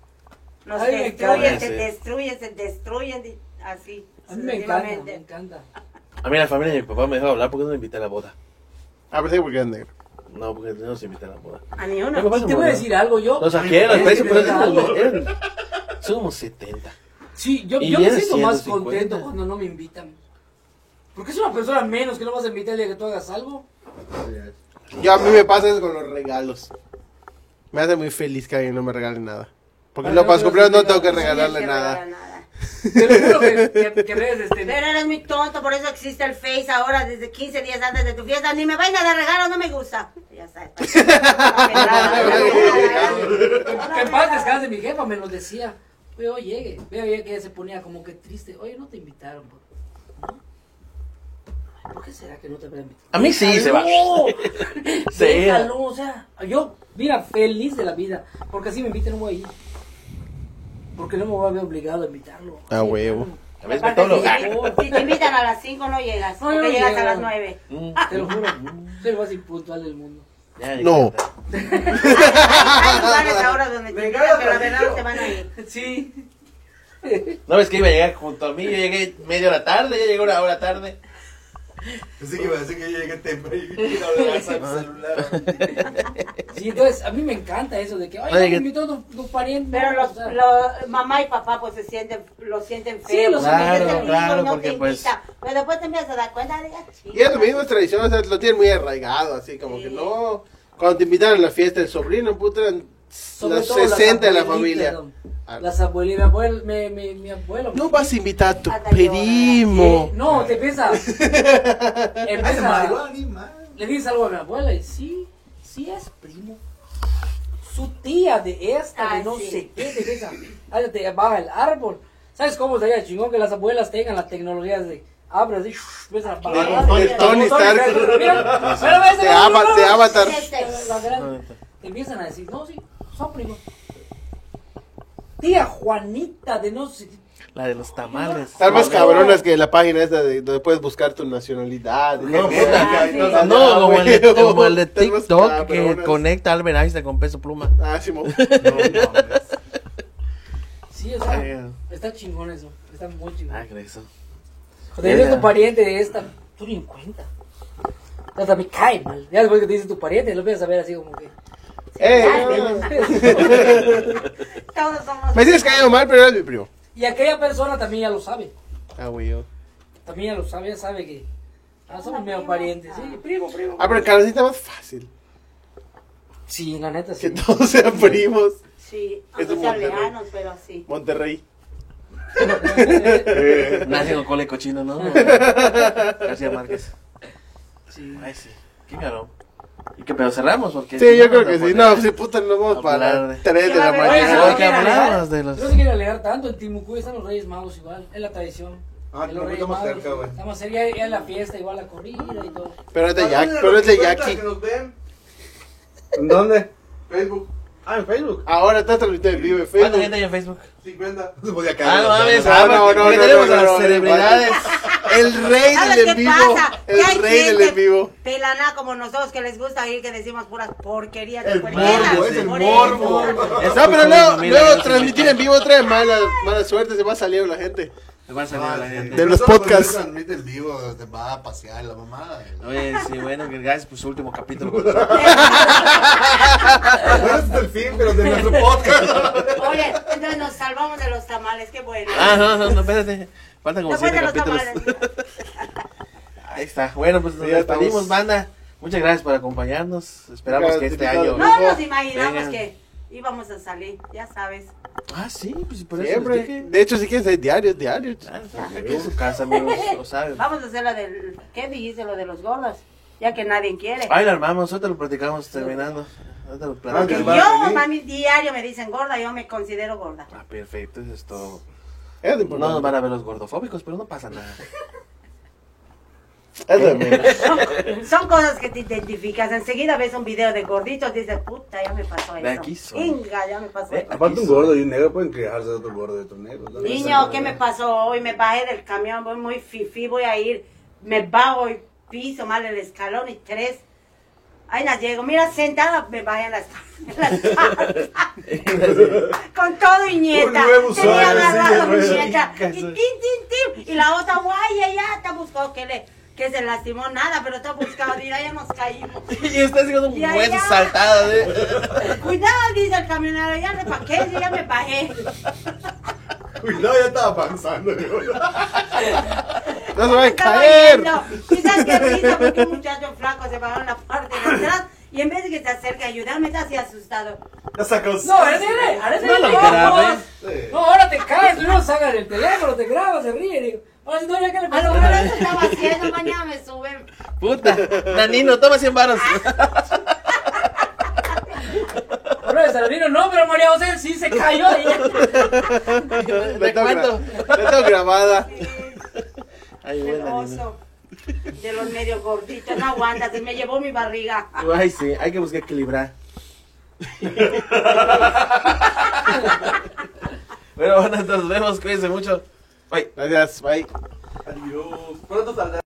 Los
Ay, me
destruyes,
encanta.
se
Sí.
destruyen, se destruyen, y así.
A mí me encanta, me
sucesivamente.
encanta.
A mí la familia de mi papá me dejó hablar porque no me invité a la boda.
A ver, sí, porque es negro.
No, porque no se invité a la boda.
A ni
Me
uno.
pasa
Te voy a
muy
decir algo, yo.
No, o sea, que eh, eran
Es
precios,
que
pero
me da
eran como-
algo.
eran- son como 70.
Sí, yo,
Y
yo me
viene
siento más
150.
contento cuando no me invitan. Porque es una persona menos que no vas a invitar el día que tú hagas algo.
Yo a mí me pasa eso con los regalos. Me hace muy feliz que alguien no me regale nada. Porque
Ay,
no,
no,
para los
pero
cumpleaños no
sí,
tengo que
No
regalarle
tienes que
nada.
regalar nada.
Te lo juro que, que, que ves, este,
Pero eres muy tonto, por eso existe el Face ahora, desde 15 días antes de tu fiesta. Ni me vais a dar regalos, no me gusta. Ya sabes. pues.
Que en paz descanse mi jefa, me lo decía. Veo llegue, veo llegue que ella se ponía como que triste. Oye, no te invitaron. ¿Por, Ay, ¿por qué será que no te habrán invitado?
A mí sí se va.
¡No!
Se
Déjalo, o sea, yo, mira, feliz de la vida, porque así me inviten, no voy a ir. Porque no me voy a ver obligado a invitarlo.
Ah.
A huevo.
A ver, Betolo.
Si te invitan a las 5 no llegas,
No, no
porque llegas a
llego.
las 9.
Mm,
Te lo juro, soy el más impuntual del mundo.
ya, ya
No.
está.
Hay lugares ahora donde te
Me
invitan,
engañas,
pero la verdad
Francisco.
no te van a ir.
Sí,
No ves que iba a llegar junto a mí. Yo llegué media hora tarde, ya llegó una hora tarde.
Pensé que iba a decir que yo llegué temprano y que hablabas al celular.
sí, entonces a mí me encanta eso de que, oye,
Oye,
no me
que-
invitó tu, tu pariente.
Pero
no,
los,
o sea,
los- mamá y papá pues se sienten, lo sienten
Sí,
feo.
los
porque
Claro,
es el hijo y
claro,
no te
porque, pues-
invita. Pero después te empiezas a dar cuenta de ya,
Y es lo
chinga.
mismo, este es tradición, o sea, lo tienen muy arraigado, así como que no. Cuando te invitan a la fiesta, el sobrino, puta, eran
sobre
los
todo las
60 de la familia.
abuelitas, don.
Ah,
Las abuelitas, mi abuelo, mi, mi, mi abuelo.
No vas a invitar a tu
Hasta
primo.
Eh, no, te empieza.
Hace
empieza
marihuana, man.
le dices algo a mi abuela y sí, sí es primo. Su tía de esta, de
Ah,
no
sí.
sé qué, de esa. Ahí te baja el árbol. ¿Sabes cómo estaría chingón que las abuelas tengan las tecnologías de abres y empiezan a
Del
bajar?
Tony-
Del
Tony Stark.
Mira, mira, ves,
De,
mira,
Ava-
mira,
de
mira.
Avatar.
La gran- te empiezan a decir, no, sí, son primos. Tía Juanita de no sé
La de los tamales.
Están más cabronas que la página esa de donde puedes buscar tu nacionalidad.
No,
Gente,
puta.
ah, sí.
Ah, No, como el, de- como el de
Están más
TikTok que
cabronas.
conecta a Albert Einstein con peso pluma.
Ah, sí, mo-
Sí, o sea,
Ah,
está chingón eso. Está muy
Ah,
chingón.
eso.
Joder, eres tu pariente de esta. Tú ni en cuenta. Hasta me cae mal. Ya después que te dice tu pariente, lo empiezas a ver así como que.
Eh,
Todos somos-
me sigues cayendo mal, pero eres mi primo.
y aquella persona también ya lo sabe.
Ah, güey. oh.
También ya lo sabe, ya sabe que. Ah, somos medio parientes. Sí, primo, primo.
Ah, pero el canalcita más fácil.
Sí, la neta
Que
sí.
todos sean primos.
Sí,
Es
aunque
un
sean
Monterrey.
lejanos, pero sí.
Monterrey.
Nace con cole cochino, ¿no? García Márquez.
Sí.
Ay, sí. ¿Qué ganó? ¿Y qué pedo? ¿Cerramos? Porque
Sí,
si
yo
no,
creo
nos
que sí.
vamos
No,
a
sí, puta, nos vamos
Hablar
para
de-
3 de
Iba
la
a ver,
Oye,
Mañana,
no se
que
mañana.
quiere
hablábamos
alegar.
de los-
No se quiere alegar tanto. En Timucú están los Reyes Magos igual. Es la tradición.
Ah,
De
no,
los Reyes
estamos
Magos.
cerca, güey.
Estamos cerca. Ya ya en la fiesta, igual la corrida y todo.
Pero es de Jack,
Perdónenos
pero es de
los 50
Jackie.
que nos ven,
¿En dónde?
Facebook,
Ah, en Facebook.
Ahora está transmitiendo en vivo en
¿Cuánta
Facebook.
gente hay en Facebook?
50.
No se podía caer.
Ah, no mames.
no,
ah,
no,
porque
no, no,
tenemos
no,
a las
no, no,
celebridades.
El rey
¿Sabes
del en
qué
vivo.
pasa? Que hay
El rey del
gente
en vivo.
Pelana como nosotros que les gusta ir que decimos puras porquerías.
El
de
morbo, es el
Por eso.
morbo.
No, pero luego,
pues, Mira,
luego
mira,
transmitir
mira.
en vivo trae mala, mala suerte, se va a salir la gente.
Me va a salir a la gente.
De los
Nosotros
podcasts.
no transmiten en vivo, te va a pasear la mamada.
Oye, sí, bueno, que gracias por su último capítulo. con nosotros.
Bueno, este es el fin, pero de nuestro podcast.
Oye, entonces nos salvamos de los tamales, qué bueno.
Ah, no, no, no, espérate. Faltan como
Después
siete
de los
capítulos.
tamales.
Ahí está. Bueno, pues nos
Ya estamos.
despedimos, banda. Muchas gracias por acompañarnos. Esperamos que
Gracias,
este
invitado.
año.
No nos imaginamos
Vengan.
que íbamos a salir, ya sabes.
Ah, sí, pues por eso. les
Siempre.
dije.
De hecho, si quieren ser diarios, diarios.
Ah, Aquí en su casa, amigos, lo saben.
Vamos a hacer la del. ¿Qué dijiste? Lo de los gordos, ya que nadie quiere.
Ahí la armamos, ahorita lo platicamos terminando. Ahorita lo
Porque
Ah,
platicamos.
yo, mami, diario me dicen gorda, yo me considero gorda.
Ah, perfecto, eso es todo.
Es lo
No nos
importante.
van a ver los gordofóbicos, pero no pasa nada.
Es lo importante.
Son, son cosas que te identificas. Enseguida ves un video de gorditos, dices, puta, ya me pasó
De aquí
eso.
soy.
Inga, ya me pasó
Eh,
eso.
Aparte un gordo y un negro pueden quejarse de otro gordo y otro negro. ¿sabes?
Niño, ¿qué me pasó hoy? Me bajé del camión, voy muy fifi, voy a ir, me bajo y piso mal el escalón y tres. Ay, no llego, mira, sentada me bajé en la escalera. Con todo y nieta.
Un nuevo
Tenía
usuario, sí,
agarrado mi
nuevo.
nieta. Y, tin, tin, tin. y la otra, guay, ella está buscando que le que se lastimó nada, pero está buscando, mira, ya nos caímos.
y está haciendo un
Ya,
buen
ya.
saltado. ¿eh?
Cuidado, dice el camionero, ya le paqué, ya me bajé.
jubilado ya estaba avanzando.
¡No se va a
Estaba
caer!
yendo. ¿Y sabes qué risa? Porque un muchacho flaco se paró en la parte de atrás y en vez de que se acerque a ayudarme, está así asustado.
Ya sacó.
No, ahora tiene, ahora tiene
No lo
ojos.
grabes.
Sí.
No, ahora te caes, no sacas el teléfono, te grabas, se ríe. Digo, ahora si no, ya que le
A
pasó.
lo mejor eso estaba haciendo, mañana me suben.
Puta. Nanino, toma 100 varos.
Ahora el Saladino, no, pero María José sí se cayó. y ya.
Le
¿De
tengo, gra-
cuánto?
la tengo grabada.
Ay,
Del
buen Nanino.
oso, de los medio gorditos, no aguanta, se me llevó mi barriga.
Ay, sí, hay que buscar equilibrar. Pero bueno, nos vemos, cuídense mucho. Bye.
Gracias, bye.
Adiós. Pronto saldrá.